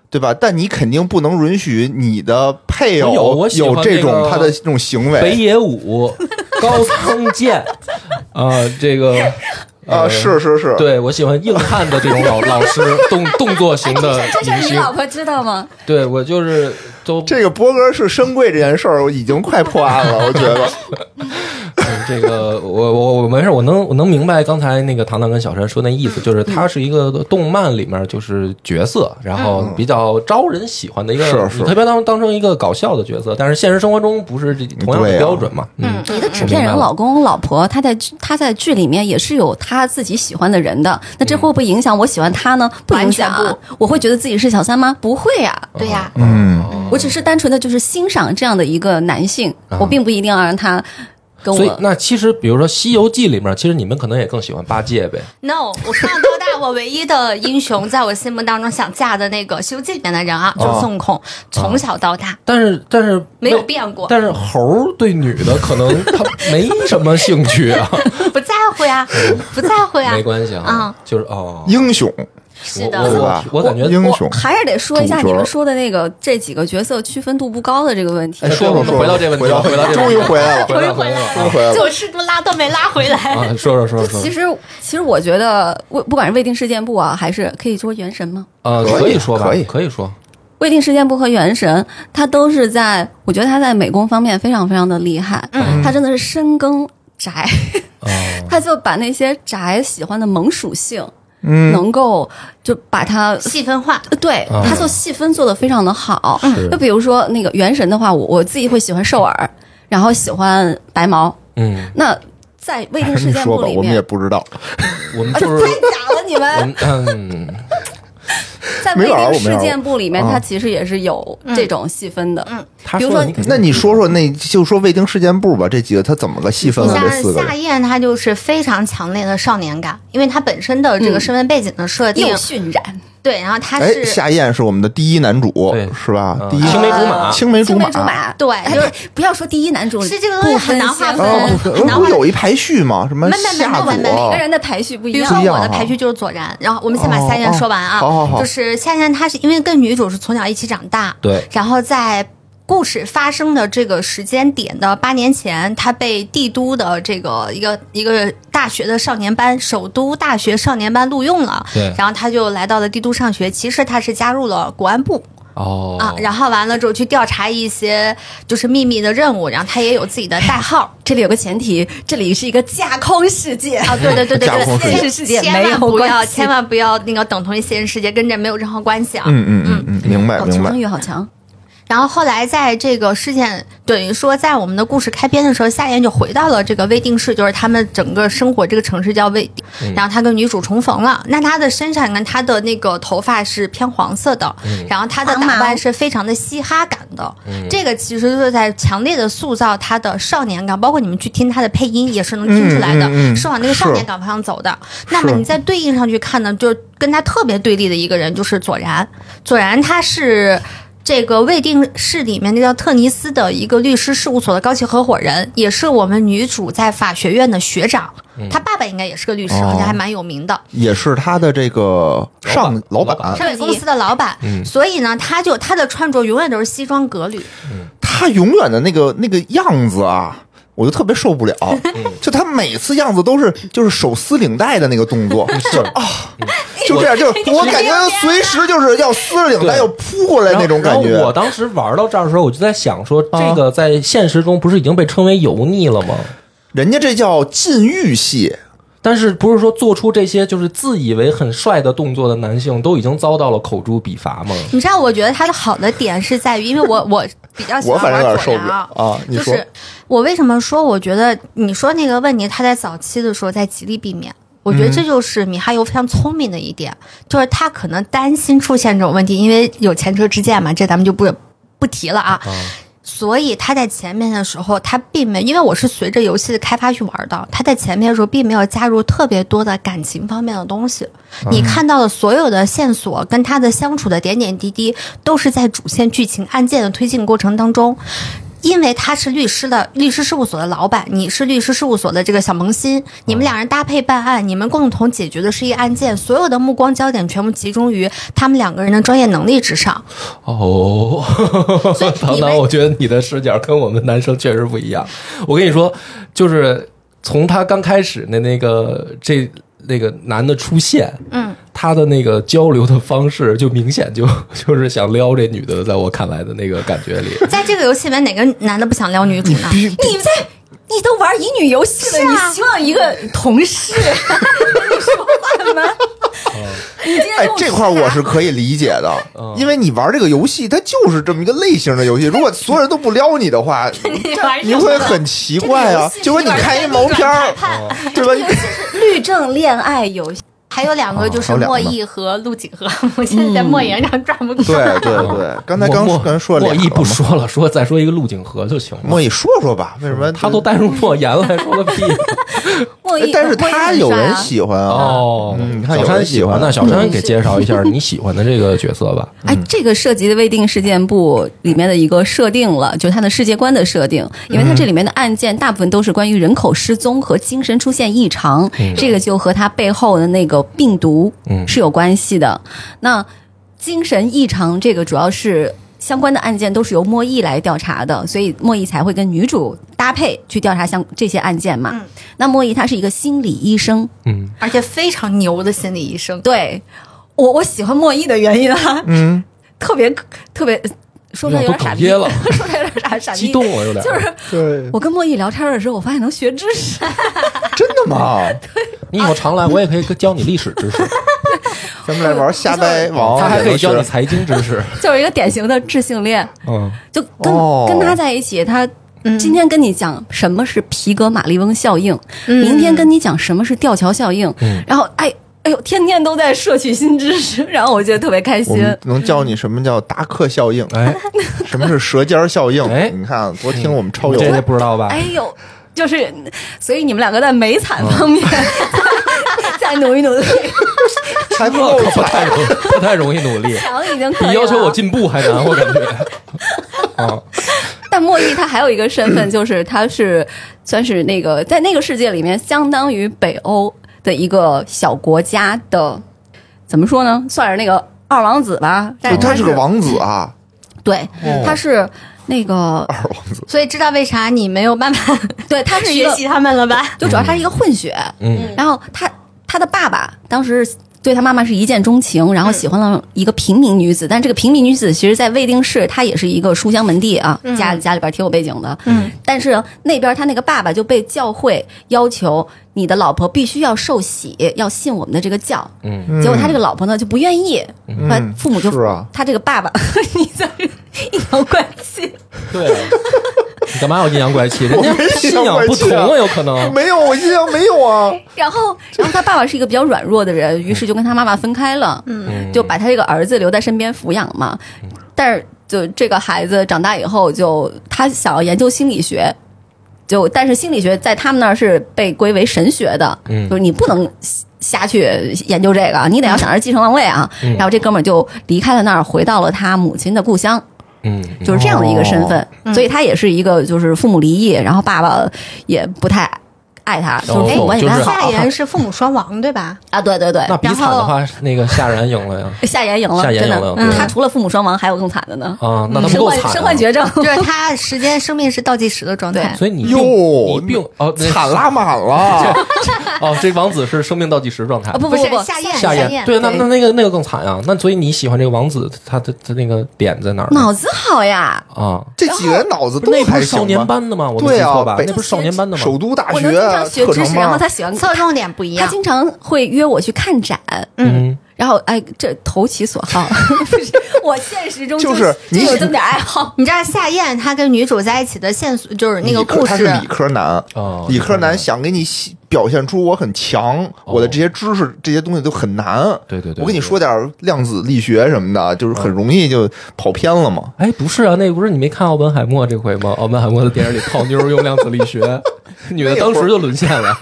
[SPEAKER 2] 对吧？但你肯定不能允许你的配
[SPEAKER 1] 我有
[SPEAKER 2] 偶
[SPEAKER 1] 我喜欢
[SPEAKER 2] 有这
[SPEAKER 1] 那
[SPEAKER 2] 种
[SPEAKER 1] 个
[SPEAKER 2] 他的这种行
[SPEAKER 1] 北
[SPEAKER 2] 为
[SPEAKER 1] 野武、高仓健， 啊、这个
[SPEAKER 2] 啊！是是是，
[SPEAKER 1] 对我喜欢硬汉的这种老老师，动动作型的
[SPEAKER 3] 哎
[SPEAKER 5] 这事儿
[SPEAKER 1] 明
[SPEAKER 5] 你
[SPEAKER 1] 星。
[SPEAKER 5] 老婆知道吗？
[SPEAKER 1] 对我就是都
[SPEAKER 2] 这个博哥是深贵这件事儿，已经快破案了，我觉得。
[SPEAKER 1] 嗯这个我我我没事，我能我能明白刚才那个糖糖跟小山说那意思，
[SPEAKER 2] 嗯
[SPEAKER 1] 就是它是一个动漫里面就是角色，然后比较招人喜欢的一个，
[SPEAKER 2] 嗯是是
[SPEAKER 1] 你特别当当成一个搞笑的角色，但是现实生活中不是这同样
[SPEAKER 2] 对
[SPEAKER 1] 的
[SPEAKER 2] 啊
[SPEAKER 1] 标准嘛？嗯，
[SPEAKER 5] 你的纸
[SPEAKER 1] 我明
[SPEAKER 5] 片
[SPEAKER 1] 白
[SPEAKER 5] 人
[SPEAKER 1] 了
[SPEAKER 5] 老公老婆，他在他在剧里面也是有他自己喜欢的人的，那这会
[SPEAKER 1] 嗯
[SPEAKER 5] 不会影响我喜欢他呢？不影响
[SPEAKER 3] 完
[SPEAKER 5] 啊
[SPEAKER 3] 全，
[SPEAKER 5] 我会觉得自己是小三吗？不会啊
[SPEAKER 1] 哦
[SPEAKER 5] 呀。
[SPEAKER 3] 对呀、
[SPEAKER 2] 嗯，
[SPEAKER 5] 我只是单纯的就是欣赏这样的一个男性，
[SPEAKER 2] 啊
[SPEAKER 5] 我并不一定要让他跟
[SPEAKER 1] 所以
[SPEAKER 5] 我。
[SPEAKER 1] 那其实比如说《西游记》里面，其实你们可能也更喜欢八戒呗。
[SPEAKER 3] No，我从小到大，我唯一的英雄，在我心目当中想嫁的那个《西游记》里面的人啊，就是孙悟空，从小到大
[SPEAKER 1] 但是但是
[SPEAKER 3] 没有变过，
[SPEAKER 1] 但是猴儿对女的可能他没什么兴趣啊，
[SPEAKER 3] 不在乎呀，不在乎呀
[SPEAKER 1] 没，关系啊，就是哦，
[SPEAKER 2] 英雄
[SPEAKER 3] 是
[SPEAKER 1] 我
[SPEAKER 2] 对
[SPEAKER 3] 的。
[SPEAKER 2] 吧？
[SPEAKER 1] 我我感觉
[SPEAKER 2] 英雄
[SPEAKER 5] 我还是得说一下
[SPEAKER 2] 主角
[SPEAKER 5] 你们说的那个这几个角色区分度不高的这个问题
[SPEAKER 2] 哎，。说
[SPEAKER 1] 我们
[SPEAKER 2] 说说，
[SPEAKER 1] 回到这问题
[SPEAKER 2] 回到
[SPEAKER 1] 回到这问题
[SPEAKER 2] 终于 回来了，
[SPEAKER 1] 回来回来
[SPEAKER 2] 终于
[SPEAKER 1] 了
[SPEAKER 2] 回来了。
[SPEAKER 3] 就是都拉都没拉回来，
[SPEAKER 1] 啊，说说说说
[SPEAKER 5] 其
[SPEAKER 1] 说，
[SPEAKER 5] 实，其实我觉得，未不管是未定事件簿啊，还是可以说《原神》吗？
[SPEAKER 1] 呃，
[SPEAKER 2] 可以
[SPEAKER 1] 可以说吧，
[SPEAKER 2] 可以
[SPEAKER 1] 可以说，
[SPEAKER 5] 未定事件簿和《原神》，它都是在，我觉得它在美工方面非常非常的厉害。嗯，它真的是深耕宅，
[SPEAKER 1] 哦，
[SPEAKER 5] 它就把那些宅喜欢的萌属性，
[SPEAKER 2] 嗯，
[SPEAKER 5] 能够就把它
[SPEAKER 3] 细分化。
[SPEAKER 5] 对
[SPEAKER 1] 啊，
[SPEAKER 5] 他做细分做的非常的好
[SPEAKER 1] 是。
[SPEAKER 5] 就比如说那个《原神》的话，我我自己会喜欢兽耳，然后喜欢白毛。
[SPEAKER 1] 嗯，
[SPEAKER 5] 那在未定事
[SPEAKER 2] 你
[SPEAKER 5] 件
[SPEAKER 2] 说
[SPEAKER 5] 簿
[SPEAKER 2] 吧，
[SPEAKER 5] 里
[SPEAKER 2] 我们也
[SPEAKER 5] 面，
[SPEAKER 2] 不知道。
[SPEAKER 1] 我们
[SPEAKER 5] 啊
[SPEAKER 1] 就是
[SPEAKER 5] 太假了，你
[SPEAKER 1] 我
[SPEAKER 5] 们
[SPEAKER 1] 们嗯，
[SPEAKER 5] 在
[SPEAKER 2] 没
[SPEAKER 5] 未
[SPEAKER 2] 玩儿
[SPEAKER 5] 定
[SPEAKER 2] 我没玩
[SPEAKER 5] 事
[SPEAKER 2] 儿
[SPEAKER 5] 件簿里面，
[SPEAKER 2] 啊
[SPEAKER 5] 它其实也是有
[SPEAKER 3] 嗯
[SPEAKER 5] 这种细分的。
[SPEAKER 1] 他
[SPEAKER 5] 比如
[SPEAKER 1] 说
[SPEAKER 5] 说
[SPEAKER 1] 的你肯定
[SPEAKER 2] 那你说说那，就说未定事件簿吧，这几个他怎么个细分
[SPEAKER 3] 你
[SPEAKER 2] 了？这
[SPEAKER 3] 像
[SPEAKER 2] 四个
[SPEAKER 3] 夏
[SPEAKER 2] 人
[SPEAKER 3] 燕，她就是非常强烈的少年感，因为她本身的这个身份背景的设定，
[SPEAKER 5] 又渲染，
[SPEAKER 3] 对，然后她
[SPEAKER 2] 哎，
[SPEAKER 3] 是
[SPEAKER 2] 夏燕是我们的第一男主
[SPEAKER 1] 对，
[SPEAKER 2] 是吧？
[SPEAKER 1] 嗯
[SPEAKER 2] 第一啊
[SPEAKER 1] 青梅竹马
[SPEAKER 2] 青梅
[SPEAKER 5] 青梅
[SPEAKER 2] 马啊
[SPEAKER 5] 竹马，
[SPEAKER 3] 对
[SPEAKER 5] 哎
[SPEAKER 3] 就是
[SPEAKER 5] 哎不要说第一男主，
[SPEAKER 3] 是这个东西很难划
[SPEAKER 5] 不
[SPEAKER 3] 分
[SPEAKER 2] 啊，
[SPEAKER 5] 分 先
[SPEAKER 2] 不
[SPEAKER 5] 后
[SPEAKER 2] 可
[SPEAKER 3] 然
[SPEAKER 2] 不
[SPEAKER 3] 后
[SPEAKER 2] 是有一排序吗？什么
[SPEAKER 3] 没没没
[SPEAKER 2] 夏
[SPEAKER 3] 没没
[SPEAKER 5] 每个
[SPEAKER 2] 佐？
[SPEAKER 5] 人的排序不一
[SPEAKER 3] 比如
[SPEAKER 5] 样
[SPEAKER 3] 说。
[SPEAKER 2] 不一样
[SPEAKER 3] 我的
[SPEAKER 2] 哈
[SPEAKER 3] 排序就是左然，然后我们先把
[SPEAKER 2] 哦
[SPEAKER 3] 夏燕说完啊，
[SPEAKER 2] 哦好好好
[SPEAKER 3] 就是夏燕她是因为跟女主是从小一起长大，
[SPEAKER 1] 对
[SPEAKER 3] 然后在。故事发生的这个时间点的八年前，她被帝都的这个一个一个大学的少年班，首都大学少年班录用了。
[SPEAKER 1] 对
[SPEAKER 3] 然后她就来到了帝都上学。其实她是加入了国安部、
[SPEAKER 1] 哦
[SPEAKER 3] 啊，然后完了之后去调查一些就是秘密的任务，然后她也有自己的代号
[SPEAKER 5] 这里有个前提，这里是一个架空世界，
[SPEAKER 2] 哎
[SPEAKER 3] 啊。对对对对
[SPEAKER 2] 架空
[SPEAKER 3] 对，
[SPEAKER 2] 世界
[SPEAKER 5] 现实世界
[SPEAKER 3] 千
[SPEAKER 5] 没有
[SPEAKER 3] 万不要，
[SPEAKER 5] 关系
[SPEAKER 3] 千万不要那个等同于现实世界，跟这没有任何关系啊。
[SPEAKER 2] 嗯嗯嗯嗯，明白
[SPEAKER 5] 哦，求
[SPEAKER 2] 明白
[SPEAKER 5] 生。欲好强。
[SPEAKER 3] 然后后来在这个事件等于说在我们的故事开篇的时候，夏言就回到了这个未定市，就是他们整个生活这个城市叫未定。
[SPEAKER 2] 嗯
[SPEAKER 3] 然后他跟女主重逢了，那他的身上跟他的那个头发是偏黄色的，
[SPEAKER 2] 嗯
[SPEAKER 3] 然后他的打扮是非常的嘻哈感的。这个其实就是在强烈的塑造他的少年感，包括你们去听他的配音也是能听出来的，
[SPEAKER 2] 嗯嗯嗯
[SPEAKER 3] 是往那个少年感方向走的。那么
[SPEAKER 2] 是
[SPEAKER 3] 你在对应上去看呢，就是跟他特别对立的一个人就是左然，左然他是。这个未定市里面那叫特尼斯的一个律师事务所的高级合伙人，也是我们女主在法学院的学长，他爸爸应该也是个律师，
[SPEAKER 2] 嗯哦
[SPEAKER 3] 好像还蛮有名的。
[SPEAKER 2] 也是他的这个上
[SPEAKER 1] 老
[SPEAKER 2] 老
[SPEAKER 1] 板
[SPEAKER 2] 板，
[SPEAKER 3] 上市公司的老板，
[SPEAKER 2] 嗯
[SPEAKER 3] 所以呢，他就他的穿着永远都是西装革履，
[SPEAKER 2] 他永远的那个那个样子啊，我就特别受不了。就他每次样子都是就是手撕领带的那个动作，
[SPEAKER 1] 是
[SPEAKER 2] 啊，就这样，就是我感觉他随时就是要撕着领带
[SPEAKER 1] 对
[SPEAKER 2] 要扑过来那种感
[SPEAKER 1] 然后我
[SPEAKER 2] 觉。
[SPEAKER 1] 当时玩到这儿的时候，我就在想说，
[SPEAKER 2] 啊
[SPEAKER 1] 这个在现实中不是已经被称为油腻了吗？
[SPEAKER 2] 人家这叫禁欲系，
[SPEAKER 1] 但是不是说做出这些就是自以为很帅的动作的男性都已经遭到了口诛笔伐吗？
[SPEAKER 3] 你知道，我觉得他的好的点是在于，因为我我比较喜
[SPEAKER 2] 我
[SPEAKER 3] 欢
[SPEAKER 2] 反正有
[SPEAKER 3] 玩
[SPEAKER 2] 点受
[SPEAKER 3] 左
[SPEAKER 2] 不了
[SPEAKER 3] 阳，
[SPEAKER 2] 啊。你
[SPEAKER 3] 就
[SPEAKER 2] 说
[SPEAKER 3] 是我为什么说我觉得你说那个问题，他在早期的时候在极力避免。我
[SPEAKER 2] 嗯
[SPEAKER 3] 觉得这就是米哈游非常聪明的一点，就是他可能担心出现这种问题，因为有前车之鉴嘛，这咱们就不不提了啊。所以他在前面的时候，他并没，因为我是随着游戏的开发去玩的，他在前面的时候并没有加入特别多的感情方面的东西。你看到的所有的线索跟他的相处的点点滴滴，都是在主线剧情案件的推进过程当中。因为他是律师的律师事务所的老板，你是律师事务所的这个小萌新，你们两人搭配办案，你们共同解决的是一个案件，所有的目光焦点全部集中于他们两个人的专业能力之上。
[SPEAKER 1] 哦，
[SPEAKER 3] 所以
[SPEAKER 1] 唐
[SPEAKER 3] 你
[SPEAKER 1] 唐，
[SPEAKER 3] 们
[SPEAKER 1] 我觉得你的视角跟我们男生确实不一样。我跟你说，就是从他刚开始的那个这那个男的出现，
[SPEAKER 3] 嗯，
[SPEAKER 1] 他的那个交流的方式就明显就 就是想撩这女的，在我看来的那个感觉里，
[SPEAKER 3] 在这个游戏里面，哪个男的不想撩女主呢？
[SPEAKER 2] 必
[SPEAKER 5] 你在你都玩乙女游戏了，
[SPEAKER 3] 啊
[SPEAKER 5] 你希望一个同事 跟你说话吗？你今天
[SPEAKER 2] 哎
[SPEAKER 5] 跟，
[SPEAKER 2] 这
[SPEAKER 5] 说
[SPEAKER 2] 块儿我是可以理解的，因为你玩这个游戏，它就是这么一个类型的游戏。如果所有人都不撩你的话，你会很奇怪啊。就跟你看一毛片儿，对吧？
[SPEAKER 5] 律政恋爱游戏，
[SPEAKER 3] 还有两个就
[SPEAKER 2] 哦还有两
[SPEAKER 3] 是
[SPEAKER 2] 个
[SPEAKER 3] 莫
[SPEAKER 2] 呢
[SPEAKER 3] 毅和陆景和， 我现在在莫言上转 不过。
[SPEAKER 2] 对对对，刚才刚
[SPEAKER 1] 哦莫
[SPEAKER 2] 刚说了
[SPEAKER 1] 莫
[SPEAKER 2] 俩
[SPEAKER 1] 毅
[SPEAKER 2] 了
[SPEAKER 1] 不
[SPEAKER 2] 嘛，
[SPEAKER 1] 说了，说再说一个陆景和就行了。
[SPEAKER 2] 莫毅说说吧，为什么
[SPEAKER 1] 他都？带入莫言了，还说 个屁！
[SPEAKER 5] 莫
[SPEAKER 2] 哎
[SPEAKER 5] 毅，
[SPEAKER 2] 但是
[SPEAKER 5] 莫毅
[SPEAKER 2] 他
[SPEAKER 5] 很
[SPEAKER 2] 有
[SPEAKER 5] 帅
[SPEAKER 2] 人
[SPEAKER 5] 啊
[SPEAKER 2] 喜欢啊，
[SPEAKER 1] 哦，
[SPEAKER 2] 嗯你看
[SPEAKER 1] 小
[SPEAKER 2] 有
[SPEAKER 1] 山
[SPEAKER 2] 人喜
[SPEAKER 1] 喜欢，
[SPEAKER 2] 欢
[SPEAKER 1] 那小山给介绍一下你喜欢的这个角色吧。
[SPEAKER 5] 哎，这个涉及的未定事件簿里面的一个设定了，就是它的世界观的设定，因为它这里面的案件大部分都是关于人口失踪和精神出现异常，这个就和它背后的那个病毒
[SPEAKER 1] 嗯
[SPEAKER 5] 是有关系的。那精神异常这个主要是。相关的案件都是由莫易来调查的，所以莫易才会跟女主搭配去调查相这些案件嘛。那莫易他是一个心理医生，
[SPEAKER 1] 嗯，
[SPEAKER 3] 而且非常牛的心理医生，
[SPEAKER 5] 对我我喜欢莫易的原因啊，
[SPEAKER 2] 嗯，
[SPEAKER 5] 特别特别说出来有点傻逼
[SPEAKER 1] 有点哽咽
[SPEAKER 5] 说出来有点傻傻逼。
[SPEAKER 1] 激动了有点。
[SPEAKER 5] 就是
[SPEAKER 2] 对，
[SPEAKER 5] 我跟莫易聊天的时候，我发现能学知识。
[SPEAKER 2] 真的吗？
[SPEAKER 1] 你以后常来，我也可以教你历史知 识，
[SPEAKER 2] 咱们来玩瞎掰王，啊
[SPEAKER 1] 他还可以教你
[SPEAKER 2] 也是
[SPEAKER 1] 财经知识。
[SPEAKER 5] 就是一个典型的智性恋，
[SPEAKER 1] 嗯，
[SPEAKER 5] 就跟、
[SPEAKER 2] 哦
[SPEAKER 5] 跟他在一起，他今天跟你讲什么是皮革马利翁效应，明天跟你讲什么是吊桥效应，然后哎哎呦，天天都在摄取新知识， 然后我觉得特别开
[SPEAKER 2] 我
[SPEAKER 5] 心。
[SPEAKER 2] 们能教你什么叫达克效应，
[SPEAKER 1] 哎，
[SPEAKER 2] 什么是舌尖效应
[SPEAKER 1] 哎？嗯
[SPEAKER 2] 你看，多听我们超
[SPEAKER 1] 这
[SPEAKER 2] 友
[SPEAKER 1] 些不知道吧？
[SPEAKER 5] 哎呦，就是，所以你们两个在美惨方面、 再努一努力，
[SPEAKER 2] 才不
[SPEAKER 1] 这
[SPEAKER 2] 够
[SPEAKER 1] 可不 太 容不太容易努力，
[SPEAKER 5] 强已经可以
[SPEAKER 1] 比
[SPEAKER 5] 了。
[SPEAKER 1] 要求我进步还难，我感觉。 啊，
[SPEAKER 5] 但莫易他还有一个身份，就是他是算是那个在那个世界里面，相当于北欧的一个小国家的，怎么说呢？算是那个二王子吧，但
[SPEAKER 2] 对
[SPEAKER 5] 是
[SPEAKER 2] 他
[SPEAKER 5] 他
[SPEAKER 2] 哦是个，王子啊，
[SPEAKER 5] 对，他是那个，
[SPEAKER 2] 二王子。
[SPEAKER 3] 所以知道为啥你没有办 法
[SPEAKER 5] 对，他是一
[SPEAKER 3] 学
[SPEAKER 5] 个，
[SPEAKER 3] 习他们了吧？
[SPEAKER 5] 就主要他是一个混血，
[SPEAKER 1] 嗯
[SPEAKER 5] 然后他他的爸爸当时对他妈妈是一见钟情，然后
[SPEAKER 1] 嗯
[SPEAKER 5] 喜欢了一个平民女子，但这个平民女子其实，在未定市她也是一个书香门第啊，
[SPEAKER 1] 嗯
[SPEAKER 5] 家家里边挺有背景的。嗯，但是那边他那个爸爸就被教会要求，你的老婆必须要受洗，要信我们的这个教。
[SPEAKER 1] 嗯，
[SPEAKER 5] 结果他这个老婆呢就不愿意，他父母就是
[SPEAKER 2] 啊
[SPEAKER 5] 他这个爸爸，你在这阴阳怪气。
[SPEAKER 1] 对啊，你干嘛要阴阳怪 气？人
[SPEAKER 2] 我没
[SPEAKER 1] 家
[SPEAKER 2] 阴
[SPEAKER 1] 信
[SPEAKER 2] 阳
[SPEAKER 1] 仰
[SPEAKER 2] 怪
[SPEAKER 1] 不
[SPEAKER 2] 气
[SPEAKER 1] 同
[SPEAKER 2] 啊
[SPEAKER 1] 啊，有可能。
[SPEAKER 2] 没有，我印象没有啊。
[SPEAKER 5] 然后，然后他爸爸是一个比较软弱的人，于是就跟他妈妈分开了，
[SPEAKER 1] 嗯
[SPEAKER 5] 就把他这个儿子留在身边抚养嘛。但是，就这个孩子长大以后就，他想要研究心理学，就但是心理学在他们那儿是被归为神学的，
[SPEAKER 1] 嗯
[SPEAKER 5] 就是你不能瞎瞎去研究这个，你得要想着继承王位啊。
[SPEAKER 1] 嗯
[SPEAKER 5] 然后这哥们儿就离开了那儿，回到了他母亲的故乡。
[SPEAKER 1] 嗯，
[SPEAKER 5] 就是这样的一个身份，
[SPEAKER 1] 哦
[SPEAKER 5] 所以他也是一个就是父母离异，然后爸爸也不太爱他，
[SPEAKER 1] 哦
[SPEAKER 5] 是父母啊关系不太
[SPEAKER 1] 就是
[SPEAKER 5] 好
[SPEAKER 3] 夏言是父母双亡对吧？
[SPEAKER 5] 啊，对对对。
[SPEAKER 1] 那比
[SPEAKER 3] 然
[SPEAKER 1] 惨的
[SPEAKER 3] 后
[SPEAKER 1] 话，那个夏然赢了呀。
[SPEAKER 5] 夏言赢了，
[SPEAKER 1] 夏言
[SPEAKER 5] 真的
[SPEAKER 1] 赢了，
[SPEAKER 5] 嗯
[SPEAKER 1] 对
[SPEAKER 5] 他除了父母双亡，还有更惨的呢，
[SPEAKER 3] 嗯
[SPEAKER 1] 啊，那他
[SPEAKER 5] 身
[SPEAKER 1] 不够
[SPEAKER 5] 患
[SPEAKER 1] 惨啊。
[SPEAKER 5] 身患绝 症。
[SPEAKER 3] 就是他时间生命是倒计时的状态。
[SPEAKER 1] 所以你
[SPEAKER 2] 哟
[SPEAKER 1] 病你病哦，那
[SPEAKER 2] 惨拉满了，
[SPEAKER 1] 哦，这王子是生命倒计时状态
[SPEAKER 5] 啊，。不
[SPEAKER 3] 不
[SPEAKER 5] 不
[SPEAKER 3] 是
[SPEAKER 5] 不，
[SPEAKER 3] 夏燕，
[SPEAKER 1] 夏
[SPEAKER 3] 燕，
[SPEAKER 1] 对，那
[SPEAKER 5] 对
[SPEAKER 1] 那那个那个更惨啊。那所以你喜欢这个王子，他的他那个点在哪儿呢？
[SPEAKER 5] 脑子好呀，
[SPEAKER 1] 啊，
[SPEAKER 2] 这几个人脑子
[SPEAKER 1] 不是
[SPEAKER 2] 都
[SPEAKER 1] 那不
[SPEAKER 2] 还
[SPEAKER 1] 是少
[SPEAKER 2] 行
[SPEAKER 1] 年
[SPEAKER 2] 吧？
[SPEAKER 1] 班的吗？我没
[SPEAKER 2] 对
[SPEAKER 1] 记
[SPEAKER 2] 啊
[SPEAKER 1] 错吧？
[SPEAKER 2] 北
[SPEAKER 1] 那不是少年班的吗？
[SPEAKER 2] 首都大
[SPEAKER 5] 我
[SPEAKER 2] 学
[SPEAKER 5] 能经常学
[SPEAKER 2] 特
[SPEAKER 5] 知
[SPEAKER 2] 长
[SPEAKER 5] 识，
[SPEAKER 2] 班啊
[SPEAKER 5] 然后他喜欢
[SPEAKER 3] 侧重点不一
[SPEAKER 5] 他
[SPEAKER 3] 样。
[SPEAKER 5] 经常会约我去看展，
[SPEAKER 1] 嗯，
[SPEAKER 5] 然后哎，这投其所好， 不是我现实中
[SPEAKER 2] 就是是
[SPEAKER 5] 就
[SPEAKER 2] 你
[SPEAKER 5] 有这么点爱好。
[SPEAKER 3] 你知道夏燕她跟女主在一起的线索就是那个
[SPEAKER 2] 理科
[SPEAKER 3] 故
[SPEAKER 2] 他
[SPEAKER 3] 事
[SPEAKER 2] 是，理科男
[SPEAKER 1] 哦
[SPEAKER 2] 理科男想给你洗表现出我很强，我的这些知识这些东西都很难。
[SPEAKER 1] 对对对嗯
[SPEAKER 2] 我跟你说点量子力学什么的，就是很容易就跑偏了嘛。
[SPEAKER 1] 哎，不是啊，那不是你没看奥本海默这回吗？奥本海默的电影里泡妞用量子力 学，女的当时就沦陷了。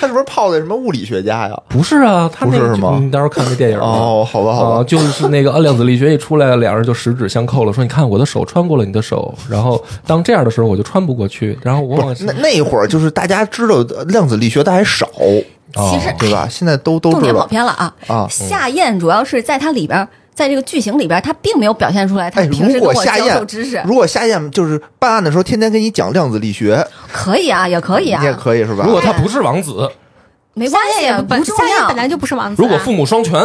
[SPEAKER 2] 他是不是泡的什么物理学家呀？
[SPEAKER 1] 不是啊，他那
[SPEAKER 2] 不是是吗
[SPEAKER 1] 你到时候看那电影吧
[SPEAKER 2] 哦，好吧，好吧，
[SPEAKER 1] 啊，就是那个啊量子力学一出来，两人就十指相扣了，说你看我的手穿过了你的手，然后当这样的时候我就穿不过去，然后我往
[SPEAKER 2] 不是那那会儿就是大家知道呃量子力学的还少，
[SPEAKER 1] 哦
[SPEAKER 5] 其实哎
[SPEAKER 2] 对吧？现在都 都
[SPEAKER 5] 重
[SPEAKER 2] 知
[SPEAKER 5] 点跑
[SPEAKER 2] 道
[SPEAKER 5] 偏了啊！
[SPEAKER 2] 啊。
[SPEAKER 5] 夏燕主要是在它里边儿，在这个剧情里边儿，她并没有表现出来她
[SPEAKER 2] 哎，
[SPEAKER 5] 平
[SPEAKER 2] 如
[SPEAKER 5] 时跟
[SPEAKER 2] 果
[SPEAKER 5] 我
[SPEAKER 2] 夏
[SPEAKER 5] 教授
[SPEAKER 2] 燕
[SPEAKER 5] 知识，，
[SPEAKER 2] 如果夏燕就是办案的时候天天跟你讲量子力学，
[SPEAKER 5] 可以啊，也可以啊
[SPEAKER 2] 你，也可以是吧
[SPEAKER 1] 如？果他不是王子，
[SPEAKER 5] 没关
[SPEAKER 3] 夏
[SPEAKER 5] 系
[SPEAKER 3] 燕，
[SPEAKER 5] 不
[SPEAKER 3] 本
[SPEAKER 5] 重
[SPEAKER 3] 夏燕
[SPEAKER 5] 要
[SPEAKER 3] 本，来就不是王子啊，
[SPEAKER 1] 如果父母双全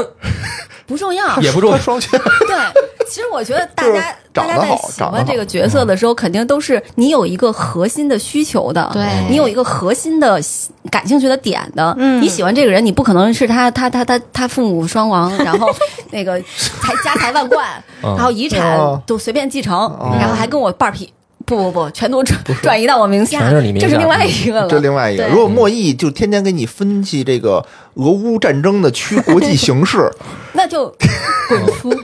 [SPEAKER 5] 不重要。
[SPEAKER 1] 也不重要
[SPEAKER 2] 他双全，
[SPEAKER 5] 对，其实我觉得大
[SPEAKER 2] 就是
[SPEAKER 5] 家大
[SPEAKER 2] 长
[SPEAKER 5] 家
[SPEAKER 2] 得
[SPEAKER 5] 在
[SPEAKER 2] 好
[SPEAKER 5] 喜
[SPEAKER 2] 长得
[SPEAKER 5] 欢这
[SPEAKER 2] 好嗯
[SPEAKER 5] 个角色的时候，肯定都是你有一个核心的需求的，
[SPEAKER 3] 对
[SPEAKER 5] 你有一个核心的喜感兴趣的点的。
[SPEAKER 3] 嗯
[SPEAKER 5] 你喜欢这个人，你不可能是他他他他他父母双亡，然 后那个财家财万贯，
[SPEAKER 1] 嗯
[SPEAKER 5] 然后遗产
[SPEAKER 2] 哦
[SPEAKER 5] 都随便继承，然后还跟我半儿劈。不不不，全都转转移到我名下，
[SPEAKER 1] 全是你名
[SPEAKER 5] 这是
[SPEAKER 1] 下
[SPEAKER 5] 另外一个了。
[SPEAKER 2] 嗯这另外一个。
[SPEAKER 5] 对
[SPEAKER 2] 如果莫毅就天天给你分析这个俄乌战争的区国际形势，
[SPEAKER 5] 那就 滚出，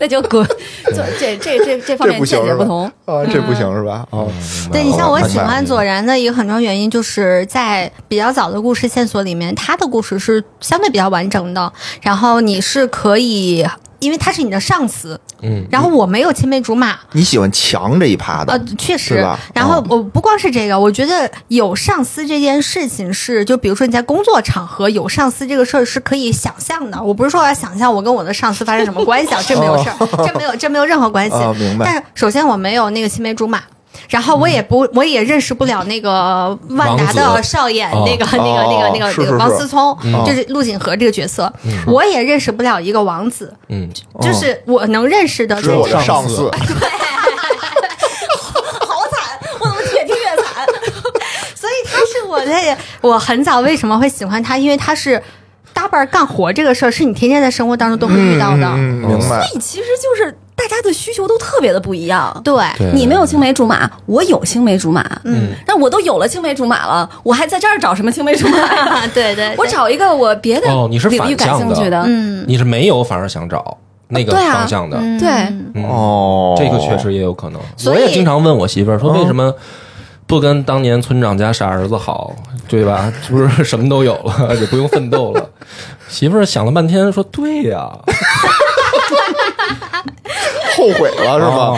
[SPEAKER 5] 那就滚， 就这这这这方
[SPEAKER 2] 这
[SPEAKER 5] 面
[SPEAKER 2] 不行
[SPEAKER 5] 见解
[SPEAKER 2] 是
[SPEAKER 5] 不
[SPEAKER 2] 吧？
[SPEAKER 5] 同。
[SPEAKER 2] 啊，这不行是吧？
[SPEAKER 1] 哦
[SPEAKER 2] 啊，
[SPEAKER 3] 对你像我
[SPEAKER 2] 明
[SPEAKER 3] 喜
[SPEAKER 2] 白
[SPEAKER 3] 欢左然的一个很重要原因，就是在比较早的故事线索里面，他的故事是相对比较完整的，然后你是可以。因为他是你的上司，
[SPEAKER 1] 嗯，
[SPEAKER 3] 然后我没有青梅竹马，
[SPEAKER 2] 你喜欢强这一趴
[SPEAKER 3] 呃
[SPEAKER 2] 的，，
[SPEAKER 3] 确
[SPEAKER 2] 是
[SPEAKER 3] 实
[SPEAKER 2] 吧。哦
[SPEAKER 3] 然后我不光是这个，我觉得有上司这件事情是，就比如说你在工作场合有上司这个事儿是可以想象的。我不是说我要想象我跟我的上司发生什么关系啊，这没有事儿，这没有这没有任何关系
[SPEAKER 2] 啊哦明白。嗯
[SPEAKER 3] 但是首先我没有那个青梅竹马。然后我也不，我也认识不了那个万达
[SPEAKER 1] 王子
[SPEAKER 3] 的少爷，
[SPEAKER 1] 哦
[SPEAKER 3] 那个、那个、那个、那个、
[SPEAKER 2] 哦是
[SPEAKER 3] 那
[SPEAKER 2] 是
[SPEAKER 3] 个
[SPEAKER 2] 是
[SPEAKER 3] 王思聪，
[SPEAKER 2] 嗯
[SPEAKER 3] 就是陆锦河这个角色，我也认识不了一个王子，
[SPEAKER 1] 嗯，
[SPEAKER 3] 就是我能认识的，
[SPEAKER 2] 是我的哦上
[SPEAKER 1] 上司
[SPEAKER 2] 司，
[SPEAKER 5] 好惨，我怎么越听越 惨？
[SPEAKER 3] 所以他是我的，我很早为什么会喜欢他，因为他是搭伴儿干活这个事儿，是你天天在生活当中都会遇到的。
[SPEAKER 2] 嗯，
[SPEAKER 1] 哦
[SPEAKER 2] 嗯明白。
[SPEAKER 5] 所以哎其实就是大家的需求都特别的不一样。
[SPEAKER 3] 对，
[SPEAKER 1] 对
[SPEAKER 5] 你没有青梅竹马，我有青梅竹马，嗯，但我都有了青梅竹马了，我还在这儿找什么青梅竹马 呀？
[SPEAKER 3] 对对
[SPEAKER 5] 我找一个我别的
[SPEAKER 1] 哦，你是
[SPEAKER 5] 领
[SPEAKER 1] 反
[SPEAKER 5] 域感
[SPEAKER 1] 向
[SPEAKER 5] 兴趣的，
[SPEAKER 3] 嗯，
[SPEAKER 1] 你是没有反而想找那个
[SPEAKER 5] 对啊
[SPEAKER 1] 方向的，
[SPEAKER 3] 呃嗯哦
[SPEAKER 5] 对
[SPEAKER 1] 嗯，
[SPEAKER 2] 哦，
[SPEAKER 1] 这个确实也有可能。
[SPEAKER 3] 所
[SPEAKER 1] 我
[SPEAKER 3] 以哦
[SPEAKER 1] 也经常问我媳妇儿说，
[SPEAKER 2] 嗯
[SPEAKER 1] 为什么不跟当年村长家傻儿子好，对吧？不是什么都有了，也不用奋斗了。 媳妇儿想了半天说，对呀，
[SPEAKER 2] 后悔了是吧？
[SPEAKER 1] 啊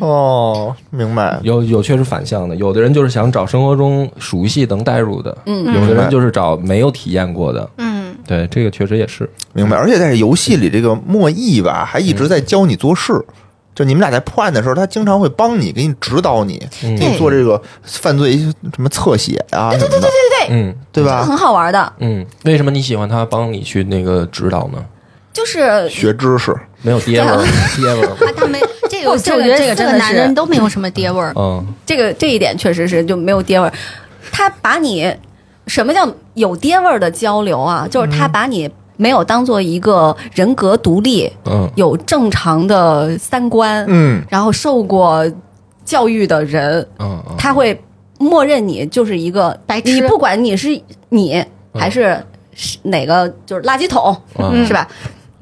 [SPEAKER 2] 哦，明白。
[SPEAKER 1] 有有确实反向的，有的人就是想找生活中熟悉能代入的，嗯，有的人就是找没有体验过的，
[SPEAKER 3] 嗯，
[SPEAKER 1] 对，这个确实也是。
[SPEAKER 2] 明白，而且在游戏里，这个莫弈吧，还一
[SPEAKER 1] 嗯
[SPEAKER 2] 直在教你做事。就你们俩在破案的时候，他经常会帮你，给你指导你，
[SPEAKER 1] 嗯
[SPEAKER 2] 给你做这个犯罪什么侧写啊，对对对对
[SPEAKER 3] 哎
[SPEAKER 1] 嗯
[SPEAKER 2] 对
[SPEAKER 5] 这
[SPEAKER 2] 吧？
[SPEAKER 5] 很好玩的，
[SPEAKER 1] 嗯，为什么你喜欢他帮你去那个指导呢？
[SPEAKER 5] 就是
[SPEAKER 2] 学知识，
[SPEAKER 1] 没有爹味儿，爹味 儿，
[SPEAKER 3] 他没这个，
[SPEAKER 5] 不
[SPEAKER 3] 我
[SPEAKER 5] 这个
[SPEAKER 3] 觉得
[SPEAKER 5] 这个
[SPEAKER 3] 四
[SPEAKER 5] 真的是
[SPEAKER 3] 个男人都没有什么爹味儿。
[SPEAKER 1] 嗯，
[SPEAKER 5] 这个这一点确实是就没有爹味儿。
[SPEAKER 1] 嗯
[SPEAKER 5] 他把你什么叫有爹味儿的交流啊？就是他把你没有当做一个人格独立、
[SPEAKER 1] 嗯
[SPEAKER 5] 有正常的三观，
[SPEAKER 2] 嗯，
[SPEAKER 5] 然后受过教育的人，
[SPEAKER 1] 嗯嗯，
[SPEAKER 5] 他会默认你就是一个
[SPEAKER 3] 白痴
[SPEAKER 5] 你不管你是你还是是哪个，就是垃圾桶，
[SPEAKER 1] 嗯
[SPEAKER 5] 是吧？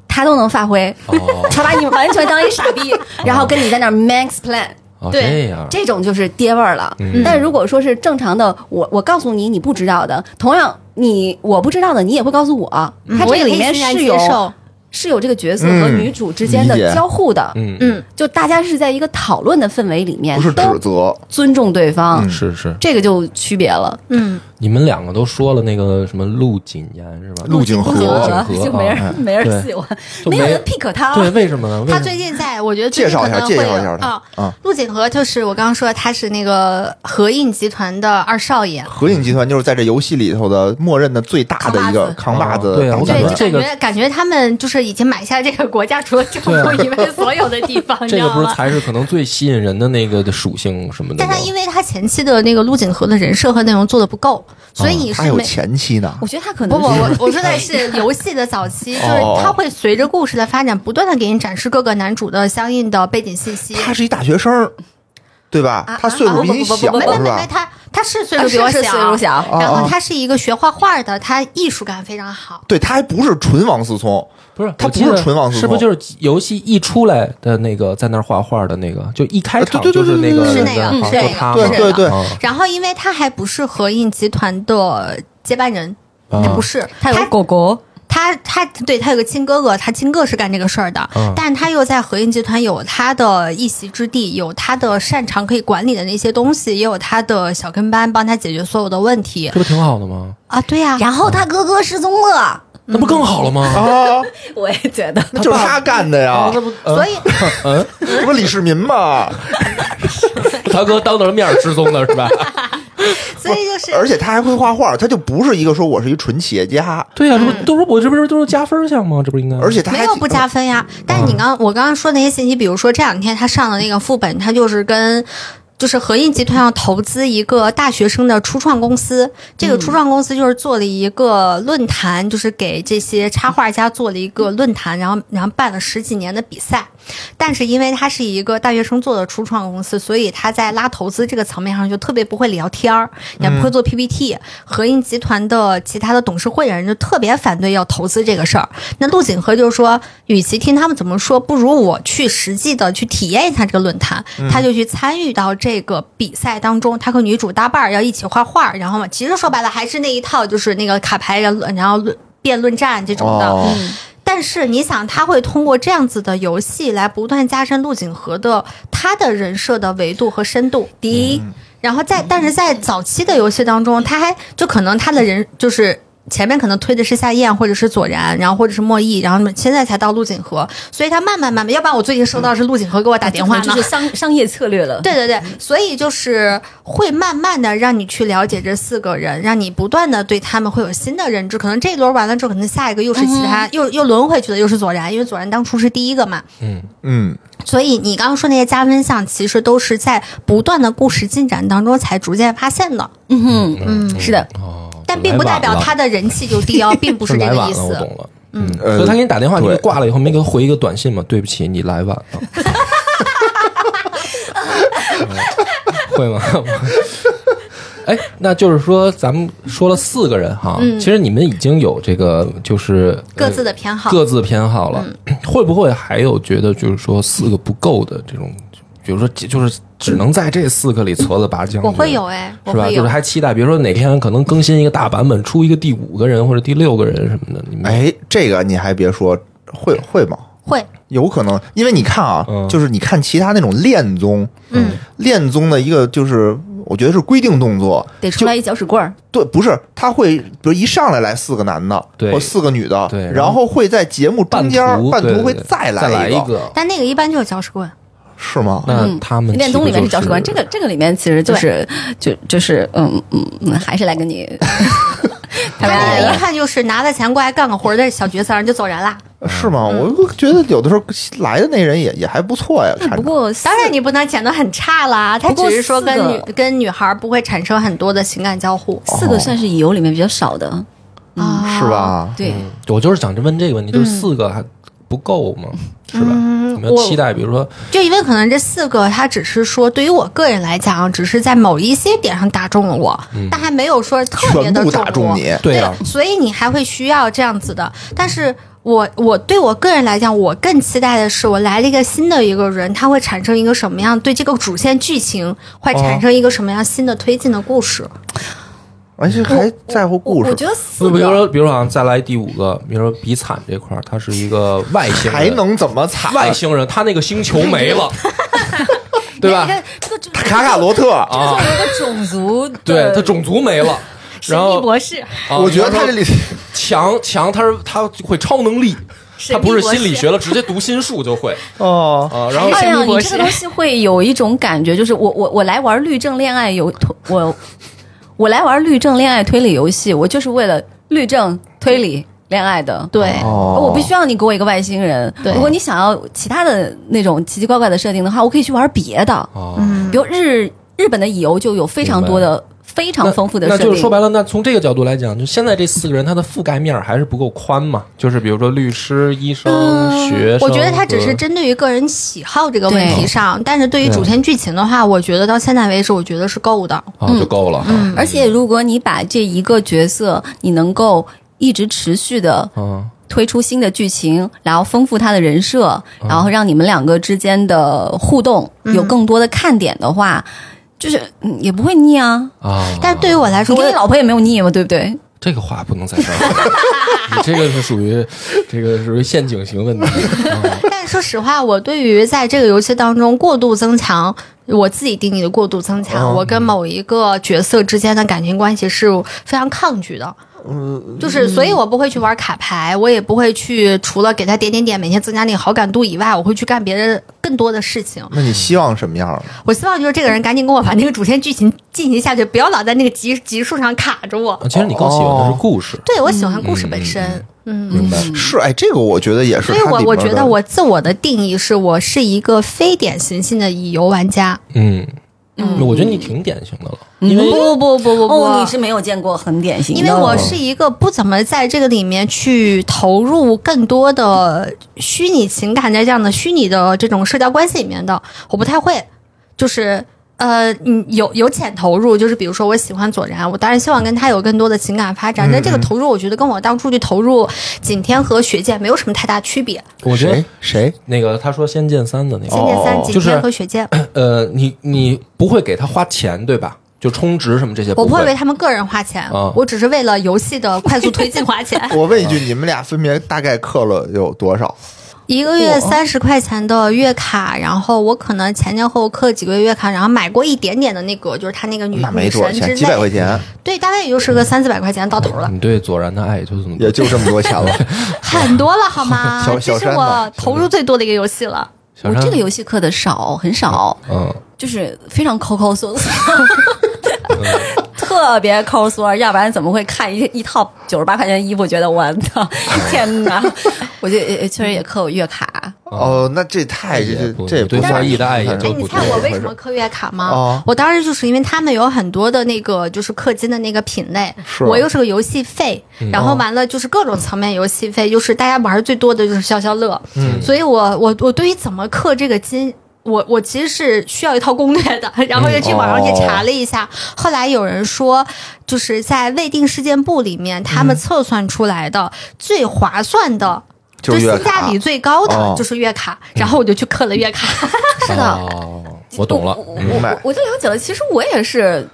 [SPEAKER 5] 他都能发挥，
[SPEAKER 1] 哦 嗯
[SPEAKER 5] 他把你完全当一傻 逼，然后跟你在那儿 max plan。
[SPEAKER 1] 哦
[SPEAKER 4] 对
[SPEAKER 1] 这样，
[SPEAKER 5] 这种就是爹味儿了。
[SPEAKER 1] 嗯
[SPEAKER 5] 但如果说是正常的，我我告诉你你不知道的，同样你我不知道的，你也会告诉嗯我。它
[SPEAKER 3] 嗯我
[SPEAKER 5] 这个
[SPEAKER 3] 也可
[SPEAKER 5] 里
[SPEAKER 3] 以
[SPEAKER 5] 面
[SPEAKER 3] 欣然
[SPEAKER 5] 是
[SPEAKER 3] 接
[SPEAKER 5] 有
[SPEAKER 3] 受。
[SPEAKER 5] 是有这个角色和
[SPEAKER 2] 嗯
[SPEAKER 5] 女主之间的
[SPEAKER 2] 理解
[SPEAKER 5] 交互的，
[SPEAKER 1] 嗯
[SPEAKER 3] 嗯，
[SPEAKER 5] 就大家是在一个讨论的氛围里面，
[SPEAKER 2] 不是
[SPEAKER 5] 都
[SPEAKER 2] 指责，
[SPEAKER 5] 尊重对方，
[SPEAKER 1] 嗯是是，
[SPEAKER 5] 这个就区别了。
[SPEAKER 3] 嗯，
[SPEAKER 1] 你们两个都说了那个什么陆锦言是吧？
[SPEAKER 2] 陆景和
[SPEAKER 1] 和
[SPEAKER 5] 就没人、
[SPEAKER 1] 啊
[SPEAKER 5] 没人
[SPEAKER 1] 对
[SPEAKER 5] 喜欢，
[SPEAKER 1] 就
[SPEAKER 5] 没
[SPEAKER 1] 没
[SPEAKER 5] 有人 pick 他。
[SPEAKER 1] 对，为什么呢？为
[SPEAKER 3] 他
[SPEAKER 1] 什
[SPEAKER 3] 最
[SPEAKER 1] 么
[SPEAKER 3] 近在，我觉得最
[SPEAKER 2] 介
[SPEAKER 3] 近
[SPEAKER 2] 绍
[SPEAKER 3] 可
[SPEAKER 2] 一下，
[SPEAKER 3] 能
[SPEAKER 2] 介
[SPEAKER 3] 会
[SPEAKER 2] 绍一
[SPEAKER 3] 有
[SPEAKER 2] 下
[SPEAKER 3] 啊
[SPEAKER 2] 他。啊。
[SPEAKER 3] 陆锦和就是我刚刚说他是那个合印集团的二少爷，
[SPEAKER 2] 合影集团就是在这游戏里头的默认的最大的一个扛把子
[SPEAKER 1] 哦对啊
[SPEAKER 2] 当
[SPEAKER 1] 我
[SPEAKER 2] 家
[SPEAKER 1] 感
[SPEAKER 3] 对，
[SPEAKER 1] 觉
[SPEAKER 3] 就
[SPEAKER 1] 这
[SPEAKER 2] 的，
[SPEAKER 3] 感
[SPEAKER 1] 个
[SPEAKER 3] 觉感觉他们就是已经买下这个国家除了政府以外所有的 地方，你
[SPEAKER 1] 这
[SPEAKER 3] 知
[SPEAKER 1] 个
[SPEAKER 3] 道
[SPEAKER 1] 不是
[SPEAKER 3] 吗？
[SPEAKER 1] 才是可能最吸引人的那个的属性什么的
[SPEAKER 3] 但
[SPEAKER 1] 吗？
[SPEAKER 3] 他因为他前期的那个陆锦和的人设和内容做的不够，所以你
[SPEAKER 2] 啊他
[SPEAKER 3] 是
[SPEAKER 2] 还有
[SPEAKER 3] 没。
[SPEAKER 2] 前期呢
[SPEAKER 5] 我。觉得他可
[SPEAKER 3] 不
[SPEAKER 5] 能
[SPEAKER 3] 不，
[SPEAKER 5] 是
[SPEAKER 3] 我我说的 是游戏的早 期，就
[SPEAKER 2] 哦
[SPEAKER 3] 是它会随着故事的发展，不断的给你展示各个男主的相应的背景信息。
[SPEAKER 2] 他是一大学生儿，对
[SPEAKER 3] 啊
[SPEAKER 2] 吧？他岁数比你小
[SPEAKER 5] 不不不不
[SPEAKER 2] 是
[SPEAKER 3] 没
[SPEAKER 2] 吧
[SPEAKER 3] 没，？他他是岁
[SPEAKER 5] 他
[SPEAKER 3] 数比我
[SPEAKER 5] 是岁数小，
[SPEAKER 2] 哦
[SPEAKER 3] 然
[SPEAKER 2] 哦
[SPEAKER 3] 后他是一个学画画的，他艺术感非常好。
[SPEAKER 2] 对他还不是纯王思聪，
[SPEAKER 1] 不是，
[SPEAKER 2] 他
[SPEAKER 1] 我
[SPEAKER 2] 不
[SPEAKER 1] 记
[SPEAKER 2] 是
[SPEAKER 1] 得
[SPEAKER 2] 纯王思
[SPEAKER 1] 是不是
[SPEAKER 2] 聪
[SPEAKER 1] 就是游戏一出来的那个在那儿画画的那个，就一开场
[SPEAKER 2] 对对
[SPEAKER 1] 就
[SPEAKER 2] 对
[SPEAKER 1] 是那个
[SPEAKER 3] 对对
[SPEAKER 1] 人
[SPEAKER 3] 对是那
[SPEAKER 1] 在那
[SPEAKER 3] 个
[SPEAKER 1] 儿画
[SPEAKER 3] 嗯
[SPEAKER 1] 就是他
[SPEAKER 2] 对
[SPEAKER 1] 嘛，
[SPEAKER 2] 对对，
[SPEAKER 1] 啊
[SPEAKER 3] 然后，因为他还不是合印集团的接班人，
[SPEAKER 1] 啊
[SPEAKER 3] 也不是，他
[SPEAKER 5] 有个狗狗，
[SPEAKER 3] 他他对他有个亲哥哥，他亲哥是干这个事儿的，
[SPEAKER 1] 嗯
[SPEAKER 3] 但他又在合印集团有他的一席之地，有他的擅长可以管理的那些东西，也有他的小跟班帮他解决所有的问题
[SPEAKER 1] 这不挺好的吗？
[SPEAKER 3] 啊！对呀、
[SPEAKER 5] 然后他哥哥失踪了，
[SPEAKER 1] 那不更好了 吗？
[SPEAKER 2] 啊，
[SPEAKER 5] 我也觉得
[SPEAKER 2] 那就是他干 的 呀，
[SPEAKER 1] 那不
[SPEAKER 3] 所以
[SPEAKER 1] 嗯
[SPEAKER 2] 这不李世民 吗？
[SPEAKER 1] 他哥当着面失踪了是吧？
[SPEAKER 3] 所以就是
[SPEAKER 2] 而且他还会画画，他就不是一个说我是一纯企业家，
[SPEAKER 1] 对啊呀，这不都是我这不是都是加分项吗？这不应该？
[SPEAKER 2] 而且他
[SPEAKER 3] 没
[SPEAKER 2] 还
[SPEAKER 3] 有不加分呀。但是你刚、我刚刚说那些信息，比如说这两天他上的那个副本，他就是跟。就是合印集团要投资一个大学生的初创公司，这个初创公司就是做了一个论坛，就是给这些插画家做了一个论坛，然后然后办了十几年的比赛。但是因为他是一个大学生做的初创公司，所以他在拉投资这个层面上就特别不会聊天儿，也不会做 PPT。合印集团的其他的董事会的人就特别反对要投资这个事儿。那陆锦和就说，与其听他们怎么说，不如我去实际的去体验一下这个论坛。他就去参与到这个比赛当中，他和女主搭伴儿要一起画画儿，然后嘛，其实说白了还是那一套，就是那个卡牌，然后然后论辩论战这种的。
[SPEAKER 2] 哦，
[SPEAKER 3] 但是你想，他会通过这样子的游戏来不断加深陆景和的他的人设的维度和深度。第一，然后在但是在早期的游戏当中，他还就可能他的人就是。前面可能推的是夏燕，或者是左然，然后或者是莫弈，然后现在才到陆景和，所以他慢慢慢慢，要不然我最近收到的是陆景和给我打电话呢
[SPEAKER 5] 就，是商商业策略 了。
[SPEAKER 3] 对对
[SPEAKER 1] 嗯
[SPEAKER 3] 对，所以就是会慢慢的让你去了解这四个人，让你不断的对他们会有新的认知。可能这一轮完了之后，可能下一个又是其他，又又轮回去的又是左然，因为左然当初是第一个嘛。
[SPEAKER 1] 嗯，
[SPEAKER 2] 嗯，
[SPEAKER 3] 所以你刚刚说那些加分项，其实都是在不断的故事进展当中才逐渐发现的，
[SPEAKER 5] 嗯哼，嗯，是的，
[SPEAKER 1] 哦，
[SPEAKER 3] 但并不代表他的人气就低哦，并不
[SPEAKER 1] 不
[SPEAKER 3] 是这个意
[SPEAKER 1] 我
[SPEAKER 3] 思。
[SPEAKER 1] 懂了。嗯，
[SPEAKER 2] 呃
[SPEAKER 1] 所以他给你打电话，你
[SPEAKER 2] 对
[SPEAKER 1] 就挂了以后没给他回一个短信嘛？对不起，你来晚了。嗯会吗？ 哎，那就是说，咱们说了四个人哈，其实你们已经有这个就是
[SPEAKER 3] 各自的偏
[SPEAKER 1] 嗯
[SPEAKER 3] 好，
[SPEAKER 1] 各自偏好了， 会不会还有觉得就是说四个不够的这种？比如说，就是只能在这四个里矬子拔将军。
[SPEAKER 3] 我会有哎，我
[SPEAKER 1] 是吧？
[SPEAKER 3] 会
[SPEAKER 1] 就
[SPEAKER 3] 有
[SPEAKER 1] 是。还期待，比如说哪天可能更新一个大版本，出一个第五个人或者第六个人什么的。你
[SPEAKER 3] 嗯
[SPEAKER 1] 们
[SPEAKER 2] 哎，这个你还别说，会会吗？
[SPEAKER 3] 会，
[SPEAKER 2] 有可能，因为你看啊，
[SPEAKER 1] 嗯
[SPEAKER 2] 就是你看其他那种恋综，
[SPEAKER 3] 嗯，
[SPEAKER 2] 恋综的一个就是我觉得是规定动作，
[SPEAKER 5] 得出来一搅屎棍儿。
[SPEAKER 2] 对，不是他会，比如一上来来四个男的，
[SPEAKER 1] 对
[SPEAKER 2] 或四个女的，
[SPEAKER 1] 对然
[SPEAKER 2] 然
[SPEAKER 1] 后
[SPEAKER 2] 后会在节目中间
[SPEAKER 1] 半途
[SPEAKER 2] 半
[SPEAKER 1] 对
[SPEAKER 2] 途会
[SPEAKER 1] 对对
[SPEAKER 2] 再
[SPEAKER 1] 再来
[SPEAKER 2] 一个，嗯
[SPEAKER 1] 个，
[SPEAKER 3] 但那个一般就是搅屎棍，
[SPEAKER 2] 是吗？
[SPEAKER 5] 嗯
[SPEAKER 1] 那他们
[SPEAKER 5] 恋综里面
[SPEAKER 1] 是
[SPEAKER 5] 是搅屎棍，这个这个里面其实就是就就是嗯嗯，嗯，还是来跟你
[SPEAKER 1] 哎
[SPEAKER 5] 开
[SPEAKER 3] 他
[SPEAKER 5] 玩笑
[SPEAKER 3] 那个一看就是拿了钱过来干个活儿的小角色，人就走人啦。
[SPEAKER 2] 呃是吗？
[SPEAKER 5] 嗯
[SPEAKER 2] 我觉得有的时候来的那人也也还不哦错呀，看着
[SPEAKER 5] 不过四
[SPEAKER 3] 当然，你不能讲的很差啦，他
[SPEAKER 5] 不过
[SPEAKER 3] 只是说跟
[SPEAKER 5] 四个
[SPEAKER 3] 女跟女孩不会产生很多的情感交互。
[SPEAKER 5] 四个算是乙游里面比较少的，
[SPEAKER 3] 啊，
[SPEAKER 2] 哦嗯是？吧？
[SPEAKER 5] 对，
[SPEAKER 1] 嗯我就是想问这个问题，就是四个还不够吗？是吧？
[SPEAKER 3] 嗯
[SPEAKER 1] 有没有
[SPEAKER 3] 我
[SPEAKER 1] 期待？比如说，
[SPEAKER 3] 就因为可能这四个，它只是说对于我个人来讲，只是在某一些点上打中了我，但还没有说特
[SPEAKER 2] 嗯
[SPEAKER 3] 别
[SPEAKER 2] 全
[SPEAKER 3] 的
[SPEAKER 2] 部打中
[SPEAKER 3] 我啊
[SPEAKER 2] 你，啊
[SPEAKER 1] 对啊呀、
[SPEAKER 3] 所以你还会需要这样子的。但是我我对我个人来讲，我更期待的是，我来了一个新的一个人，他会产生一个什么样对这个主线剧情会
[SPEAKER 2] 哦
[SPEAKER 3] 产生一个什么样新的推进的故事。
[SPEAKER 2] 而且还在乎故
[SPEAKER 5] 我
[SPEAKER 2] 事，
[SPEAKER 5] 觉得四
[SPEAKER 1] 那比如
[SPEAKER 5] 个
[SPEAKER 1] 说，比如说好像再来第五个，比如说比惨这块儿，他是一个外星人，
[SPEAKER 2] 还能怎么惨？
[SPEAKER 1] 外星人，他那个星球没了，对吧？
[SPEAKER 5] 这个这个
[SPEAKER 2] 卡卡罗特，
[SPEAKER 1] 啊，
[SPEAKER 5] 作为一个种族的，
[SPEAKER 1] 对他种族没了，
[SPEAKER 4] 神
[SPEAKER 1] 然
[SPEAKER 4] 秘
[SPEAKER 1] 后
[SPEAKER 4] 博士，
[SPEAKER 1] 啊
[SPEAKER 2] 我觉得
[SPEAKER 1] 然
[SPEAKER 2] 他
[SPEAKER 1] 后
[SPEAKER 2] 这里
[SPEAKER 1] 强强，他是他会超能力，他不是心理学了，直接读心术就会
[SPEAKER 2] 哦，
[SPEAKER 1] 啊。然后
[SPEAKER 5] 哎呀，你这
[SPEAKER 4] 是
[SPEAKER 5] 个东西会有一种感觉，就是我我我来玩律政恋爱游，我我来玩律政恋爱推理游戏，我就是为了律政推理恋爱的。
[SPEAKER 3] 对，
[SPEAKER 2] 哦
[SPEAKER 5] 我必须要你给我一个外星人。
[SPEAKER 3] 对
[SPEAKER 5] 如果你想要其他的那种奇奇怪怪的设定的话，我可以去玩别的，
[SPEAKER 1] 啊，
[SPEAKER 3] 嗯
[SPEAKER 5] 比如日日本的乙游就有非常多的非常丰富的
[SPEAKER 1] 那
[SPEAKER 5] 设
[SPEAKER 1] 那就是说
[SPEAKER 5] 定。
[SPEAKER 1] 白了，那从这个角度来讲，就现在这四个人，他的覆盖面儿还是不够宽嘛？就是比如说律师、医生、学生和，
[SPEAKER 3] 嗯我觉得他只是针对于个人喜好这个问题上，但是对于主线剧情的话，我觉得到现在为止，我觉得是够的。
[SPEAKER 1] 啊就够了。
[SPEAKER 3] 嗯
[SPEAKER 5] 而且，如果你把这一个角色，你能够一直持续的
[SPEAKER 1] 啊，
[SPEAKER 5] 推出新的剧情，然后丰富他的人设，然后让你们两个之间的互动有更多的看点的话，就是嗯也不会腻啊。
[SPEAKER 1] 啊，
[SPEAKER 3] 但对于我来说，
[SPEAKER 5] 你
[SPEAKER 3] 哦我
[SPEAKER 5] 跟你老婆也没有腻嘛，对不对？
[SPEAKER 1] 这个话不能在这儿说，你这个是属于这个属于陷阱型问题。啊
[SPEAKER 3] 但说实话，我对于在这个游戏当中过度增强，我自己定义的过度增强，我跟某一个角色之间的感情关系是非常抗拒的。嗯，就是，所以我不会去玩卡牌，我也不会去除了给他点点点，每天增加那个好感度以外，我会去干别的更多的事情。
[SPEAKER 2] 那你希望什么样？
[SPEAKER 3] 我希望就是这个人赶紧跟我把那个主线剧情进行下去，不要老在那个集集数上卡着我。
[SPEAKER 1] 其实你更喜欢的是故事，
[SPEAKER 3] 对我喜欢故事本身，哦嗯
[SPEAKER 1] 明白？
[SPEAKER 2] 是哎，这个我觉得也是
[SPEAKER 3] 所
[SPEAKER 2] 它
[SPEAKER 3] 以
[SPEAKER 2] 里面的。
[SPEAKER 3] 我我觉得我自我的定义是我是一个非典型性的乙游玩家。
[SPEAKER 1] 嗯，我觉得你挺典型的了，
[SPEAKER 3] 嗯
[SPEAKER 1] 因为
[SPEAKER 3] 不不不不不
[SPEAKER 5] 哦，你是没有见过很典型的，哦
[SPEAKER 3] 因
[SPEAKER 1] 哦
[SPEAKER 3] 为我是一个不怎么在这个里面去投入更多的虚拟情感在这样的虚拟的这种社交关系里面的，我不太会，就是。呃，嗯，有有浅投入，就是比如说我喜欢左然，我当然希望跟他有更多的情感发
[SPEAKER 1] 嗯
[SPEAKER 3] 展，但这个投入我觉得跟我当初去投入景天和学界没有什么太大区别。
[SPEAKER 1] 我觉得
[SPEAKER 2] 谁谁
[SPEAKER 1] 那个他说《仙剑三》的那
[SPEAKER 3] 仙
[SPEAKER 1] 个，
[SPEAKER 3] 剑三
[SPEAKER 2] 哦、
[SPEAKER 3] 景
[SPEAKER 1] 就是
[SPEAKER 3] 天和学界，
[SPEAKER 1] 呃，你你不会给他花钱对吧？就充值什么这些，
[SPEAKER 3] 我
[SPEAKER 1] 不
[SPEAKER 3] 不会为他们个人花钱，
[SPEAKER 1] 啊
[SPEAKER 3] 我只是为了游戏的快速推进花钱。
[SPEAKER 2] 我问一句，你们俩分别大概氪了有多少？
[SPEAKER 3] 一个月三十块钱的月卡，然后我可能前前后后氪几个月月卡，然后买过一点点的那个，就是他那个女
[SPEAKER 2] 那没多少
[SPEAKER 3] 女嗯神之
[SPEAKER 2] 钱，
[SPEAKER 3] 泪
[SPEAKER 2] 几百块钱，
[SPEAKER 3] 对，大概也就是个三四百块钱到头 了，
[SPEAKER 1] 你对左然的爱也就这么多
[SPEAKER 2] 也。就这么多钱了。
[SPEAKER 3] 很多了好吗？
[SPEAKER 2] 小小
[SPEAKER 3] 这是
[SPEAKER 2] 山呢
[SPEAKER 3] 我投入最多的一个游戏了。
[SPEAKER 1] 小
[SPEAKER 5] 我
[SPEAKER 1] 山
[SPEAKER 5] 这个游戏氪的少，很少，
[SPEAKER 1] 嗯，
[SPEAKER 5] 就是非常抠抠搜搜。特别抠缩，要不然怎么会看一一套九十八块钱的衣服，觉得我的天哪！我就也也确实也氪我月卡，
[SPEAKER 2] 哦，那这太
[SPEAKER 1] 这也
[SPEAKER 2] 这
[SPEAKER 1] 不
[SPEAKER 2] 这也
[SPEAKER 1] 对
[SPEAKER 2] 算
[SPEAKER 1] 花艺的爱也
[SPEAKER 2] 太
[SPEAKER 1] 就
[SPEAKER 3] 哎，
[SPEAKER 1] 不多
[SPEAKER 3] 你猜我为什么氪月卡吗？
[SPEAKER 2] 哦
[SPEAKER 3] 我当时就是因为他们有很多的那个就是氪金的那个品类，
[SPEAKER 2] 是哦
[SPEAKER 3] 我又是个游戏费，
[SPEAKER 1] 嗯
[SPEAKER 3] 然后完了就是各种层面游戏费，就是大家玩最多的就是消消乐，
[SPEAKER 2] 嗯
[SPEAKER 3] 所以我我我对于怎么氪这个金。我我其实是需要一套攻略的，然后就去网上
[SPEAKER 1] 嗯
[SPEAKER 3] 去
[SPEAKER 1] 哦
[SPEAKER 3] 查了一下。后来有人说，就是在未定事件簿里面，他
[SPEAKER 2] 嗯
[SPEAKER 3] 们测算出来的最划算的，
[SPEAKER 2] 就是
[SPEAKER 3] 性
[SPEAKER 2] 月
[SPEAKER 3] 价
[SPEAKER 2] 卡
[SPEAKER 3] 比。最高
[SPEAKER 2] 哦
[SPEAKER 3] 的就是月卡。然后我就去氪了月卡。
[SPEAKER 5] 是的
[SPEAKER 1] 哦我懂了
[SPEAKER 5] 我，我
[SPEAKER 1] 嗯
[SPEAKER 2] 明白
[SPEAKER 5] 我我就了解了。其实我也是，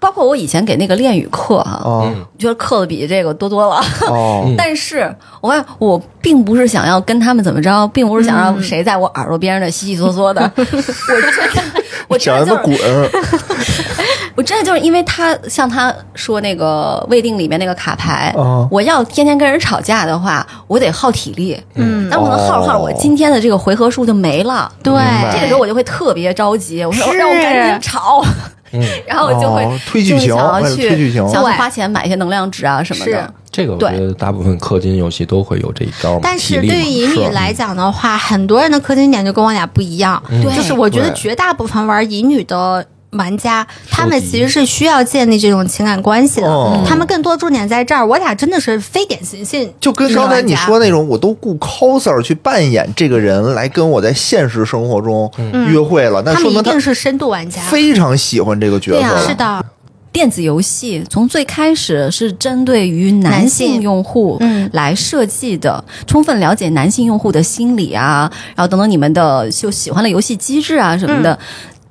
[SPEAKER 5] 包括我以前给那个练语课啊，
[SPEAKER 2] 哦
[SPEAKER 5] 觉得课的比这个多多了。
[SPEAKER 2] 哦，
[SPEAKER 5] 但是我发现我并不是想要跟他们怎么着，并不是想让谁在我耳朵边上的稀稀嗦嗦的。我真的，我真
[SPEAKER 2] 想让
[SPEAKER 5] 的就
[SPEAKER 2] 他
[SPEAKER 5] 是
[SPEAKER 2] 滚！
[SPEAKER 5] 我真的就是因为他像他说那个未定里面那个卡牌，
[SPEAKER 2] 哦
[SPEAKER 5] 我要天天跟人吵架的话，我得耗体力。
[SPEAKER 3] 嗯，
[SPEAKER 5] 但我能耗着耗着，我今天的这个回合数就没了。
[SPEAKER 2] 哦
[SPEAKER 3] 对，
[SPEAKER 2] 白
[SPEAKER 5] 这个时候我就会特别着急，我说
[SPEAKER 3] 是
[SPEAKER 5] 让我赶紧吵，
[SPEAKER 1] 嗯
[SPEAKER 5] 然后我就会
[SPEAKER 2] 哦推剧情
[SPEAKER 5] 就会想
[SPEAKER 2] 哎
[SPEAKER 5] 要
[SPEAKER 2] 呦
[SPEAKER 5] 去
[SPEAKER 2] 推剧情
[SPEAKER 5] 想要
[SPEAKER 3] 对
[SPEAKER 5] 花钱买一些能量值啊什么
[SPEAKER 3] 是
[SPEAKER 5] 的。
[SPEAKER 1] 这个我觉得大部分氪金游戏都会有这一招嘛，
[SPEAKER 3] 但
[SPEAKER 1] 体
[SPEAKER 3] 是
[SPEAKER 1] 力嘛
[SPEAKER 3] 对于乙女
[SPEAKER 1] 是
[SPEAKER 3] 来讲的
[SPEAKER 2] 嗯
[SPEAKER 3] 话，很多人的氪金点就跟我俩不一样，
[SPEAKER 5] 对
[SPEAKER 3] 就是我觉得
[SPEAKER 2] 对
[SPEAKER 3] 绝大部分玩乙女的玩家，他们其实是需要建立这种情感关系的，
[SPEAKER 2] 哦
[SPEAKER 3] 他们更多重点在这儿。我俩真的是非典型性，
[SPEAKER 2] 就跟刚才你说那种，我都雇 coser 去扮演这个人来跟我在现实生活中约会了，那
[SPEAKER 3] 嗯他
[SPEAKER 2] 说
[SPEAKER 3] 们一
[SPEAKER 2] 明他
[SPEAKER 3] 定是深度玩家，
[SPEAKER 2] 非常喜欢这个角
[SPEAKER 3] 对
[SPEAKER 2] 色
[SPEAKER 3] 呀、
[SPEAKER 2] 了。
[SPEAKER 3] 是的，
[SPEAKER 5] 电子游戏从最开始是针对于男性用户
[SPEAKER 3] 男性嗯
[SPEAKER 5] 来设计的，充分了解男性用户的心理啊，然后等等你们的就喜欢的游戏机制啊什么的。
[SPEAKER 3] 嗯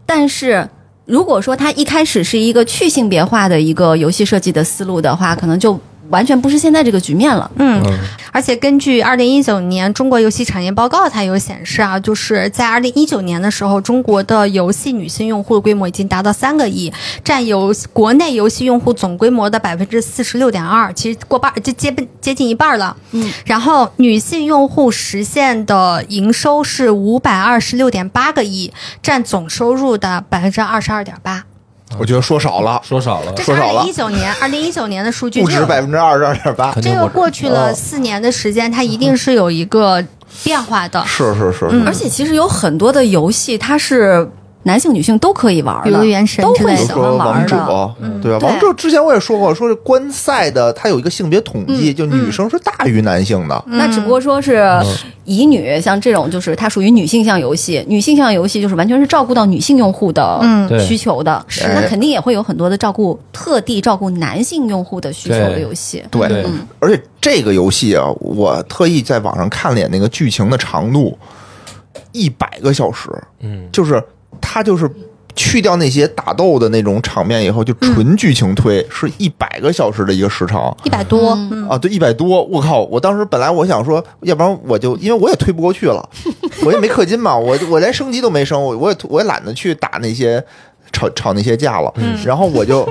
[SPEAKER 5] 但是如果说它一开始是一个去性别化的一个游戏设计的思路的话，可能就完全不是现在这个局面了。
[SPEAKER 3] 嗯，而且根据二零一九年中国游戏产业报告，它有显示啊，就是在二零一九年的时候，中国的游戏女性用户的规模已经达到三个亿，占游国内游戏用户总规模的百分之四十六点二，其实过半，就接近接近一半了。
[SPEAKER 5] 嗯，
[SPEAKER 3] 然后女性用户实现的营收是五百二十六点八个亿，占总收入的百分之二十二点八。
[SPEAKER 2] 我觉得说少了，
[SPEAKER 1] 说少了
[SPEAKER 3] 这，是
[SPEAKER 2] 说少
[SPEAKER 3] 二
[SPEAKER 2] 了
[SPEAKER 3] 零一九年，二零一九年的数据，
[SPEAKER 2] 不止
[SPEAKER 3] 这个
[SPEAKER 2] 百分之二十二点八，
[SPEAKER 1] 肯定不
[SPEAKER 3] 这个
[SPEAKER 1] 止
[SPEAKER 3] 过去
[SPEAKER 2] 哦
[SPEAKER 3] 了四年的时间，它一定是有一个变化的。
[SPEAKER 2] 是是是，
[SPEAKER 5] 而且其实有很多的游戏它是男性女性都可以玩
[SPEAKER 3] 比如
[SPEAKER 5] 的，
[SPEAKER 3] 原神
[SPEAKER 5] 都
[SPEAKER 3] 之
[SPEAKER 5] 会
[SPEAKER 3] 类
[SPEAKER 2] 比
[SPEAKER 3] 的
[SPEAKER 2] 如
[SPEAKER 5] 喜
[SPEAKER 2] 说
[SPEAKER 5] 欢
[SPEAKER 2] 王
[SPEAKER 5] 玩
[SPEAKER 2] 者
[SPEAKER 5] 的。，嗯
[SPEAKER 2] 对吧？
[SPEAKER 3] 对
[SPEAKER 2] 王者之前我也说过，说是观赛的，它有一个性别统
[SPEAKER 5] 嗯
[SPEAKER 2] 计，就女生是大于男性的。
[SPEAKER 5] 那只不
[SPEAKER 3] 嗯
[SPEAKER 5] 过说是
[SPEAKER 1] 嗯
[SPEAKER 5] 乙女，像这种就是它属于女性向游戏，女性向游戏就是完全是照顾到女性用户的
[SPEAKER 3] 嗯
[SPEAKER 1] 对
[SPEAKER 5] 需求的，
[SPEAKER 2] 是
[SPEAKER 5] 那肯定也会有很多的照顾特地照顾男性用户的需求的游戏。
[SPEAKER 2] 对，
[SPEAKER 1] 对
[SPEAKER 3] 嗯
[SPEAKER 2] 而且这个游戏啊，我特意在网上看了一眼那个剧情的长度，一百个小时，
[SPEAKER 1] 嗯，
[SPEAKER 2] 就是它就是去掉那些打斗的那种场面以后，就
[SPEAKER 5] 嗯
[SPEAKER 2] 纯剧情推，是一百个小时的一个时
[SPEAKER 5] 哦
[SPEAKER 2] 长。
[SPEAKER 3] 一百多，嗯
[SPEAKER 2] 啊，对，一百多，我靠！我当时本来我想说，要不然我就因为我也推不过去了， 我也没氪金嘛，我我连升级都没升，我我也我也懒得去打那些吵吵那些架了，
[SPEAKER 3] 嗯
[SPEAKER 2] 然后我 就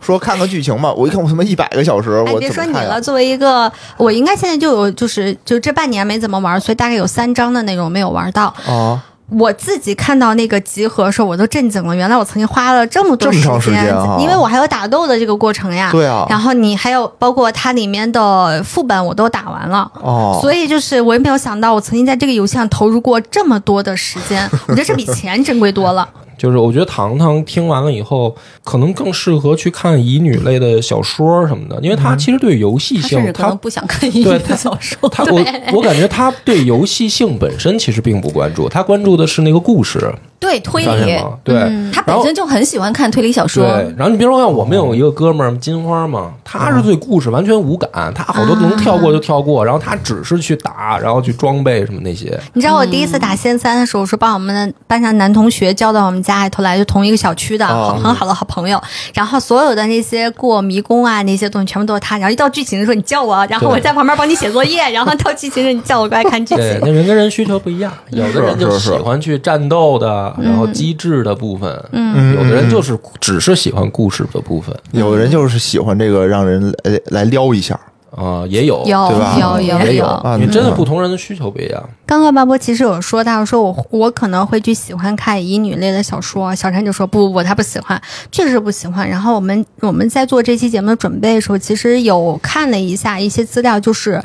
[SPEAKER 2] 说看看剧情吧。我一看，我他妈一百个小时，
[SPEAKER 3] 哎，
[SPEAKER 2] 我
[SPEAKER 3] 别
[SPEAKER 2] 怎
[SPEAKER 3] 说
[SPEAKER 2] 么
[SPEAKER 3] 你
[SPEAKER 2] 看呀
[SPEAKER 3] 了，？作为一个我应该现在就有，就是就这半年没怎么玩，所以大概有三章的内容没有玩到。
[SPEAKER 2] 啊，
[SPEAKER 3] 我自己看到那个集合的时候，我都震惊了，原来我曾经花了这么多
[SPEAKER 2] 这么长时间啊
[SPEAKER 3] 因为我还有打斗的这个过程呀。
[SPEAKER 2] 对啊
[SPEAKER 3] 然后你还有包括它里面的副本，我都打完了。
[SPEAKER 2] 哦，
[SPEAKER 3] 所以就是我也没有想到，我曾经在这个游戏上投入过这么多的时间，我觉得这比钱珍贵多了。
[SPEAKER 1] 就是我觉得糖糖听完了以后，可能更适合去看乙女类的小说什么的，因为他其实对游戏
[SPEAKER 5] 他甚
[SPEAKER 1] 性，
[SPEAKER 5] 至可能
[SPEAKER 1] 他
[SPEAKER 5] 不想看乙女
[SPEAKER 1] 对
[SPEAKER 5] 的小说。
[SPEAKER 1] 他我 我感觉他对游戏性本身其实并不关注，他关注的是那个故事
[SPEAKER 5] 对推
[SPEAKER 1] 干什
[SPEAKER 5] 理，嗯
[SPEAKER 1] 么，对，
[SPEAKER 3] 嗯
[SPEAKER 5] 他
[SPEAKER 1] 然
[SPEAKER 5] 本
[SPEAKER 1] 后
[SPEAKER 5] 身就很喜欢看推理小说。哦
[SPEAKER 1] 对，然后你别说，像我们有一个哥们儿金花嘛，他
[SPEAKER 5] 嗯
[SPEAKER 1] 是对故事完全无感，他好多
[SPEAKER 5] 啊
[SPEAKER 1] 能跳过就跳过，然后他只是去打，然后去装备什么那些。
[SPEAKER 3] 你知道我第一次打仙三的时候，我是把我们的班上男同学叫到我们家，后来就同一个小区的，
[SPEAKER 2] 哦
[SPEAKER 3] 很很好的好朋友。然后所有的那些过迷宫啊那些东西，全部都是他。然后一到剧情的时候，你叫我，然后
[SPEAKER 1] 对
[SPEAKER 3] 我在旁边帮你写作业。然后到剧情的时候，你叫我过来看剧
[SPEAKER 1] 对，
[SPEAKER 3] 情。
[SPEAKER 1] 那人跟人需求不 一样，有的人就是
[SPEAKER 2] 是
[SPEAKER 1] 喜
[SPEAKER 2] 是
[SPEAKER 1] 欢去战斗的，然
[SPEAKER 5] 嗯
[SPEAKER 1] 后机制的部分，
[SPEAKER 2] 嗯
[SPEAKER 1] 有的人就是只是喜欢故事的部分
[SPEAKER 2] 有的人就是喜欢这个，让人来来撩一下
[SPEAKER 1] 啊、也有。
[SPEAKER 3] 有
[SPEAKER 2] 对吧
[SPEAKER 3] 有有
[SPEAKER 1] 也
[SPEAKER 3] 有，
[SPEAKER 2] 啊，
[SPEAKER 1] 因为真的
[SPEAKER 2] 嗯
[SPEAKER 1] 不同人的需求不一样。
[SPEAKER 3] 刚刚巴波其实有说到，说我我可能会去喜欢看乙女类的小说，小山就说不不不，他不喜欢，确实不喜欢。然后我们我们在做这期节目的准备的时候，其实有看了一下一些资料，就是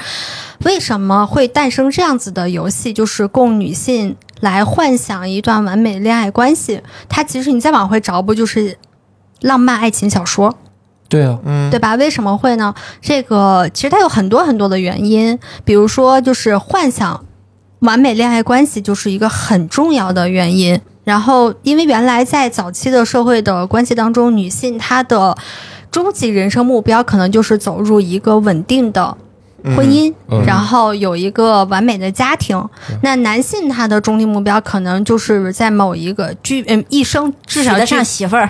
[SPEAKER 3] 为什么会诞生这样子的游戏，就是供女性来幻想一段完美恋爱关系。它其实你再往回找，不就是浪漫爱情小说？
[SPEAKER 1] 对啊，
[SPEAKER 2] 嗯，
[SPEAKER 3] 对吧？为什么会呢？这个其实它有很多很多的原因，比如说就是幻想完美恋爱关系就是一个很重要的原因。然后，因为原来在早期的社会的关系当中，女性她的终极人生目标可能就是走入一个稳定的婚姻，
[SPEAKER 1] 嗯嗯嗯
[SPEAKER 3] 然后有一个完美的家庭。那男性他的终极目标可能就是在某一个具嗯一生至少
[SPEAKER 5] 娶得
[SPEAKER 3] 具
[SPEAKER 5] 上媳妇儿，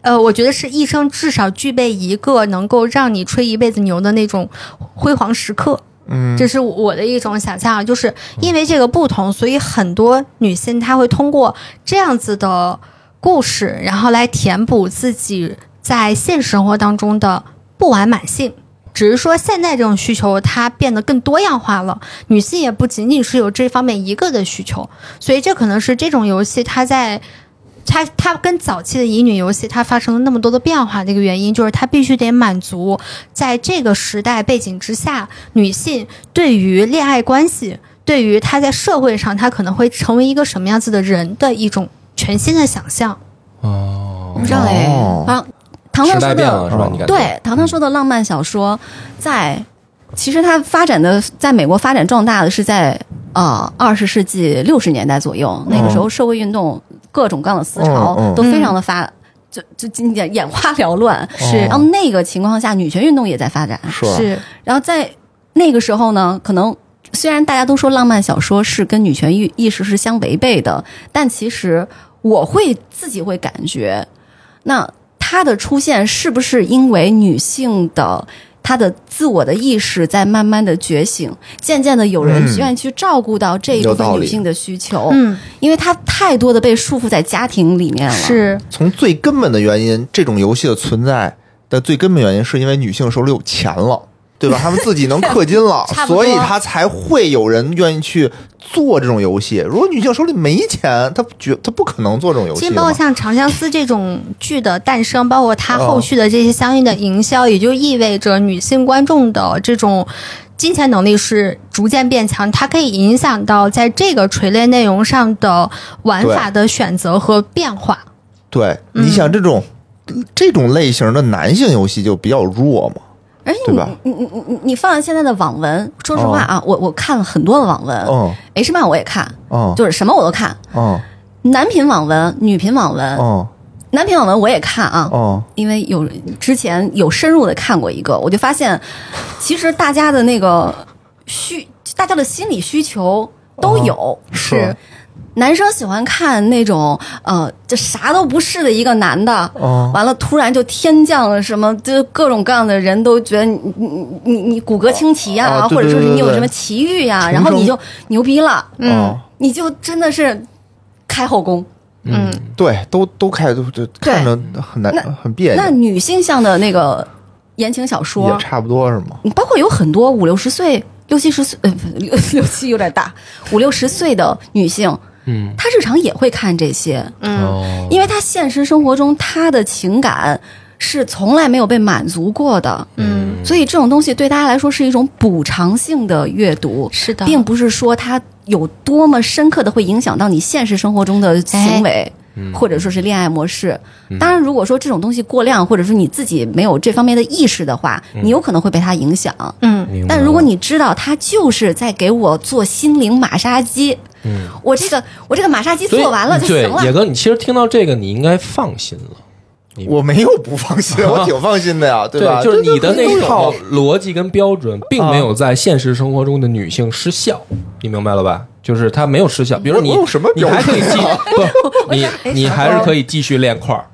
[SPEAKER 3] 呃，我觉得是一生至少具备一个能够让你吹一辈子牛的那种辉煌时刻，
[SPEAKER 2] 嗯，
[SPEAKER 3] 这是我的一种想象啊。就是因为这个不同，所以很多女性她会通过这样子的故事，然后来填补自己在现实生活当中的不完满性。只是说现在这种需求它变得更多样化了，女性也不仅仅是有这方面一个的需求，所以这可能是这种游戏它在它它跟早期的乙女游戏它发生了那么多的变化的一个原因，就是它必须得满足在这个时代背景之下，女性对于恋爱关系，对于她在社会上她可能会成为一个什么样子的人的一种全新的想象。
[SPEAKER 1] 哦，哦
[SPEAKER 5] 不知道哎
[SPEAKER 2] 哦，
[SPEAKER 5] 啊，唐唐
[SPEAKER 1] 时
[SPEAKER 5] 说
[SPEAKER 1] 代变了
[SPEAKER 5] 的
[SPEAKER 1] 是吧？你感觉
[SPEAKER 5] 对唐唐说的浪漫小说，在其实它发展的在美国发展壮大的是在呃二十世纪六十年代左右，那个时候社会运动各种各样的思潮
[SPEAKER 2] 嗯嗯
[SPEAKER 5] 都非常的发。就就今眼眼花缭乱，
[SPEAKER 1] 是
[SPEAKER 5] 然后那个情况下，女权运动也在发展，
[SPEAKER 2] 哦是啊吧
[SPEAKER 3] 嗯是
[SPEAKER 5] 然后在那个时候呢，可能虽然大家都说浪漫小说是跟女权意意识是相违背的，但其实我会自己会感觉，那它的出现是不是因为女性的？她的自我的意识在慢慢的觉醒，渐渐的有人
[SPEAKER 2] 嗯
[SPEAKER 5] 愿意去照顾到这一部
[SPEAKER 2] 有道理
[SPEAKER 5] 分女性的需求，
[SPEAKER 3] 嗯
[SPEAKER 5] 因为她太多的被束缚在家庭里
[SPEAKER 2] 哦
[SPEAKER 5] 面了，
[SPEAKER 3] 是
[SPEAKER 2] 从最根本的原因，这种游戏的存在的最根本原因，是因为女性手里有钱了，对 吧？她们自己能氪金了
[SPEAKER 3] 差，不
[SPEAKER 2] 所
[SPEAKER 3] 多
[SPEAKER 2] 以她才会有人愿意去做这种游戏。如果女性手里没钱，她绝她不可能做这种游
[SPEAKER 3] 其
[SPEAKER 2] 戏
[SPEAKER 3] 实
[SPEAKER 2] 的
[SPEAKER 3] 包括
[SPEAKER 2] 嘛。
[SPEAKER 3] 像《长相思》这种剧的诞生，包括
[SPEAKER 2] 哦
[SPEAKER 3] 它后续的这些相应的营销，也就意味着女性观众的这种。金钱能力是逐渐变强，它可以影响到在这个垂类内容上的玩法的选择和变化。
[SPEAKER 2] 对，你想
[SPEAKER 3] 嗯
[SPEAKER 2] 这种这种类型的男性游戏就比较弱嘛。
[SPEAKER 5] 而且
[SPEAKER 2] 对吧
[SPEAKER 5] 你你你你你放在现在的网文，说实话啊，我我看了很多的网文，
[SPEAKER 3] 呃
[SPEAKER 2] 嗯
[SPEAKER 5] H 漫我也看，
[SPEAKER 2] 嗯
[SPEAKER 5] 就是什么我都看，
[SPEAKER 2] 嗯
[SPEAKER 5] 男频网文、女频网文，
[SPEAKER 2] 嗯
[SPEAKER 5] 男频网文我也看啊，
[SPEAKER 2] 嗯，
[SPEAKER 5] 因为有之前有深入的看过一个，我就发现，其实大家的那个需，大家的心理需求都有，
[SPEAKER 2] 是
[SPEAKER 5] 男生喜欢看那种呃，这啥都不是的一个男的，
[SPEAKER 2] 嗯
[SPEAKER 5] 完了突然就天降了什么，就各种各样的人都觉得你你你你骨骼清奇呀、
[SPEAKER 2] 啊对
[SPEAKER 5] 或者说是
[SPEAKER 2] 对对
[SPEAKER 5] 你有
[SPEAKER 2] 对
[SPEAKER 5] 什么奇遇呀、
[SPEAKER 2] 重
[SPEAKER 5] 然后你
[SPEAKER 2] 生
[SPEAKER 5] 就牛逼了，
[SPEAKER 2] 嗯，
[SPEAKER 5] 你就真的是开后宫。
[SPEAKER 1] 嗯
[SPEAKER 2] 对，都都开都就看着很难
[SPEAKER 5] 那
[SPEAKER 2] 很别
[SPEAKER 5] 那
[SPEAKER 2] 扭，
[SPEAKER 5] 女性向的那个言情小
[SPEAKER 2] 也
[SPEAKER 5] 说，
[SPEAKER 2] 差不多是吗？
[SPEAKER 5] 你包括有很多五六十岁、六七十岁，呃， 不六六七有点大，五六十岁的女性，
[SPEAKER 1] 嗯
[SPEAKER 5] 她日常也会看这些，
[SPEAKER 3] 嗯，
[SPEAKER 1] 哦，
[SPEAKER 5] 因为她现实生活中她的情感是从来没有被满足过的，
[SPEAKER 1] 嗯
[SPEAKER 5] 所以这种东西对大家来说是一种补偿性的阅读，
[SPEAKER 3] 是的，
[SPEAKER 5] 并不是说它有多么深刻的会影响到你现实生活中的行为，
[SPEAKER 3] 哎
[SPEAKER 1] 嗯
[SPEAKER 5] 或者说是恋爱模式。当然，如果说这种东西过量，或者说你自己没有这方面的意识的话，你有可能会被它影响。
[SPEAKER 3] 嗯
[SPEAKER 1] 嗯明白
[SPEAKER 5] 但如果
[SPEAKER 1] 了
[SPEAKER 5] 你知道它就是在给我做心灵马杀鸡，
[SPEAKER 1] 嗯
[SPEAKER 5] 我这个我这个马杀鸡
[SPEAKER 1] 所以
[SPEAKER 5] 做完了就行
[SPEAKER 1] 对，野
[SPEAKER 5] 了。
[SPEAKER 1] 哥，你其实听到这个，你应该放心了。
[SPEAKER 2] 我没有不 放心，我挺放心的呀，对吧？
[SPEAKER 1] 就是
[SPEAKER 2] 这都
[SPEAKER 1] 你的
[SPEAKER 2] 都啊
[SPEAKER 1] 那
[SPEAKER 2] 有
[SPEAKER 1] 套逻辑跟标准，并没有在现实生活中的女性失效，你明白了吧？就是她没有失效。比如
[SPEAKER 2] 我
[SPEAKER 1] 你，
[SPEAKER 2] 我有什么
[SPEAKER 1] 你还可以继不，你
[SPEAKER 5] 哎
[SPEAKER 1] 你还是可以继续练块儿，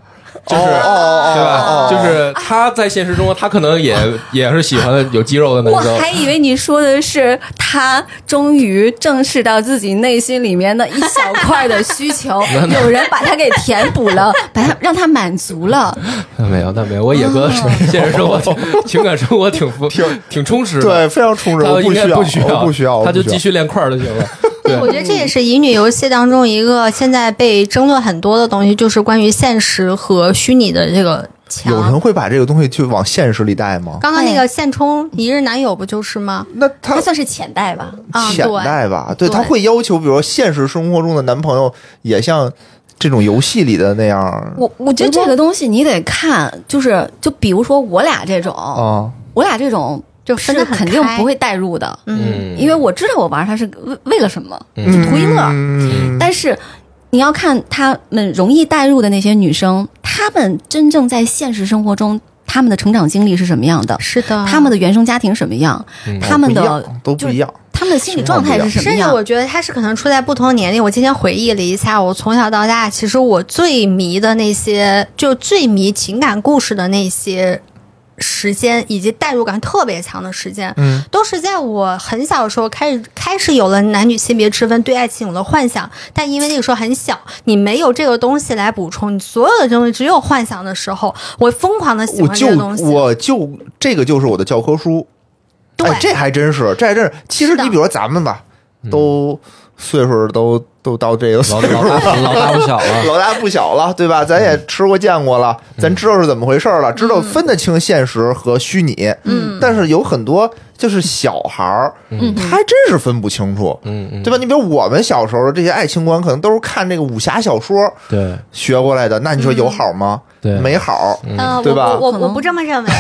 [SPEAKER 1] 就是
[SPEAKER 2] 哦哦哦，
[SPEAKER 1] 对吧？
[SPEAKER 2] 哦
[SPEAKER 1] 就是她在现实中，她可能也也是喜欢有肌肉的
[SPEAKER 5] 我
[SPEAKER 1] 男生。
[SPEAKER 5] 还以为你说的是他终于正视到自己内心里面的一小块的需 求，有人把它给填补了，把它让他满足了。
[SPEAKER 1] 那没有，那没有，我野
[SPEAKER 5] 哦
[SPEAKER 1] 哥是现实生活 挺情感生活挺丰
[SPEAKER 2] 挺
[SPEAKER 1] 挺充实的，
[SPEAKER 2] 对，非常充实，
[SPEAKER 1] 他
[SPEAKER 2] 我
[SPEAKER 1] 应
[SPEAKER 2] 需
[SPEAKER 1] 该
[SPEAKER 2] 要，
[SPEAKER 1] 需
[SPEAKER 2] 我不需要，我
[SPEAKER 1] 他就
[SPEAKER 2] 不需
[SPEAKER 1] 继
[SPEAKER 2] 要
[SPEAKER 1] 续练块儿就行了。
[SPEAKER 3] 我觉得这也是乙女游戏当中一个现在被争论很多的东西，就是关于现实和虚拟的这个墙。
[SPEAKER 2] 有人会把这个东西去往现实里带吗？
[SPEAKER 3] 刚刚那个现充一日男友不就是吗？
[SPEAKER 2] 那他
[SPEAKER 5] 它算是浅代吧？
[SPEAKER 3] 啊，
[SPEAKER 2] 潜
[SPEAKER 3] 对。
[SPEAKER 2] 带吧，对
[SPEAKER 3] 对
[SPEAKER 2] 他会要求，比如说现实生活中的男朋友也像这种游戏里的那样
[SPEAKER 5] 我我觉得这个东西你得看，就是就比如说我俩这种，
[SPEAKER 1] 哦
[SPEAKER 2] 啊，
[SPEAKER 5] 我俩这种
[SPEAKER 3] 就是
[SPEAKER 5] 肯定不会带入的，
[SPEAKER 1] 嗯，
[SPEAKER 5] 因为我知道我玩它是为为了什么，
[SPEAKER 1] 嗯
[SPEAKER 5] 就图一乐。
[SPEAKER 2] 嗯
[SPEAKER 5] 但是你要看他们容易带入的那些女生，她们真正在现实生活中，她们的成长经历是什么样的？
[SPEAKER 3] 是的，
[SPEAKER 5] 她们的原生家庭什么样？她们
[SPEAKER 2] 嗯不一
[SPEAKER 5] 的
[SPEAKER 2] 样都不一样，
[SPEAKER 5] 她们的心理状态是什么
[SPEAKER 3] 甚至
[SPEAKER 5] 样？
[SPEAKER 3] 我觉得他是可能处在不同年龄。我今天回忆了一下，我从小到大，其实我最迷的那些，就最迷情感故事的那些时间，以及代入感特别强的时间，
[SPEAKER 2] 嗯，
[SPEAKER 3] 都是在我很小的时候开始开始有了男女性别之分，对爱情有了幻想。但因为那个时候很小，你没有这个东西来补充，你所有的东西只有幻想的时候，我疯狂的喜
[SPEAKER 2] 我
[SPEAKER 3] 欢
[SPEAKER 2] 就
[SPEAKER 3] 这个东西。
[SPEAKER 2] 我就这个就是我的教科书，
[SPEAKER 3] 对
[SPEAKER 2] 哎这还真是，这还真是。其实
[SPEAKER 3] 是的
[SPEAKER 2] 你比如说咱们吧，都岁数都都到这个
[SPEAKER 1] 嗯老
[SPEAKER 2] 岁数
[SPEAKER 1] 老
[SPEAKER 2] 了。
[SPEAKER 1] 大老大不小了， 嗯
[SPEAKER 2] 老大不小了，对吧？咱也吃过见过了，咱知道是怎么回事了，知道分得清现实和虚拟。
[SPEAKER 3] 嗯
[SPEAKER 2] 但是有很多就是小孩儿，他还真是分不清楚，
[SPEAKER 1] 嗯嗯，
[SPEAKER 2] 对吧？你比如我们小时候这些爱情观，可能都是看这个武侠小说
[SPEAKER 1] 对
[SPEAKER 2] 学过来的，那你
[SPEAKER 3] 嗯
[SPEAKER 2] 说有好吗？
[SPEAKER 1] 对嗯
[SPEAKER 2] 没好，
[SPEAKER 3] 呃，
[SPEAKER 2] 嗯对
[SPEAKER 3] 我
[SPEAKER 2] 吧
[SPEAKER 3] 我我
[SPEAKER 5] 可
[SPEAKER 3] 我
[SPEAKER 5] 能
[SPEAKER 3] 不这么认为，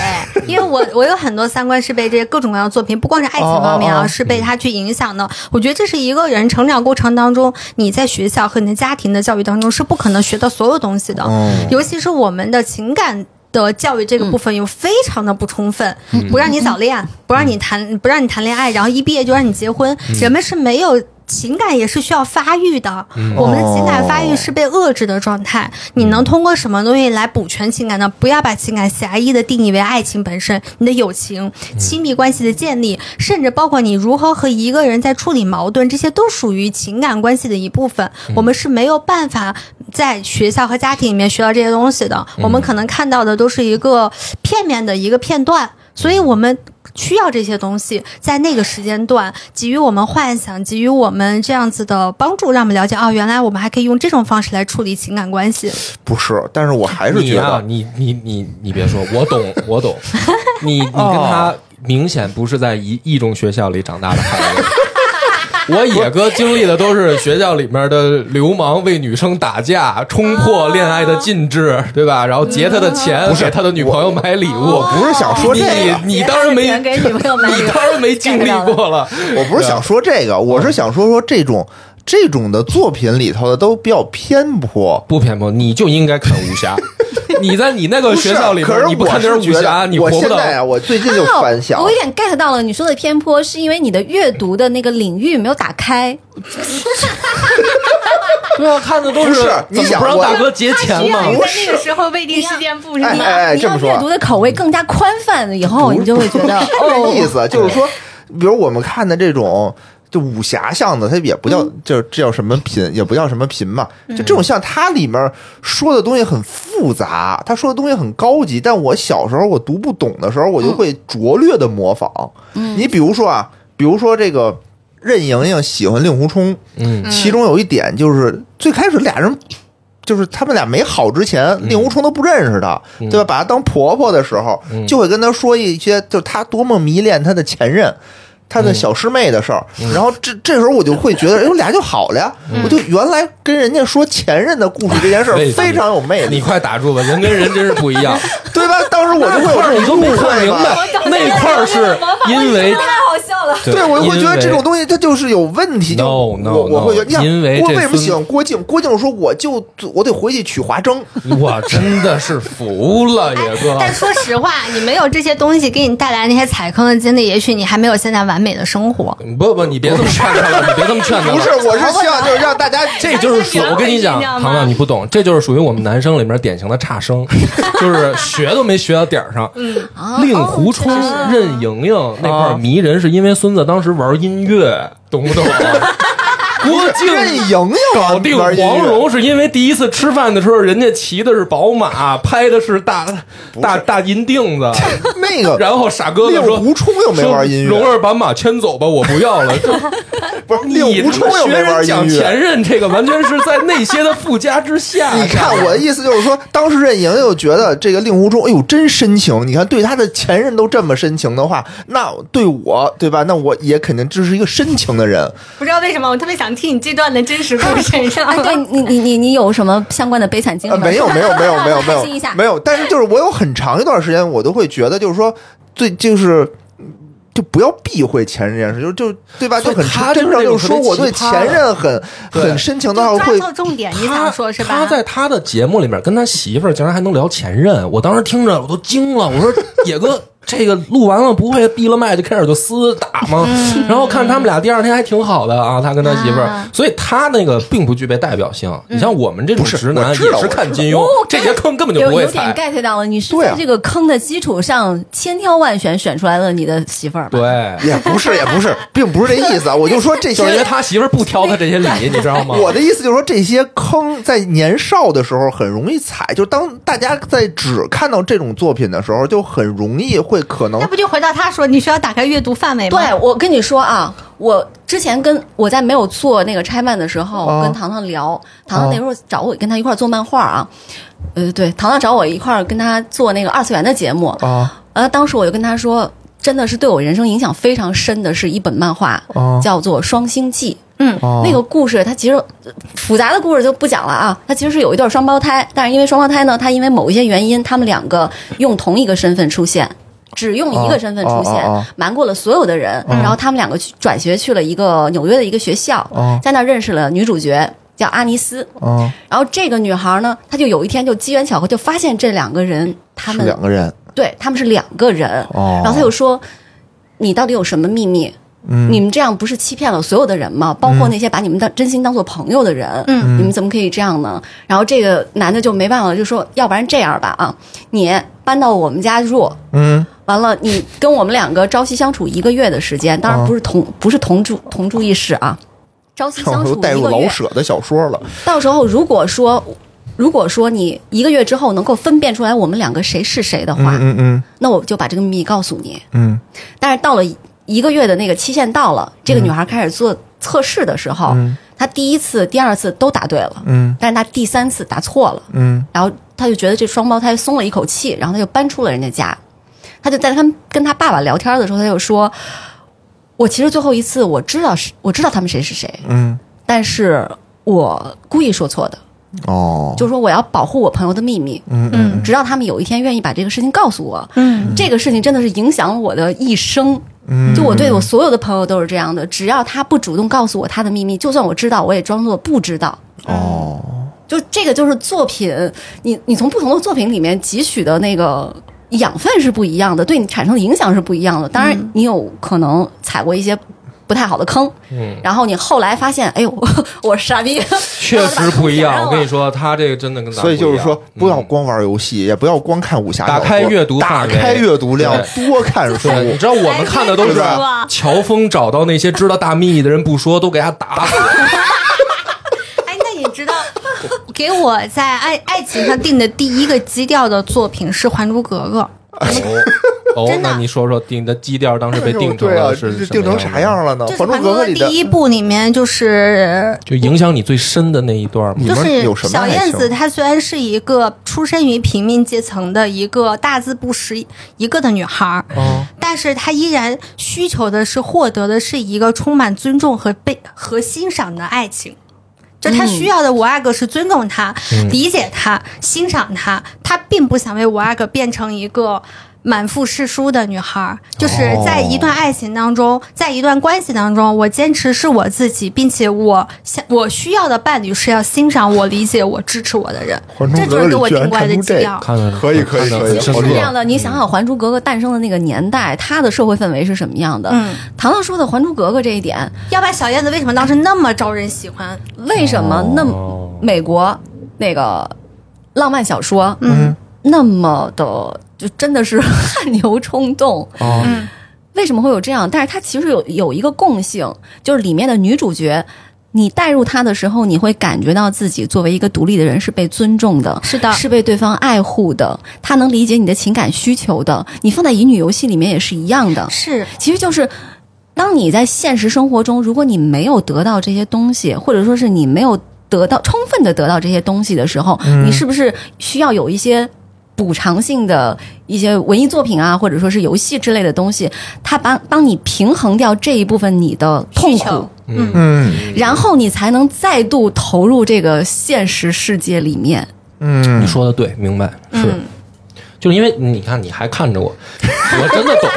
[SPEAKER 3] 因为我我有很多三观是被这些各种各样的作品，不光是爱情方面
[SPEAKER 2] 哦哦
[SPEAKER 3] 啊，
[SPEAKER 2] 哦
[SPEAKER 3] 是被他去影响的。我觉得这是一个人成长过程当中，你在学校和你的家庭的教育当中是不可能学到所有东西的，
[SPEAKER 2] 嗯
[SPEAKER 3] 尤其是我们的情感。的教育这个部分又非常的不充分，
[SPEAKER 2] 嗯
[SPEAKER 3] 不让你早恋，不让你谈，不让你谈恋爱，然后一毕业就让你结婚，
[SPEAKER 2] 嗯
[SPEAKER 3] 人们是没有情感也是需要发育的，
[SPEAKER 2] 嗯
[SPEAKER 3] 我们的情感发育是被遏制的状态。你能通过什么东西来补全情感呢？不要把情感狭义的定义为爱情本身，你的友情、亲密关系的建立，甚至包括你如何和一个人在处理矛盾，这些都属于情感关系的一部分。我们是没有办法在学校和家庭里面学到这些东西的，我们可能看到的都是一个片面的一个片段，所以我们。需要这些东西，在那个时间段给予我们幻想，给予我们这样子的帮助，让我们了解哦，原来我们还可以用这种方式来处理情感关系。
[SPEAKER 2] 不是，但是我还是
[SPEAKER 1] 你
[SPEAKER 2] 觉
[SPEAKER 1] 啊
[SPEAKER 2] 得，，
[SPEAKER 1] 你你你你别说，我懂，我 懂。你你跟他明显不是在一一中学校里长大的孩子。我野哥经历的都是学校里面的流氓为女生打架，冲
[SPEAKER 5] 哦
[SPEAKER 1] 破恋爱的禁制，对吧？然后劫他的钱，给他的女朋友买礼物。
[SPEAKER 2] 嗯我不是想说这
[SPEAKER 1] 你
[SPEAKER 2] 个，
[SPEAKER 1] 你当然没，
[SPEAKER 5] 给女朋友买礼
[SPEAKER 1] 你
[SPEAKER 5] 物
[SPEAKER 1] 当然没经历过了。
[SPEAKER 2] 我不是想说这个，
[SPEAKER 1] 嗯
[SPEAKER 2] 我是想说说这种这种的作品里头的都比较偏颇。
[SPEAKER 1] 不偏颇，你就应该看武 侠。你在你那个呃学校里
[SPEAKER 2] 不是可
[SPEAKER 1] 面，你
[SPEAKER 2] 是
[SPEAKER 1] 不
[SPEAKER 2] 我
[SPEAKER 1] 看
[SPEAKER 2] 是
[SPEAKER 1] 点武
[SPEAKER 2] 觉得
[SPEAKER 1] 侠，你
[SPEAKER 2] 我
[SPEAKER 1] 活不
[SPEAKER 2] 现
[SPEAKER 1] 到。
[SPEAKER 2] 在啊，我最近就反想
[SPEAKER 5] 哦，我有点 get 到了你说的偏颇，是因为你的阅读的那个领域没有打开。
[SPEAKER 1] 对啊，看的都
[SPEAKER 2] 不是
[SPEAKER 1] 怎
[SPEAKER 2] 你
[SPEAKER 1] 么
[SPEAKER 2] 想
[SPEAKER 1] 不让
[SPEAKER 2] 我
[SPEAKER 1] 大哥结钱嘛
[SPEAKER 4] 在？
[SPEAKER 2] 不
[SPEAKER 4] 那个时候未定事件 簿上
[SPEAKER 2] 哎
[SPEAKER 5] 你要、
[SPEAKER 2] 哎
[SPEAKER 5] 你
[SPEAKER 2] 这么
[SPEAKER 5] 要
[SPEAKER 2] 说啊
[SPEAKER 5] 阅读的口味更加宽泛了，以后你就会觉得
[SPEAKER 2] 这意
[SPEAKER 5] 哦，
[SPEAKER 2] 思，就是说，比如我们看的这种。就武侠像的，它也不叫，
[SPEAKER 5] 嗯
[SPEAKER 2] 就是这叫什么品，也不叫什么品嘛。就这种像，它里面说的东西很复杂，它说的东西很高级。但我小时候我读不懂的时候，
[SPEAKER 5] 嗯
[SPEAKER 2] 我就会拙略的模仿。你比如说啊，比如说这个任盈盈喜欢令狐冲，
[SPEAKER 1] 嗯，
[SPEAKER 2] 其中有一点就是最开始俩人。就是他们俩没好之前，
[SPEAKER 1] 嗯
[SPEAKER 2] 令狐冲都不认识她，对吧？把她当婆婆的时候，
[SPEAKER 1] 嗯
[SPEAKER 2] 就会跟她说一些，就是她多么迷恋她的前任，她
[SPEAKER 1] 嗯
[SPEAKER 2] 的小师妹的事儿。然后这这时候我就会觉 得，哎呦，俩就好了呀！
[SPEAKER 1] 嗯
[SPEAKER 2] 我就原来跟人家说前任的故事这 件事儿
[SPEAKER 1] 为什么
[SPEAKER 2] 非常有魅
[SPEAKER 1] 你
[SPEAKER 2] 力，
[SPEAKER 1] 快打住吧，人跟人真是不一样。
[SPEAKER 2] 对吧？当时我就 会有
[SPEAKER 1] 那块儿
[SPEAKER 2] 这
[SPEAKER 1] 你都
[SPEAKER 2] 种
[SPEAKER 1] 没
[SPEAKER 2] 误
[SPEAKER 1] 看
[SPEAKER 2] 会
[SPEAKER 1] 明
[SPEAKER 2] 吧。
[SPEAKER 1] 白，那块儿是因为
[SPEAKER 5] 太好笑了。
[SPEAKER 2] 对，我就会觉得这种
[SPEAKER 1] 东
[SPEAKER 2] 东西它就是有问题，就
[SPEAKER 1] No, no,
[SPEAKER 2] 我我
[SPEAKER 1] no
[SPEAKER 2] 会觉得，你看
[SPEAKER 1] 因为
[SPEAKER 2] 郭
[SPEAKER 1] 这
[SPEAKER 2] 为什么
[SPEAKER 1] 孙
[SPEAKER 2] 喜欢郭靖？郭靖说我就我得回去娶华筝，
[SPEAKER 1] 西，我真的是服 了，
[SPEAKER 5] 哎
[SPEAKER 1] 野哥。
[SPEAKER 3] 但说实话，你没有这些东西给你带来那些踩坑的经历，也许你还没有现在完美的生活。
[SPEAKER 1] 不不，你别这么劝他了，你别这么劝他了。
[SPEAKER 2] 不是，我是希望就是让大家
[SPEAKER 1] 这就是属我跟你讲，
[SPEAKER 4] 你知道
[SPEAKER 1] 糖
[SPEAKER 4] 吗
[SPEAKER 1] 糖你不懂，这就是属于我们男生里面典型的差生， 就是学都没学到点儿上。
[SPEAKER 2] 嗯
[SPEAKER 1] 令狐冲、任盈
[SPEAKER 2] 啊
[SPEAKER 1] 盈那块儿迷人，是因为孙子当时玩音乐，懂不懂啊？ 郭靖
[SPEAKER 2] 任盈盈
[SPEAKER 1] 搞定
[SPEAKER 2] 玩音乐
[SPEAKER 1] 黄蓉，是因为第一次吃饭的时候，人家骑的是宝马，拍的是大大大银锭子。
[SPEAKER 2] 那个
[SPEAKER 1] 然后傻哥哥说：“
[SPEAKER 2] 令狐冲又没玩音乐
[SPEAKER 1] 说蓉儿把马牵走吧，我不要了。”就
[SPEAKER 2] 不是
[SPEAKER 1] 你
[SPEAKER 2] 令狐冲
[SPEAKER 1] 学
[SPEAKER 2] 又没
[SPEAKER 1] 人
[SPEAKER 2] 玩音
[SPEAKER 1] 讲前
[SPEAKER 2] 乐。
[SPEAKER 1] 任，这个完全是在那些的附加之 下。
[SPEAKER 2] 你哎看我的意思就是说，当时任盈盈觉得这个令狐冲，哎呦，真深情。你看对他的前任都这么深情的话，那对我，对吧？那我也肯定这是一个深情的人。
[SPEAKER 4] 不知道为什么，我特别想听你这段的真实故 事，你知道
[SPEAKER 5] 哎，
[SPEAKER 4] 吗？
[SPEAKER 5] 对你，你你你有什么相关的悲惨经历
[SPEAKER 2] 呃，
[SPEAKER 5] 吗？
[SPEAKER 2] 没有，没有，没有，没有，没
[SPEAKER 5] 开心一下
[SPEAKER 2] 有，没有。但是就是我有很长一段时间，我都会觉得，就是说，最就是。就不要避讳前任这件事，就就对吧？
[SPEAKER 1] 所
[SPEAKER 2] 就
[SPEAKER 1] 以
[SPEAKER 2] 很
[SPEAKER 1] 他就是
[SPEAKER 2] 真正
[SPEAKER 1] 那种
[SPEAKER 2] 就是说，
[SPEAKER 1] 特别
[SPEAKER 2] 我对
[SPEAKER 1] 奇葩
[SPEAKER 2] 前任很
[SPEAKER 1] 对
[SPEAKER 2] 很深情的话，
[SPEAKER 3] 就抓
[SPEAKER 2] 会
[SPEAKER 3] 到重点，你
[SPEAKER 1] 他
[SPEAKER 3] 想说是
[SPEAKER 1] 他
[SPEAKER 3] 吧？
[SPEAKER 1] 在他的节目里面跟他媳妇儿竟然还能聊前任，我当时听着我都惊了，我说野哥。这个录完了不会闭了麦就开始就厮打吗？然后看他们俩第二天还挺好的啊，他跟他媳妇儿
[SPEAKER 3] 嗯啊，嗯
[SPEAKER 1] 所以他那个并不具备代表性。你像我们这种
[SPEAKER 2] 不是
[SPEAKER 1] 直男
[SPEAKER 2] 我知道
[SPEAKER 1] 也是看金庸
[SPEAKER 3] 哦
[SPEAKER 5] 我知
[SPEAKER 1] 哦这
[SPEAKER 5] 道，
[SPEAKER 1] 些坑根本就
[SPEAKER 5] 哦有
[SPEAKER 1] 不会
[SPEAKER 5] 有点
[SPEAKER 1] 踩。
[SPEAKER 5] get 到了，你是
[SPEAKER 2] 对啊
[SPEAKER 5] 在这个坑的基础上千挑万选选出来了你的媳妇儿吧。
[SPEAKER 1] 对，
[SPEAKER 2] 也不是也不是，并不是这意思啊。我就说这
[SPEAKER 1] 就是因为
[SPEAKER 2] 些，
[SPEAKER 1] 他媳妇儿不挑他这些理，你知道吗？
[SPEAKER 2] 我的意思就是说这些坑在年少的时候很容易踩，就当大家在只看到这种作品的时候，就很容易会可能
[SPEAKER 3] 那不就回到他说，你需要打开阅读范围吗？
[SPEAKER 5] 对，我跟你说啊，我之前跟我在没有做那个拆漫的时候，
[SPEAKER 1] 哦
[SPEAKER 2] 啊
[SPEAKER 5] 跟糖糖聊，糖糖那时候找我跟他一块儿做漫画啊，
[SPEAKER 1] 哦
[SPEAKER 5] 呃，对，糖糖找我一块儿跟他做那个二次元的节目，
[SPEAKER 2] 啊，
[SPEAKER 5] 呃，当时我就跟他说，真的是对我人生影响非常深的，是一本漫画，
[SPEAKER 2] 哦
[SPEAKER 5] 叫做《双星记》。
[SPEAKER 2] 哦
[SPEAKER 5] 那个故事，它其实呃复杂的故事就不讲了啊。它其实是有一对双胞胎，但是因为双胞胎呢，他因为某一些原因，他们两个用同一个身份出现，只用一个身份出现，
[SPEAKER 2] 哦哦嗯哦
[SPEAKER 5] 瞒过了所有的人。然后他们两个去转学去了一个纽约的一个学校，
[SPEAKER 2] 哦
[SPEAKER 5] 在那儿认识了女主角叫阿尼斯。
[SPEAKER 2] 哦，
[SPEAKER 5] 然后这个女孩呢，她就有一天就机缘巧合就发现这两个人，他
[SPEAKER 2] 是
[SPEAKER 5] 们
[SPEAKER 2] 两个人
[SPEAKER 5] 对他们是两个人。
[SPEAKER 2] 哦
[SPEAKER 5] 然后她就说：“你到底有什么秘密？”
[SPEAKER 2] 嗯
[SPEAKER 5] 你们这样不是欺骗了所有的人吗？包括那些把你们当真心当做朋友的人，
[SPEAKER 3] 嗯
[SPEAKER 5] 你们怎么可以这样呢？然后这个男的就没办法了，就说要不然这样吧啊，你搬到我们家住，
[SPEAKER 2] 嗯
[SPEAKER 5] 完了你跟我们两个朝夕相处一个月的时
[SPEAKER 2] 嗯
[SPEAKER 5] 间，当然不是同、不是同住同住一室啊，朝夕
[SPEAKER 2] 我
[SPEAKER 5] 相
[SPEAKER 2] 都
[SPEAKER 5] 处
[SPEAKER 2] 带
[SPEAKER 5] 一
[SPEAKER 2] 入
[SPEAKER 5] 个
[SPEAKER 2] 老
[SPEAKER 5] 月，
[SPEAKER 2] 舍的小说了。
[SPEAKER 5] 到时候如果说如果说你一个月之后能够分辨出来我们两个谁是谁的话，
[SPEAKER 2] 嗯嗯
[SPEAKER 5] 那我就把这个秘密告诉你。
[SPEAKER 2] 嗯
[SPEAKER 5] 但是到了一个月的那个期限到了，这个女孩开始做测试的时候，
[SPEAKER 2] 嗯
[SPEAKER 5] 她第一次、第二次都答对了，
[SPEAKER 2] 嗯
[SPEAKER 5] 但是她第三次答错了，
[SPEAKER 2] 嗯
[SPEAKER 5] 然后她就觉得这双胞胎松了一口气，然后她就搬出了人家家。她就在她跟她爸爸聊天的时候，她就说：“我其实最后一次我知道是我知道他们谁是谁，
[SPEAKER 2] 嗯，
[SPEAKER 5] 但是我故意说错的，
[SPEAKER 2] 哦，
[SPEAKER 5] 就是说我要保护我朋友的秘密，
[SPEAKER 2] 嗯嗯
[SPEAKER 3] 嗯
[SPEAKER 5] 直到他们有一天愿意把这个事情告诉我。
[SPEAKER 3] 嗯
[SPEAKER 5] 这个事情真的是影响了我的一生。
[SPEAKER 2] 嗯，
[SPEAKER 5] 就我对我所有的朋友都是这样的，只要他不主动告诉我他的秘密，就算我知道，我也装作不知道。
[SPEAKER 2] 哦，
[SPEAKER 5] 就这个就是作品，你你从不同的作品里面汲取的那个养分是不一样的，对你产生的影响是不一样的。当然，你有可能踩过一些不太好的坑，
[SPEAKER 1] 嗯，
[SPEAKER 5] 然后你后来发现，哎呦， 我我是傻逼，
[SPEAKER 1] 确实不一
[SPEAKER 5] 然
[SPEAKER 1] 样。
[SPEAKER 5] 后
[SPEAKER 1] 我
[SPEAKER 5] 把
[SPEAKER 1] 跟
[SPEAKER 5] 它
[SPEAKER 1] 你说，他这个真的跟咱
[SPEAKER 2] 所以
[SPEAKER 1] 不一
[SPEAKER 2] 就
[SPEAKER 1] 样
[SPEAKER 2] 是说，不要
[SPEAKER 1] 嗯
[SPEAKER 2] 光玩游戏，也不要光看武侠小说，
[SPEAKER 1] 打开阅读
[SPEAKER 2] 打
[SPEAKER 1] 范围
[SPEAKER 2] 开阅读量，多看书。
[SPEAKER 1] 对，你知道我们看的都是
[SPEAKER 2] 哎
[SPEAKER 4] 哎哎
[SPEAKER 1] 乔峰找到那些知道大秘密的人不说，都给他打死。
[SPEAKER 3] 哎，那你知道，给我在爱爱情上定的第一个基调的作品是《还珠格格》。
[SPEAKER 1] 哦，哦
[SPEAKER 3] 真的
[SPEAKER 1] 那你说说，你的基调当时被定成
[SPEAKER 2] 对啊
[SPEAKER 1] 了，是
[SPEAKER 2] 这
[SPEAKER 1] 什么
[SPEAKER 2] 定成啥
[SPEAKER 1] 样的？
[SPEAKER 2] 样了呢？
[SPEAKER 3] 就
[SPEAKER 2] 《
[SPEAKER 3] 是《
[SPEAKER 2] 呃还
[SPEAKER 3] 还
[SPEAKER 2] 珠
[SPEAKER 3] 珠
[SPEAKER 2] 格
[SPEAKER 3] 格
[SPEAKER 2] 格》
[SPEAKER 3] 格》
[SPEAKER 2] 里的
[SPEAKER 3] 第一部里面，就是
[SPEAKER 1] 就影响你最深的那一段吗？
[SPEAKER 2] 里
[SPEAKER 3] 就
[SPEAKER 2] 面有什
[SPEAKER 3] 是
[SPEAKER 2] 么
[SPEAKER 3] 小
[SPEAKER 2] 爱
[SPEAKER 3] 燕
[SPEAKER 2] 情
[SPEAKER 3] 子，她虽然是一个出身于平民阶层的一个大字不识一个的女孩儿，
[SPEAKER 1] 哦
[SPEAKER 3] 但是她依然需求的是获得的是一个充满尊重和被和欣赏的爱情。就她需要的五阿哥是尊重她、理解她、欣赏她，她并不想为五阿哥变成一个满腹是书的女孩儿。就是在一段爱情当中，在一段关系当中，我坚持是我自己，并且我想我需要的伴侣是要欣赏我、理解我、支持我的人。
[SPEAKER 2] 还珠
[SPEAKER 3] 这
[SPEAKER 2] 格
[SPEAKER 3] 就
[SPEAKER 2] 格
[SPEAKER 3] 是
[SPEAKER 2] 里
[SPEAKER 3] 给我
[SPEAKER 2] 居
[SPEAKER 3] 定
[SPEAKER 2] 然
[SPEAKER 3] 过来
[SPEAKER 2] 看
[SPEAKER 3] 的
[SPEAKER 2] 出
[SPEAKER 3] 基
[SPEAKER 2] 这
[SPEAKER 3] 调
[SPEAKER 2] 个。
[SPEAKER 1] 看了，
[SPEAKER 2] 可以可以
[SPEAKER 1] 看了
[SPEAKER 2] 可以
[SPEAKER 1] 很
[SPEAKER 5] 其实
[SPEAKER 1] 深
[SPEAKER 5] 是
[SPEAKER 1] 刻
[SPEAKER 5] 这样的，你想想《还珠格格》诞生的那个年代，它的社会氛围是什么样的？
[SPEAKER 3] 嗯，
[SPEAKER 5] 糖糖说的《还珠格格》这一点，
[SPEAKER 3] 要不然小燕子为什么当时那么招人喜欢？
[SPEAKER 5] 为什么那么
[SPEAKER 1] 哦
[SPEAKER 5] 美国那个浪漫小说，
[SPEAKER 3] 嗯，
[SPEAKER 5] 那么的就真的是 汗牛充栋？
[SPEAKER 3] 嗯
[SPEAKER 1] 哦
[SPEAKER 5] 为什么会有这样？但是它其实有有一个共性，就是里面的女主角。你带入她的时候，你会感觉到自己作为一个独立的人是被尊重的，
[SPEAKER 3] 是的
[SPEAKER 5] 是被对方爱护的，她能理解你的情感需求的。你放在乙女游戏里面也是一样的，
[SPEAKER 3] 是
[SPEAKER 5] 其实就是，当你在现实生活中，如果你没有得到这些东西，或者说是你没有得到充分的得到这些东西的时候，
[SPEAKER 3] 嗯
[SPEAKER 5] 你是不是需要有一些补偿性的一些文艺作品啊，或者说是游戏之类的东西，它帮帮你平衡掉这一部分你的痛
[SPEAKER 3] 需
[SPEAKER 5] 苦
[SPEAKER 3] 求，
[SPEAKER 2] 嗯
[SPEAKER 5] 然后你才能再度投入这个现实世界里面。
[SPEAKER 1] 你
[SPEAKER 2] 嗯，
[SPEAKER 1] 说的对，明白是。就是因为你看，你还看着我，我真的懂，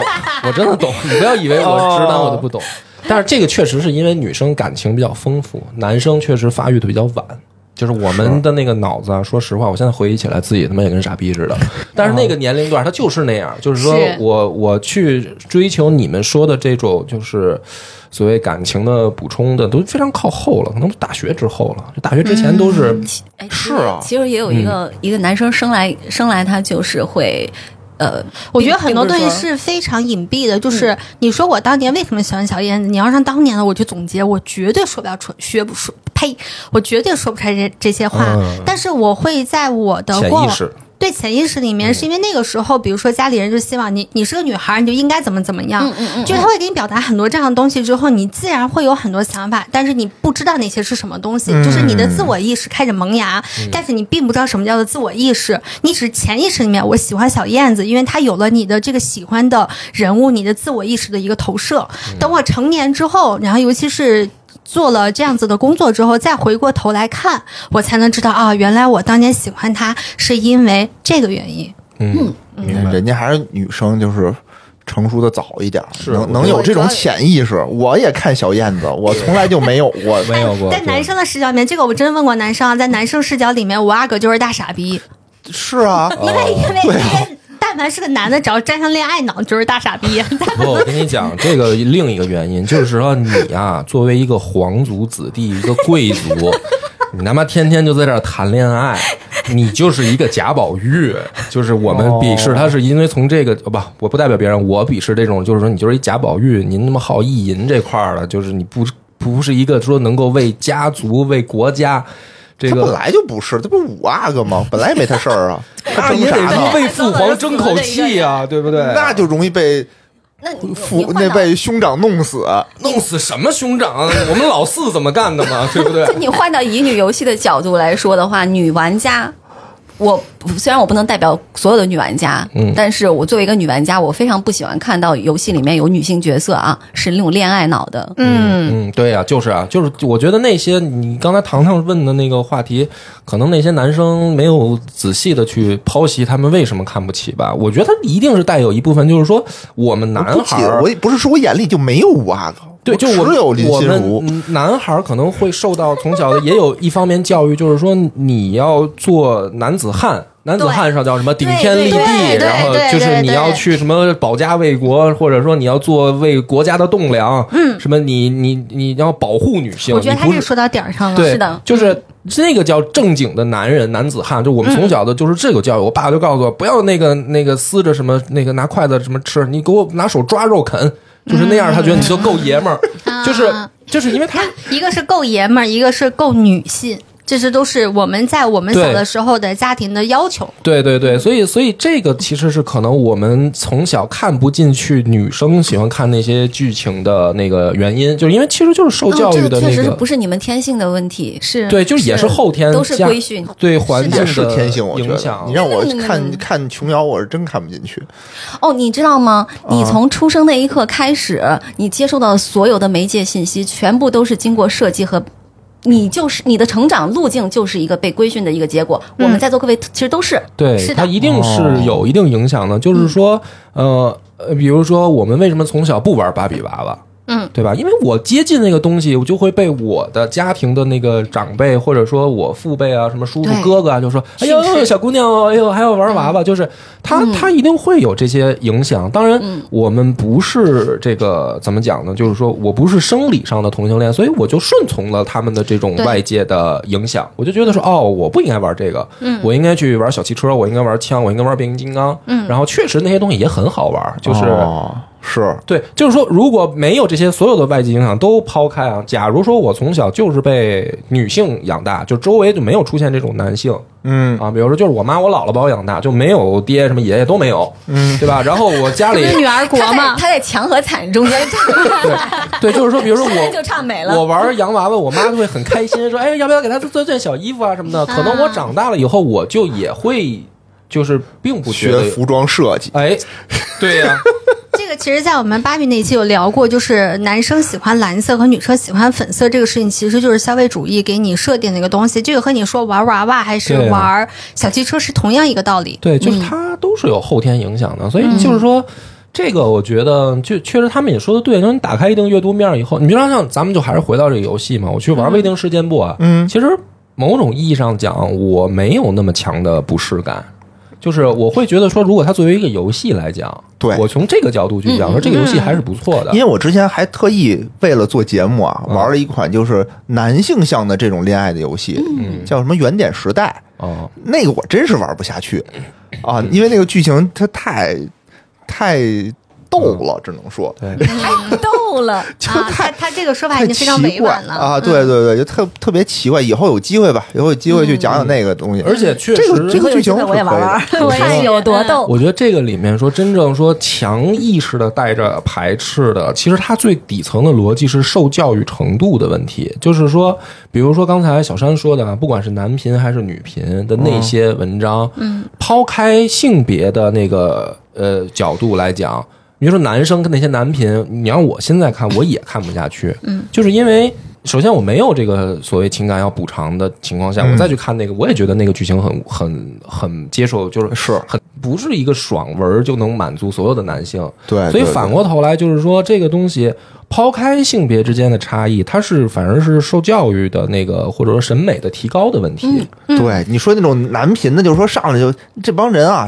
[SPEAKER 1] 我真的懂。你不要以为我直男我就不懂，但是这个确实是因为女生感情比较丰富，男生确实发育的比较晚。就是我们的那个脑子啊，说实话，我现在回忆起来，自己他妈也跟傻逼似的。 但是那个年龄段，他就是那样，就是说
[SPEAKER 5] 是
[SPEAKER 1] 我我去追求你们说的这种，就是所谓感情的补充的，都非常靠后了，可能是大学之后了。就大学之前都是嗯
[SPEAKER 5] 哎
[SPEAKER 2] 是啊
[SPEAKER 5] 其实也有一个、一个男生生来生来他就是会，呃，
[SPEAKER 3] 我觉得很多
[SPEAKER 5] 并
[SPEAKER 3] 东
[SPEAKER 5] 不
[SPEAKER 3] 西
[SPEAKER 5] 说
[SPEAKER 3] 是非常隐蔽的，就是你说我当年为什么喜欢小燕子，你要让当年的我去总结，我绝对说不了出，学不说，呸，我绝对说不出来这这些话。
[SPEAKER 1] 嗯
[SPEAKER 3] 但是我会在我的
[SPEAKER 1] 潜
[SPEAKER 3] 过
[SPEAKER 1] 意
[SPEAKER 3] 往
[SPEAKER 1] 识，
[SPEAKER 3] 对潜意识里面，是因为那个时候，比如说家里人就希望你，你是个女孩，你就应该怎么怎么样，就他会给你表达很多这样的东西之后，你自然会有很多想法，但是你不知道那些是什么东西，就是你的自我意识开始萌芽，但是你并不知道什么叫做自我意识，你只是潜意识里面我喜欢小燕子，因为她有了你的这个喜欢的人物，你的自我意识的一个投射。等我成年之后，然后尤其是做了这样子的工作之后，再回过头来看，我才能知道啊，原来我当年喜欢他是因为这个原因。
[SPEAKER 1] 嗯，明白。
[SPEAKER 2] 人家还是女生，就是成熟的早一点，
[SPEAKER 1] 是
[SPEAKER 2] 能能有这种潜意识。我也看小燕子，我从来就没有过。
[SPEAKER 1] 没有过
[SPEAKER 3] 在男生的视角里面，这个我真问过男生啊，在男生视角里面，我阿哥就是大傻逼，
[SPEAKER 2] 是啊，
[SPEAKER 3] 因为因为因为但凡是个男的，只要沾上恋爱脑就是大傻逼。
[SPEAKER 1] 不，哦我跟你讲，这个另一个原因就是说，你啊，作为一个皇族子弟，一个贵族，你他妈天天就在这儿谈恋爱，你就是一个贾宝玉。就是我们鄙视他，是因为从这个哦不，我不代表别人，我鄙视这种，就是说你就是一贾宝玉，您他妈好意淫这块儿了，就是你不不是一个说能够为家族、为国家。这
[SPEAKER 2] 他
[SPEAKER 1] 个
[SPEAKER 2] 本来就不是，他不是五阿哥吗？本来也没他事儿啊，他
[SPEAKER 1] 那
[SPEAKER 2] 争
[SPEAKER 1] 也
[SPEAKER 2] 啥
[SPEAKER 1] 得
[SPEAKER 2] 呢
[SPEAKER 1] 说？为父皇争口气啊，对不对？
[SPEAKER 2] 那就容易被
[SPEAKER 5] 那你你
[SPEAKER 2] 父
[SPEAKER 5] 换
[SPEAKER 2] 那
[SPEAKER 5] 到
[SPEAKER 2] 被兄长弄死。
[SPEAKER 1] 弄死什么兄长啊？我们老四怎么干的 嘛，对不对？
[SPEAKER 5] 你换到乙女游戏的角度来说的话，女玩家，我虽然我不能代表所有的女玩家，
[SPEAKER 1] 嗯
[SPEAKER 5] 但是我作为一个女玩家，我非常不喜欢看到游戏里面有女性角色啊是那种恋爱脑的，
[SPEAKER 3] 嗯，
[SPEAKER 1] 嗯，对呀、就是啊，就是我觉得那些你刚才糖糖问的那个话题，可能那些男生没有仔细的去剖析他们为什么看不起吧。我觉得他一定是带有一部分，就是说我们男
[SPEAKER 2] 不
[SPEAKER 1] 孩
[SPEAKER 2] 仅
[SPEAKER 1] 儿
[SPEAKER 2] 我，不是说我眼里就没有五阿哥，
[SPEAKER 1] 对，就
[SPEAKER 2] 我
[SPEAKER 1] 我
[SPEAKER 2] 只有林
[SPEAKER 1] 我
[SPEAKER 2] 心如。
[SPEAKER 1] 们嗯男孩儿可能会受到从小的也有一方面教育，就是说你要做男子汉。男子汉上叫什么顶天立地，
[SPEAKER 3] 对对对
[SPEAKER 1] 然后
[SPEAKER 3] 对
[SPEAKER 1] 就是
[SPEAKER 3] 对
[SPEAKER 1] 你
[SPEAKER 3] 对
[SPEAKER 1] 要去什么保家卫国，或者说你要做为国家的栋梁，嗯，什么你你你要保护女性，
[SPEAKER 3] 我觉得
[SPEAKER 1] 你
[SPEAKER 3] 他
[SPEAKER 1] 不
[SPEAKER 3] 这个
[SPEAKER 1] 是
[SPEAKER 3] 说到点儿上了。
[SPEAKER 1] 对，
[SPEAKER 5] 嗯是的
[SPEAKER 1] 就是那个叫正经的男人男子汉，就我们从小的就是这个教育。
[SPEAKER 5] 嗯
[SPEAKER 1] 我爸就告诉我，不要那个那个撕着什么那个拿筷子什么吃，你给我拿手抓肉啃，就是那样，他觉得你就够爷们 儿，就是
[SPEAKER 3] 啊
[SPEAKER 1] 就是因为他
[SPEAKER 3] 看，一个是够爷们儿，一个是够女性，这是都是我们在我们
[SPEAKER 1] 对
[SPEAKER 3] 小的时候的家庭的要求。
[SPEAKER 1] 对对对，所以所以这个其实是可能我们从小看不进去女生喜欢看那些剧情的那个原因，就是因为其实就是受教育
[SPEAKER 5] 哦、
[SPEAKER 1] 的
[SPEAKER 5] 这个确
[SPEAKER 1] 那
[SPEAKER 5] 实是
[SPEAKER 1] 个
[SPEAKER 5] 不，是你们天性的问题，
[SPEAKER 3] 是
[SPEAKER 1] 对，就是也是后天
[SPEAKER 5] 都是
[SPEAKER 1] 加
[SPEAKER 5] 规训。
[SPEAKER 1] 对环境
[SPEAKER 2] 也是
[SPEAKER 1] 的
[SPEAKER 2] 天性，我觉
[SPEAKER 1] 影
[SPEAKER 2] 得
[SPEAKER 1] 响。啊
[SPEAKER 2] 你让我
[SPEAKER 5] 嗯
[SPEAKER 2] 看看琼瑶，我是真看不进去。
[SPEAKER 5] 哦，你知道吗？
[SPEAKER 2] 啊
[SPEAKER 5] 你从出生那一刻开始，你接受到所有的媒介信息，全部都是经过设计和。你就是你的成长路径，就是一个被规训的一个结果。我们在座各位其实都是，
[SPEAKER 1] 对，
[SPEAKER 3] 是的嗯
[SPEAKER 1] 它一定是有一定影响的。就是说，呃呃，比如说我们为什么从小不玩芭比娃娃？
[SPEAKER 3] 嗯，
[SPEAKER 1] 对吧？因为我接近那个东西，我就会被我的家庭的那个长辈，或者说我父辈啊，什么叔叔
[SPEAKER 5] 对
[SPEAKER 1] 哥哥啊，就说：“哎呦，
[SPEAKER 5] 训斥
[SPEAKER 1] 小姑娘哦，哎呦，还要玩娃娃。”就是他，他一定会有这些影响。当然，我们不是这个怎么讲呢？就是说我不是生理上的同性恋，所以我就顺从了他们的这种
[SPEAKER 3] 对
[SPEAKER 1] 外界的影响，我就觉得说，哦，我不应该玩这个，我应该去玩小汽车，我应该玩枪，我应该玩变形金刚。嗯，然后确实那些东西也很好玩，就是。
[SPEAKER 2] 哦是
[SPEAKER 1] 对，就是说，如果没有这些所有的外界影响都抛开啊，假如说我从小就是被女性养大，就周围就没有出现这种男性
[SPEAKER 2] 嗯
[SPEAKER 1] 啊，比如说就是我妈我姥姥把我养大，就没有爹什么爷爷都没有，嗯，对吧？然后我家里
[SPEAKER 3] 这不是女儿国
[SPEAKER 5] 他在
[SPEAKER 3] 嘛，
[SPEAKER 5] 他在强和惨中间，
[SPEAKER 1] 对，就是说，比如说我
[SPEAKER 5] 就唱美了
[SPEAKER 1] 我玩洋娃娃，我妈就会很开心，说：“哎，要不要给她做件小衣服啊什么的？”可能我长大了以后，我就也会，就是并不觉
[SPEAKER 2] 学
[SPEAKER 1] 得，
[SPEAKER 2] 服装设计，
[SPEAKER 1] 哎，对 呀、
[SPEAKER 3] 这个其实，在我们芭比那期有聊过，就是男生喜欢蓝色和女生喜欢粉色这个事情，其实就是消费主义给你设定的一个东西。这个和你说玩娃娃还是
[SPEAKER 1] 对啊
[SPEAKER 3] 玩小汽车是同样一个道理。
[SPEAKER 1] 对，就是它都是有后天影响的，所以就是说。这个我觉得就确实他们也说的对，就是你打开一定阅读面以后，你比方像咱们就还是回到这个游戏嘛，我去玩未定事件簿啊，
[SPEAKER 2] 嗯
[SPEAKER 1] 其实某种意义上讲，我没有那么强的不适感，就是我会觉得说，如果它作为一个游戏来讲，
[SPEAKER 2] 对
[SPEAKER 1] 我从这个角度去讲，说这个游戏还是不错的
[SPEAKER 2] 因，为我之前还特意为了做节目
[SPEAKER 1] 嗯
[SPEAKER 2] 啊，玩了一款就是男性向的这种恋爱的游戏，
[SPEAKER 1] 嗯，
[SPEAKER 2] 叫什么《原点时代》。
[SPEAKER 1] 哦，
[SPEAKER 2] 那
[SPEAKER 1] 嗯
[SPEAKER 2] 个我真是玩不下去啊，因为那个剧情它太太逗了，只能说
[SPEAKER 1] 对，
[SPEAKER 5] 太逗了。
[SPEAKER 2] 就
[SPEAKER 3] 啊，
[SPEAKER 2] 太
[SPEAKER 3] 他他这个说法
[SPEAKER 2] 太
[SPEAKER 3] 已经非常
[SPEAKER 2] 奇
[SPEAKER 3] 委
[SPEAKER 2] 怪
[SPEAKER 3] 婉了嗯
[SPEAKER 2] 啊！对对对，就特特别奇怪。以后有机会吧，以后有机会去讲
[SPEAKER 3] 嗯
[SPEAKER 2] 讲那个东西。
[SPEAKER 1] 而且确
[SPEAKER 2] 这
[SPEAKER 1] 实
[SPEAKER 2] 个这个剧情
[SPEAKER 5] 我也玩玩
[SPEAKER 2] 是，
[SPEAKER 5] 我看有多逗。
[SPEAKER 1] 我觉得这个里面说真正说强意识的带着排斥的，其实它最底层的逻辑是受教育程度的问题。就是说，比如说刚才小山说的，啊不管是男频还是女频的那些文章，嗯，抛开性别的那个呃角度来讲，你说男生跟那些男频，你让我现在看我也看不下去，嗯，就是因为。首先，我没有这个所谓情感要补偿的情况下，我再去看那个，我也觉得那个剧情很很很接受，就是
[SPEAKER 2] 是
[SPEAKER 1] 很不是一个爽文儿就能满足所有的男性。
[SPEAKER 2] 对，
[SPEAKER 1] 所以
[SPEAKER 2] 哎对
[SPEAKER 1] 反过头来就是说，这个东西抛开性别之间的差异，它是反而是受教育的那个或者说审美的提高的问
[SPEAKER 3] 嗯
[SPEAKER 1] 题。
[SPEAKER 2] 对你说那种男频的，就是说上来就这帮人啊，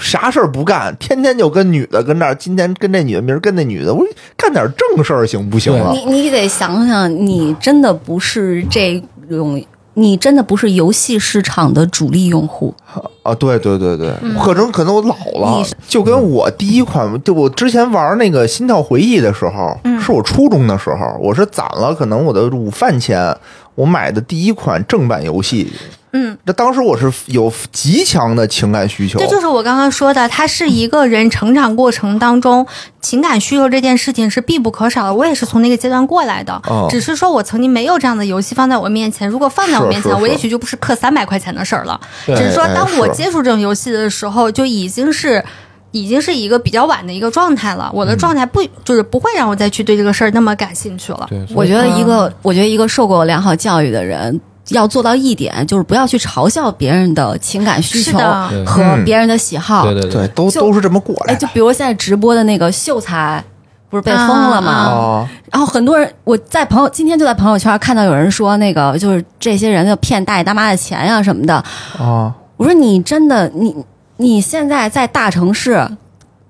[SPEAKER 2] 啥事儿不干，天天就跟女的跟那儿，今天跟这女的，明儿跟那女的，我说干点正事儿行不行啊？
[SPEAKER 5] 你你得想想，你真的不是这种，你真的不是游戏市场的主力用户。
[SPEAKER 2] 啊，对对对对，可能可能我老了
[SPEAKER 5] 你是，
[SPEAKER 2] 就跟我第一款，就我之前玩那个《心跳回忆》的时候，是我初中的时候，我是攒了可能我的午饭钱，我买的第一款正版游戏。
[SPEAKER 3] 嗯，
[SPEAKER 2] 这当时我是有极强的情感需求
[SPEAKER 3] 这，就是我刚刚说的，它
[SPEAKER 1] 嗯
[SPEAKER 3] 是一个人成长过程当中情感需求这件事情是必不可少的。我也是从那个阶段过来的，
[SPEAKER 2] 哦
[SPEAKER 3] 只是说我曾经没有这样的游戏放在我面前。如果放在我面前，
[SPEAKER 2] 是是是
[SPEAKER 3] 我也许就不是氪三百块钱的事儿了。
[SPEAKER 1] 对
[SPEAKER 3] 只是说
[SPEAKER 2] 哎，
[SPEAKER 3] 当我
[SPEAKER 2] 是
[SPEAKER 3] 接触这种游戏的时候，就已经是。已经是一个比较晚的一个状态了，我
[SPEAKER 1] 嗯
[SPEAKER 3] 的状态不、就是不会让我再去对这个事儿那么感兴趣了。
[SPEAKER 1] 对，
[SPEAKER 5] 我觉得一个，我觉得一个受过良好教育的人。要做到一点，就是不要去嘲笑别人的情感需
[SPEAKER 3] 是
[SPEAKER 5] 求
[SPEAKER 3] 的嗯
[SPEAKER 1] 对
[SPEAKER 5] 和别人的喜
[SPEAKER 3] 啊
[SPEAKER 5] 好。
[SPEAKER 1] 对对
[SPEAKER 2] 对，，都
[SPEAKER 5] 就
[SPEAKER 2] 都是这么过来
[SPEAKER 5] 哎，就
[SPEAKER 2] 的
[SPEAKER 5] 比如现在直播的那个秀才，不是被封了吗？
[SPEAKER 3] 啊啊
[SPEAKER 2] 啊。
[SPEAKER 5] 然后很多人，我在朋友今天就在朋友圈看到有人说，那个就是这些人就骗大爷大妈的钱呀、什么的。
[SPEAKER 2] 啊，
[SPEAKER 5] 我说你真的，你你现在在大城市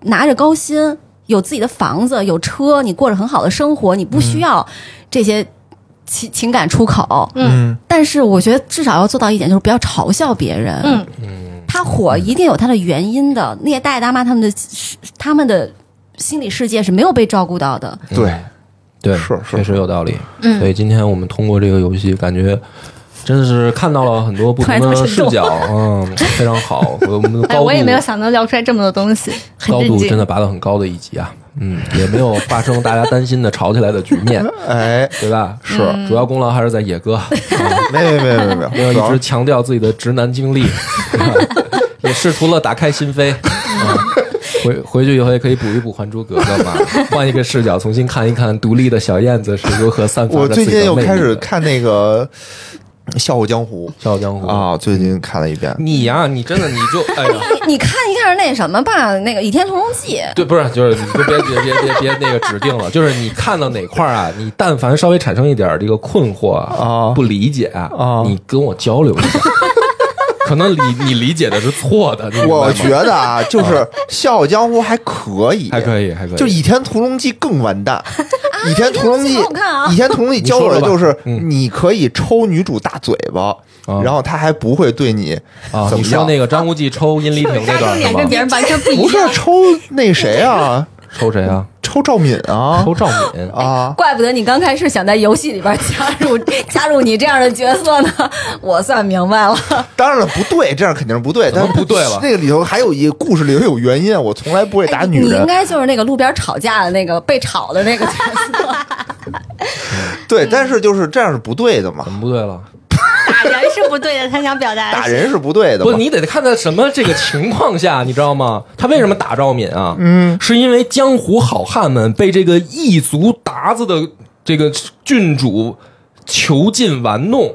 [SPEAKER 5] 拿着高薪，有自己的房子，有车，你过着很好的生活，你不需要
[SPEAKER 3] 嗯
[SPEAKER 5] 这些情情感出口。
[SPEAKER 2] 嗯，
[SPEAKER 5] 但是我觉得至少要做到一点，就是不要嘲笑别人。
[SPEAKER 3] 嗯，
[SPEAKER 5] 他火一定有他的原因的。那些大爷大妈他们的他们的心理世界是没有被照顾到 的。
[SPEAKER 2] 对，
[SPEAKER 1] 嗯对，
[SPEAKER 2] 是是
[SPEAKER 1] 确实有道理。
[SPEAKER 3] 嗯
[SPEAKER 1] 所以今天我们通过这个游戏，感觉真的是看到了很多不同
[SPEAKER 5] 突然
[SPEAKER 1] 的
[SPEAKER 5] 特
[SPEAKER 1] 视
[SPEAKER 5] 生动
[SPEAKER 1] 角，嗯，非常好。 我们的高
[SPEAKER 3] 哎，
[SPEAKER 1] 度，
[SPEAKER 3] 我也没有想到聊出来这么多东西，很
[SPEAKER 1] 高
[SPEAKER 3] 震
[SPEAKER 1] 度真
[SPEAKER 3] 惊。
[SPEAKER 1] 的拔到很高的一级啊，嗯，也没有发生大家担心的吵起来的局面，
[SPEAKER 2] 哎，
[SPEAKER 1] 对吧？
[SPEAKER 2] 是
[SPEAKER 1] 主要功劳还是在野 哥，
[SPEAKER 2] 没没没没没
[SPEAKER 1] 没有
[SPEAKER 2] 有，主
[SPEAKER 1] 一
[SPEAKER 2] 要
[SPEAKER 1] 直强调自己的直男 经历，也试图了打开心扉。
[SPEAKER 2] 嗯
[SPEAKER 1] 啊回回去以后也可以补一补《还珠格格》 嘛，换一个视角重新看一看独立的小燕子是如何散发
[SPEAKER 2] 我
[SPEAKER 1] 着
[SPEAKER 2] 最
[SPEAKER 1] 自己
[SPEAKER 2] 近
[SPEAKER 1] 的
[SPEAKER 2] 又
[SPEAKER 1] 魅力
[SPEAKER 2] 开始
[SPEAKER 1] 的
[SPEAKER 2] 看那个《笑傲江湖
[SPEAKER 1] 《笑傲江 湖》》
[SPEAKER 2] 啊，最近看了一遍，
[SPEAKER 1] 你呀、你真的你就哎呀，
[SPEAKER 5] 你看一看那什么吧，那个《倚天屠龙记》。
[SPEAKER 1] 对，不是就是你就别别别别别那个指定了，就是你看到哪块儿啊，你但凡稍微产生一点儿这个困惑
[SPEAKER 2] 啊
[SPEAKER 1] 不理解
[SPEAKER 2] 啊
[SPEAKER 1] 你跟我交流一下， 可能理你理解的是错的，你明白吗
[SPEAKER 2] 我觉得啊，就是《笑傲江湖》还可以，
[SPEAKER 1] 还可以，还可以，啊
[SPEAKER 2] 就《倚天屠龙记》更完蛋， 《倚天屠龙记》
[SPEAKER 5] 好看啊
[SPEAKER 2] 《倚天屠龙记》教的就
[SPEAKER 1] 你说
[SPEAKER 2] 是
[SPEAKER 1] 说吧嗯
[SPEAKER 2] 你可以抽女主大嘴巴，
[SPEAKER 1] 啊
[SPEAKER 2] 然后她还不会对你
[SPEAKER 1] 啊，
[SPEAKER 2] 怎
[SPEAKER 1] 你
[SPEAKER 2] 么
[SPEAKER 1] 说
[SPEAKER 2] 样。
[SPEAKER 1] 那个张无忌抽殷丽 萍那段是吗？
[SPEAKER 3] 别人完全不一
[SPEAKER 2] 不是抽那谁啊，
[SPEAKER 1] 抽谁啊？
[SPEAKER 2] 抽赵敏啊
[SPEAKER 1] 抽赵敏。
[SPEAKER 2] 啊，
[SPEAKER 5] 怪不得你刚开始想在游戏里边加入 加入你这样的角色呢，我算明白了。
[SPEAKER 2] 当然了，不对，这样肯定是不对，
[SPEAKER 1] 怎么
[SPEAKER 2] 但是
[SPEAKER 1] 不对了哎
[SPEAKER 2] 那个里头还有一个故事里头有原因，我从来不会打女
[SPEAKER 5] 哎你应
[SPEAKER 2] 人，
[SPEAKER 5] 该就是那个路边吵架的那个被吵的那个角色。
[SPEAKER 2] 对，但是就是这样是不对的嘛
[SPEAKER 1] 怎，么嗯不对了？
[SPEAKER 3] 打人是不对的，他想表达的
[SPEAKER 2] 打
[SPEAKER 3] 是
[SPEAKER 2] 人是不对的
[SPEAKER 1] 不，
[SPEAKER 2] 嘛，
[SPEAKER 1] 你得看在什么这个情况下，你知道吗？他为什么打赵敏啊？嗯，是因为江湖好汉们被这个异族鞑子的这个郡主囚禁玩弄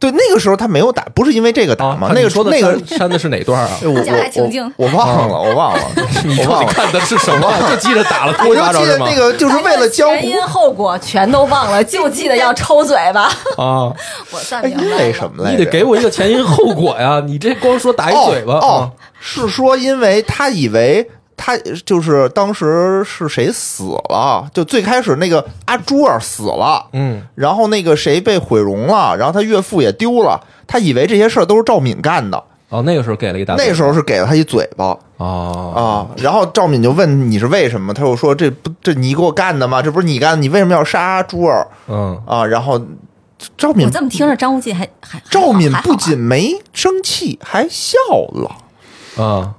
[SPEAKER 2] 对，那个时候他没有打，不是因为这个打
[SPEAKER 1] 啊。
[SPEAKER 2] 嘛，
[SPEAKER 1] 他
[SPEAKER 2] 那
[SPEAKER 1] 你
[SPEAKER 2] 个
[SPEAKER 1] 说的
[SPEAKER 2] 那个呃
[SPEAKER 1] 删删的是哪段啊？
[SPEAKER 2] 我
[SPEAKER 5] 将来情境
[SPEAKER 2] 我我我忘了，我忘了，
[SPEAKER 1] 你
[SPEAKER 2] 我
[SPEAKER 1] 到
[SPEAKER 2] 忘
[SPEAKER 1] 底
[SPEAKER 2] 了。
[SPEAKER 1] 看的是什么？就记着打了脱
[SPEAKER 2] 我
[SPEAKER 1] 一巴
[SPEAKER 2] 就
[SPEAKER 1] 掌
[SPEAKER 2] 记
[SPEAKER 1] 是
[SPEAKER 2] 得
[SPEAKER 1] 吗
[SPEAKER 2] 那？个，就是为了江
[SPEAKER 5] 前
[SPEAKER 2] 湖
[SPEAKER 5] 因，后果全都忘了，就记得要抽嘴巴。
[SPEAKER 1] 啊，
[SPEAKER 5] 我算
[SPEAKER 2] 哎
[SPEAKER 5] 明白了。
[SPEAKER 2] 为什么来着？
[SPEAKER 1] 你得给我一个前因后果呀！ 你这光说打一
[SPEAKER 2] 哦
[SPEAKER 1] 嘴巴啊，，
[SPEAKER 2] 哦是说因为他以为。他就是当时是谁死了？就最开始那个阿朱儿死了，
[SPEAKER 1] 嗯，
[SPEAKER 2] 然后那个谁被毁容了，然后他岳父也丢了。他以为这些事儿都是赵敏干的，
[SPEAKER 1] 哦，那个时候给了一大嘴巴，
[SPEAKER 2] 那时候是给了他一嘴巴
[SPEAKER 1] 哦
[SPEAKER 2] 啊，然后赵敏就问你是为什么，他又说这不这你给我干的吗？这不是你干的，你为什么要杀朱儿
[SPEAKER 1] 嗯
[SPEAKER 2] 啊？然后赵敏
[SPEAKER 5] 我这么听着，张无忌还还还
[SPEAKER 2] 赵敏
[SPEAKER 5] 还好
[SPEAKER 2] 不
[SPEAKER 5] 啊
[SPEAKER 2] 仅没生气，还笑了。
[SPEAKER 1] 嗯，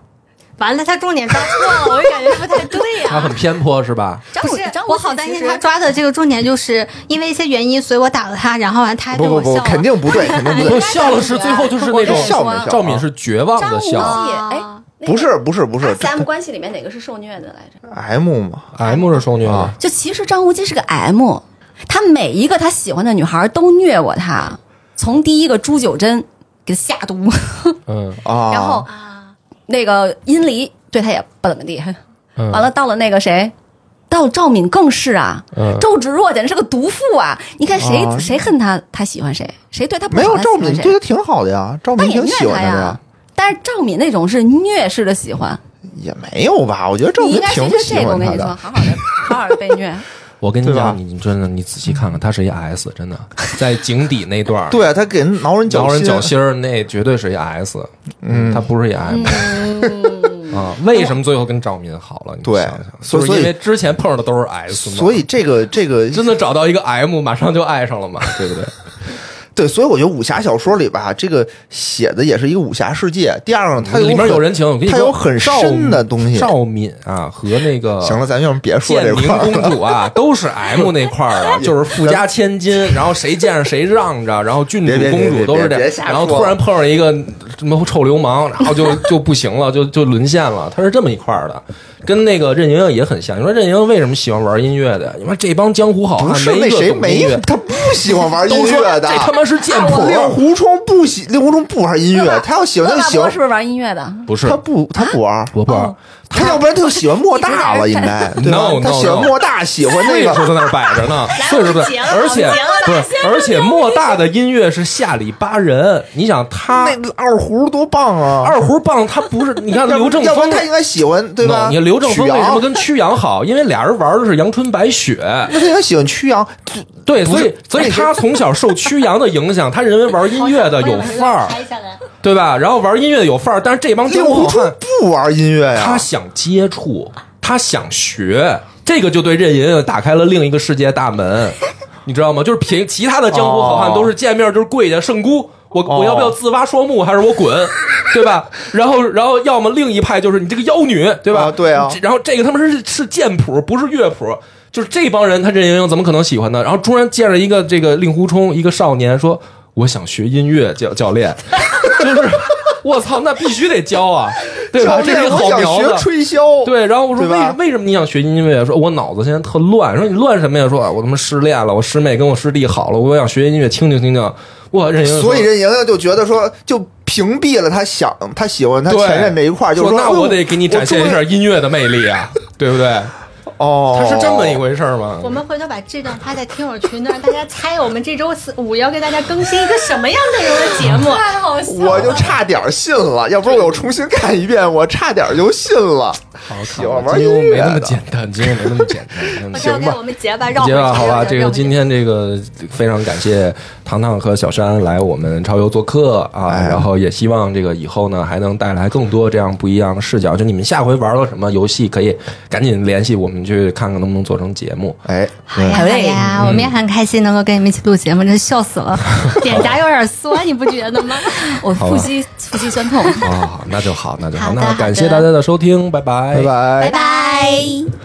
[SPEAKER 3] 完了，他重点抓错了，我就感觉不太对呀、
[SPEAKER 1] 他很偏颇是吧？
[SPEAKER 5] 张
[SPEAKER 3] 不
[SPEAKER 5] 无
[SPEAKER 3] 是
[SPEAKER 5] 张，无
[SPEAKER 3] 我
[SPEAKER 5] 忌
[SPEAKER 3] 好担
[SPEAKER 5] 其
[SPEAKER 3] 心
[SPEAKER 5] 实
[SPEAKER 3] 他抓的这个重点，就是因为一些原因，所以我打了他，然后完他还对
[SPEAKER 2] 不不
[SPEAKER 3] 我笑
[SPEAKER 2] 不，
[SPEAKER 3] 了。
[SPEAKER 2] 肯定不 对，肯定不
[SPEAKER 1] 不
[SPEAKER 2] 对
[SPEAKER 1] 是，笑了是最后就是那
[SPEAKER 5] 我
[SPEAKER 1] 种
[SPEAKER 5] 跟你
[SPEAKER 2] 笑没
[SPEAKER 5] 说
[SPEAKER 2] 笑？
[SPEAKER 1] 赵敏是绝望
[SPEAKER 5] 张
[SPEAKER 1] 的
[SPEAKER 5] 无忌
[SPEAKER 1] 笑
[SPEAKER 5] 哎，那个
[SPEAKER 2] 不是不是不是
[SPEAKER 5] S M 关系里面哪个是受虐的来着？
[SPEAKER 2] M 嘛？
[SPEAKER 1] ，M 是受虐的
[SPEAKER 2] 啊，
[SPEAKER 5] 就其实张无忌是个 M，他每一个他喜欢的女孩都虐过他，从第一个朱九真给他下 毒，
[SPEAKER 2] 哦
[SPEAKER 1] 嗯
[SPEAKER 2] 啊，
[SPEAKER 5] 然后那个殷离对他也不怎么地，
[SPEAKER 1] 嗯，
[SPEAKER 5] 完了到了那个谁。到了赵敏更是啊，
[SPEAKER 1] 嗯
[SPEAKER 5] 周芷若简直是个毒妇啊！你看谁、
[SPEAKER 2] 啊
[SPEAKER 5] 谁恨他，他喜欢谁；谁对他不好，
[SPEAKER 2] 没有
[SPEAKER 5] 他
[SPEAKER 2] 赵
[SPEAKER 5] 喜欢
[SPEAKER 2] 敏
[SPEAKER 5] 谁
[SPEAKER 2] 对他挺好的呀，赵
[SPEAKER 5] 他
[SPEAKER 2] 敏
[SPEAKER 5] 也
[SPEAKER 2] 挺
[SPEAKER 5] 虐
[SPEAKER 2] 喜欢
[SPEAKER 5] 他
[SPEAKER 2] 的
[SPEAKER 5] 呀
[SPEAKER 2] 呀，。
[SPEAKER 5] 但是赵敏那种是虐式的喜欢，
[SPEAKER 2] 也没有吧？我觉得赵
[SPEAKER 5] 你
[SPEAKER 2] 敏
[SPEAKER 5] 应该学
[SPEAKER 2] 挺
[SPEAKER 5] 学
[SPEAKER 2] 喜
[SPEAKER 5] 这个，我
[SPEAKER 2] 欢
[SPEAKER 5] 跟
[SPEAKER 2] 他
[SPEAKER 5] 你说，
[SPEAKER 2] 的。
[SPEAKER 5] 好好的，好好的被虐。
[SPEAKER 1] 我跟你
[SPEAKER 2] 对吧
[SPEAKER 1] 讲，你你真的你仔细看看，他是一 S，真的，在井底那段儿，
[SPEAKER 2] 对啊，他给人挠人
[SPEAKER 1] 挠人
[SPEAKER 2] 脚
[SPEAKER 1] 脚心儿那绝对是一 S，嗯，他不是一 M 啊，为什么最后跟赵敏好了？你
[SPEAKER 2] 对
[SPEAKER 1] 想想，
[SPEAKER 2] 所以
[SPEAKER 1] 就是因为之前碰上的都是 S，嘛
[SPEAKER 2] 所以这个这个
[SPEAKER 1] 真的找到一个 M，马上就爱上了嘛，对不对？
[SPEAKER 2] 对，所以我觉得武侠小说里吧，这个写的也是一个武侠世界。第二呢，它
[SPEAKER 1] 里面
[SPEAKER 2] 很
[SPEAKER 1] 有人情，我跟你说，
[SPEAKER 2] 它有很深的东西。
[SPEAKER 1] 赵敏啊和那个
[SPEAKER 2] 行了，咱要不别说
[SPEAKER 1] 建
[SPEAKER 2] 这
[SPEAKER 1] 宁
[SPEAKER 2] 块儿
[SPEAKER 1] 公
[SPEAKER 2] 了。
[SPEAKER 1] 主啊，都是 M 那块儿 的，就是富家千金，然后谁见着谁让着，然后郡主
[SPEAKER 2] 别别别
[SPEAKER 1] 公主都是这
[SPEAKER 2] 别别
[SPEAKER 1] 样
[SPEAKER 2] 别瞎，
[SPEAKER 1] 然后
[SPEAKER 2] 说
[SPEAKER 1] 突然碰上一个什么臭流氓，然后就就不行了，就就沦陷了。他是这么一块儿的，跟那个任盈盈也很像。你说任盈盈为什么喜欢玩音乐的？你说这帮江湖好
[SPEAKER 2] 不
[SPEAKER 1] 汉
[SPEAKER 2] 是
[SPEAKER 1] 啊没
[SPEAKER 2] 那
[SPEAKER 1] 一个
[SPEAKER 2] 谁
[SPEAKER 1] 懂音
[SPEAKER 2] 没
[SPEAKER 1] 乐，
[SPEAKER 2] 他不喜欢玩
[SPEAKER 1] 都
[SPEAKER 2] 音
[SPEAKER 1] 说
[SPEAKER 2] 乐的
[SPEAKER 1] 这。他妈是剑谱。
[SPEAKER 2] 令狐冲不喜，令狐冲不玩音乐， 他要喜欢
[SPEAKER 5] 乐
[SPEAKER 2] 他就
[SPEAKER 5] 大啊
[SPEAKER 2] 喜
[SPEAKER 5] 伯
[SPEAKER 2] 欢
[SPEAKER 5] 是，不是玩音乐的？
[SPEAKER 1] 不是
[SPEAKER 2] 他不他不玩，
[SPEAKER 1] 我不玩，
[SPEAKER 2] 他要不然他就喜欢莫大了，应 该对吧
[SPEAKER 1] No，no，no
[SPEAKER 2] 他喜欢莫大，喜欢那
[SPEAKER 1] 岁数
[SPEAKER 2] 个
[SPEAKER 1] 在那儿摆着呢，岁数在
[SPEAKER 4] 结
[SPEAKER 1] 那
[SPEAKER 4] 了
[SPEAKER 1] 儿，而且
[SPEAKER 4] 结了
[SPEAKER 1] 不是，而且莫大的音乐是下里巴人。你想他
[SPEAKER 2] 啊那二胡多棒啊！
[SPEAKER 1] 二胡棒，他不是你看
[SPEAKER 2] 要不
[SPEAKER 1] 刘正
[SPEAKER 2] 要不
[SPEAKER 1] 风
[SPEAKER 2] 然他应该喜欢对吧？
[SPEAKER 1] 你看刘正风
[SPEAKER 2] 曲
[SPEAKER 1] 为什
[SPEAKER 2] 阳
[SPEAKER 1] 么跟曲阳好？因为俩人玩的是阳春白雪，
[SPEAKER 2] 那他应该喜欢曲阳，
[SPEAKER 1] 对，
[SPEAKER 2] 不
[SPEAKER 1] 所
[SPEAKER 2] 是哎
[SPEAKER 1] 以所以他 从小受曲阳的影响，他认为玩音乐的有范儿，
[SPEAKER 4] 拍下来，
[SPEAKER 1] 对吧？然后玩音乐有范儿，但是这帮
[SPEAKER 2] 令
[SPEAKER 1] 江湖
[SPEAKER 2] 狐
[SPEAKER 1] 好
[SPEAKER 2] 冲
[SPEAKER 1] 汉
[SPEAKER 2] 不玩音乐呀
[SPEAKER 1] 他。想接触，他想学，这个就对任盈盈打开了另一个世界大门， 你知道吗？就是平其他的江湖好汉
[SPEAKER 2] 哦
[SPEAKER 1] 都是见面就是跪下圣姑，我
[SPEAKER 2] 哦
[SPEAKER 1] 我要不要自挖双目，还是我 滚，对吧？然后然后要么另一派就是你这个妖女，对吧？
[SPEAKER 2] 啊对啊
[SPEAKER 1] 这然后这个他们是是剑谱，不是乐谱。就是这帮人，他任盈盈怎么可能喜欢呢？然后突然见着一个这个令狐冲，一个少年说：“我想学音乐教教练。” 就是我操，那必须得教啊，对吧？
[SPEAKER 2] 教
[SPEAKER 1] 这
[SPEAKER 2] 练
[SPEAKER 1] 是一个
[SPEAKER 2] 我
[SPEAKER 1] 好
[SPEAKER 2] 想
[SPEAKER 1] 苗
[SPEAKER 2] 学
[SPEAKER 1] 子。
[SPEAKER 2] 吹箫，
[SPEAKER 1] 对，然后我说为
[SPEAKER 2] 对吧
[SPEAKER 1] 为什么你想学音乐？说我脑子现在特乱。说你乱什么呀？说啊我他妈失恋了，我师妹跟我师弟好了，我想学音乐，清静清静。我任盈盈说，
[SPEAKER 2] 所以任盈盈就觉得说，就屏蔽了他想他喜欢他
[SPEAKER 1] 对
[SPEAKER 2] 前任这一块儿，就是
[SPEAKER 1] 说那
[SPEAKER 2] 哎呦
[SPEAKER 1] 我得给你展现一下音乐的魅力啊，对不对？
[SPEAKER 2] 哦，
[SPEAKER 1] 它是这么一回事儿吗？
[SPEAKER 4] 我们回头把这段发在听友群，让大家猜我们这周四五要给大家更新一个什么样内容的节目。
[SPEAKER 5] 太好笑
[SPEAKER 2] 我就差点信了，要不是我又重新看一遍，我差点就信了。
[SPEAKER 1] 好
[SPEAKER 2] 喜欢玩
[SPEAKER 1] 金庸
[SPEAKER 2] 音乐
[SPEAKER 1] 没那么
[SPEAKER 2] 的
[SPEAKER 1] 简单，金庸没那么简单真的
[SPEAKER 4] 我。交给我们结吧，绕
[SPEAKER 1] 结吧，啊好吧，这个今
[SPEAKER 4] 天
[SPEAKER 1] 天这个非常感谢糖糖和小山来我们超游做客啊，
[SPEAKER 2] 哎
[SPEAKER 1] 然后也希望这个以后呢还能带来更多这样不一样的视角。就你们下回玩到什么游戏，可以赶紧联系我们去看看能不能做成节 目。
[SPEAKER 2] 哎，
[SPEAKER 3] 好呀好呀，我们也很开心能够跟你们一起录节目，真笑死 了，
[SPEAKER 4] 脸颊有点酸，你不觉得吗？
[SPEAKER 5] 我
[SPEAKER 1] 好吧
[SPEAKER 5] 腹肌腹肌酸痛。
[SPEAKER 1] 哦啊、那就好，那就好，
[SPEAKER 3] 好的
[SPEAKER 1] 那感谢
[SPEAKER 3] 好的
[SPEAKER 1] 大家的收听，拜拜，
[SPEAKER 2] 拜拜。
[SPEAKER 3] 拜拜。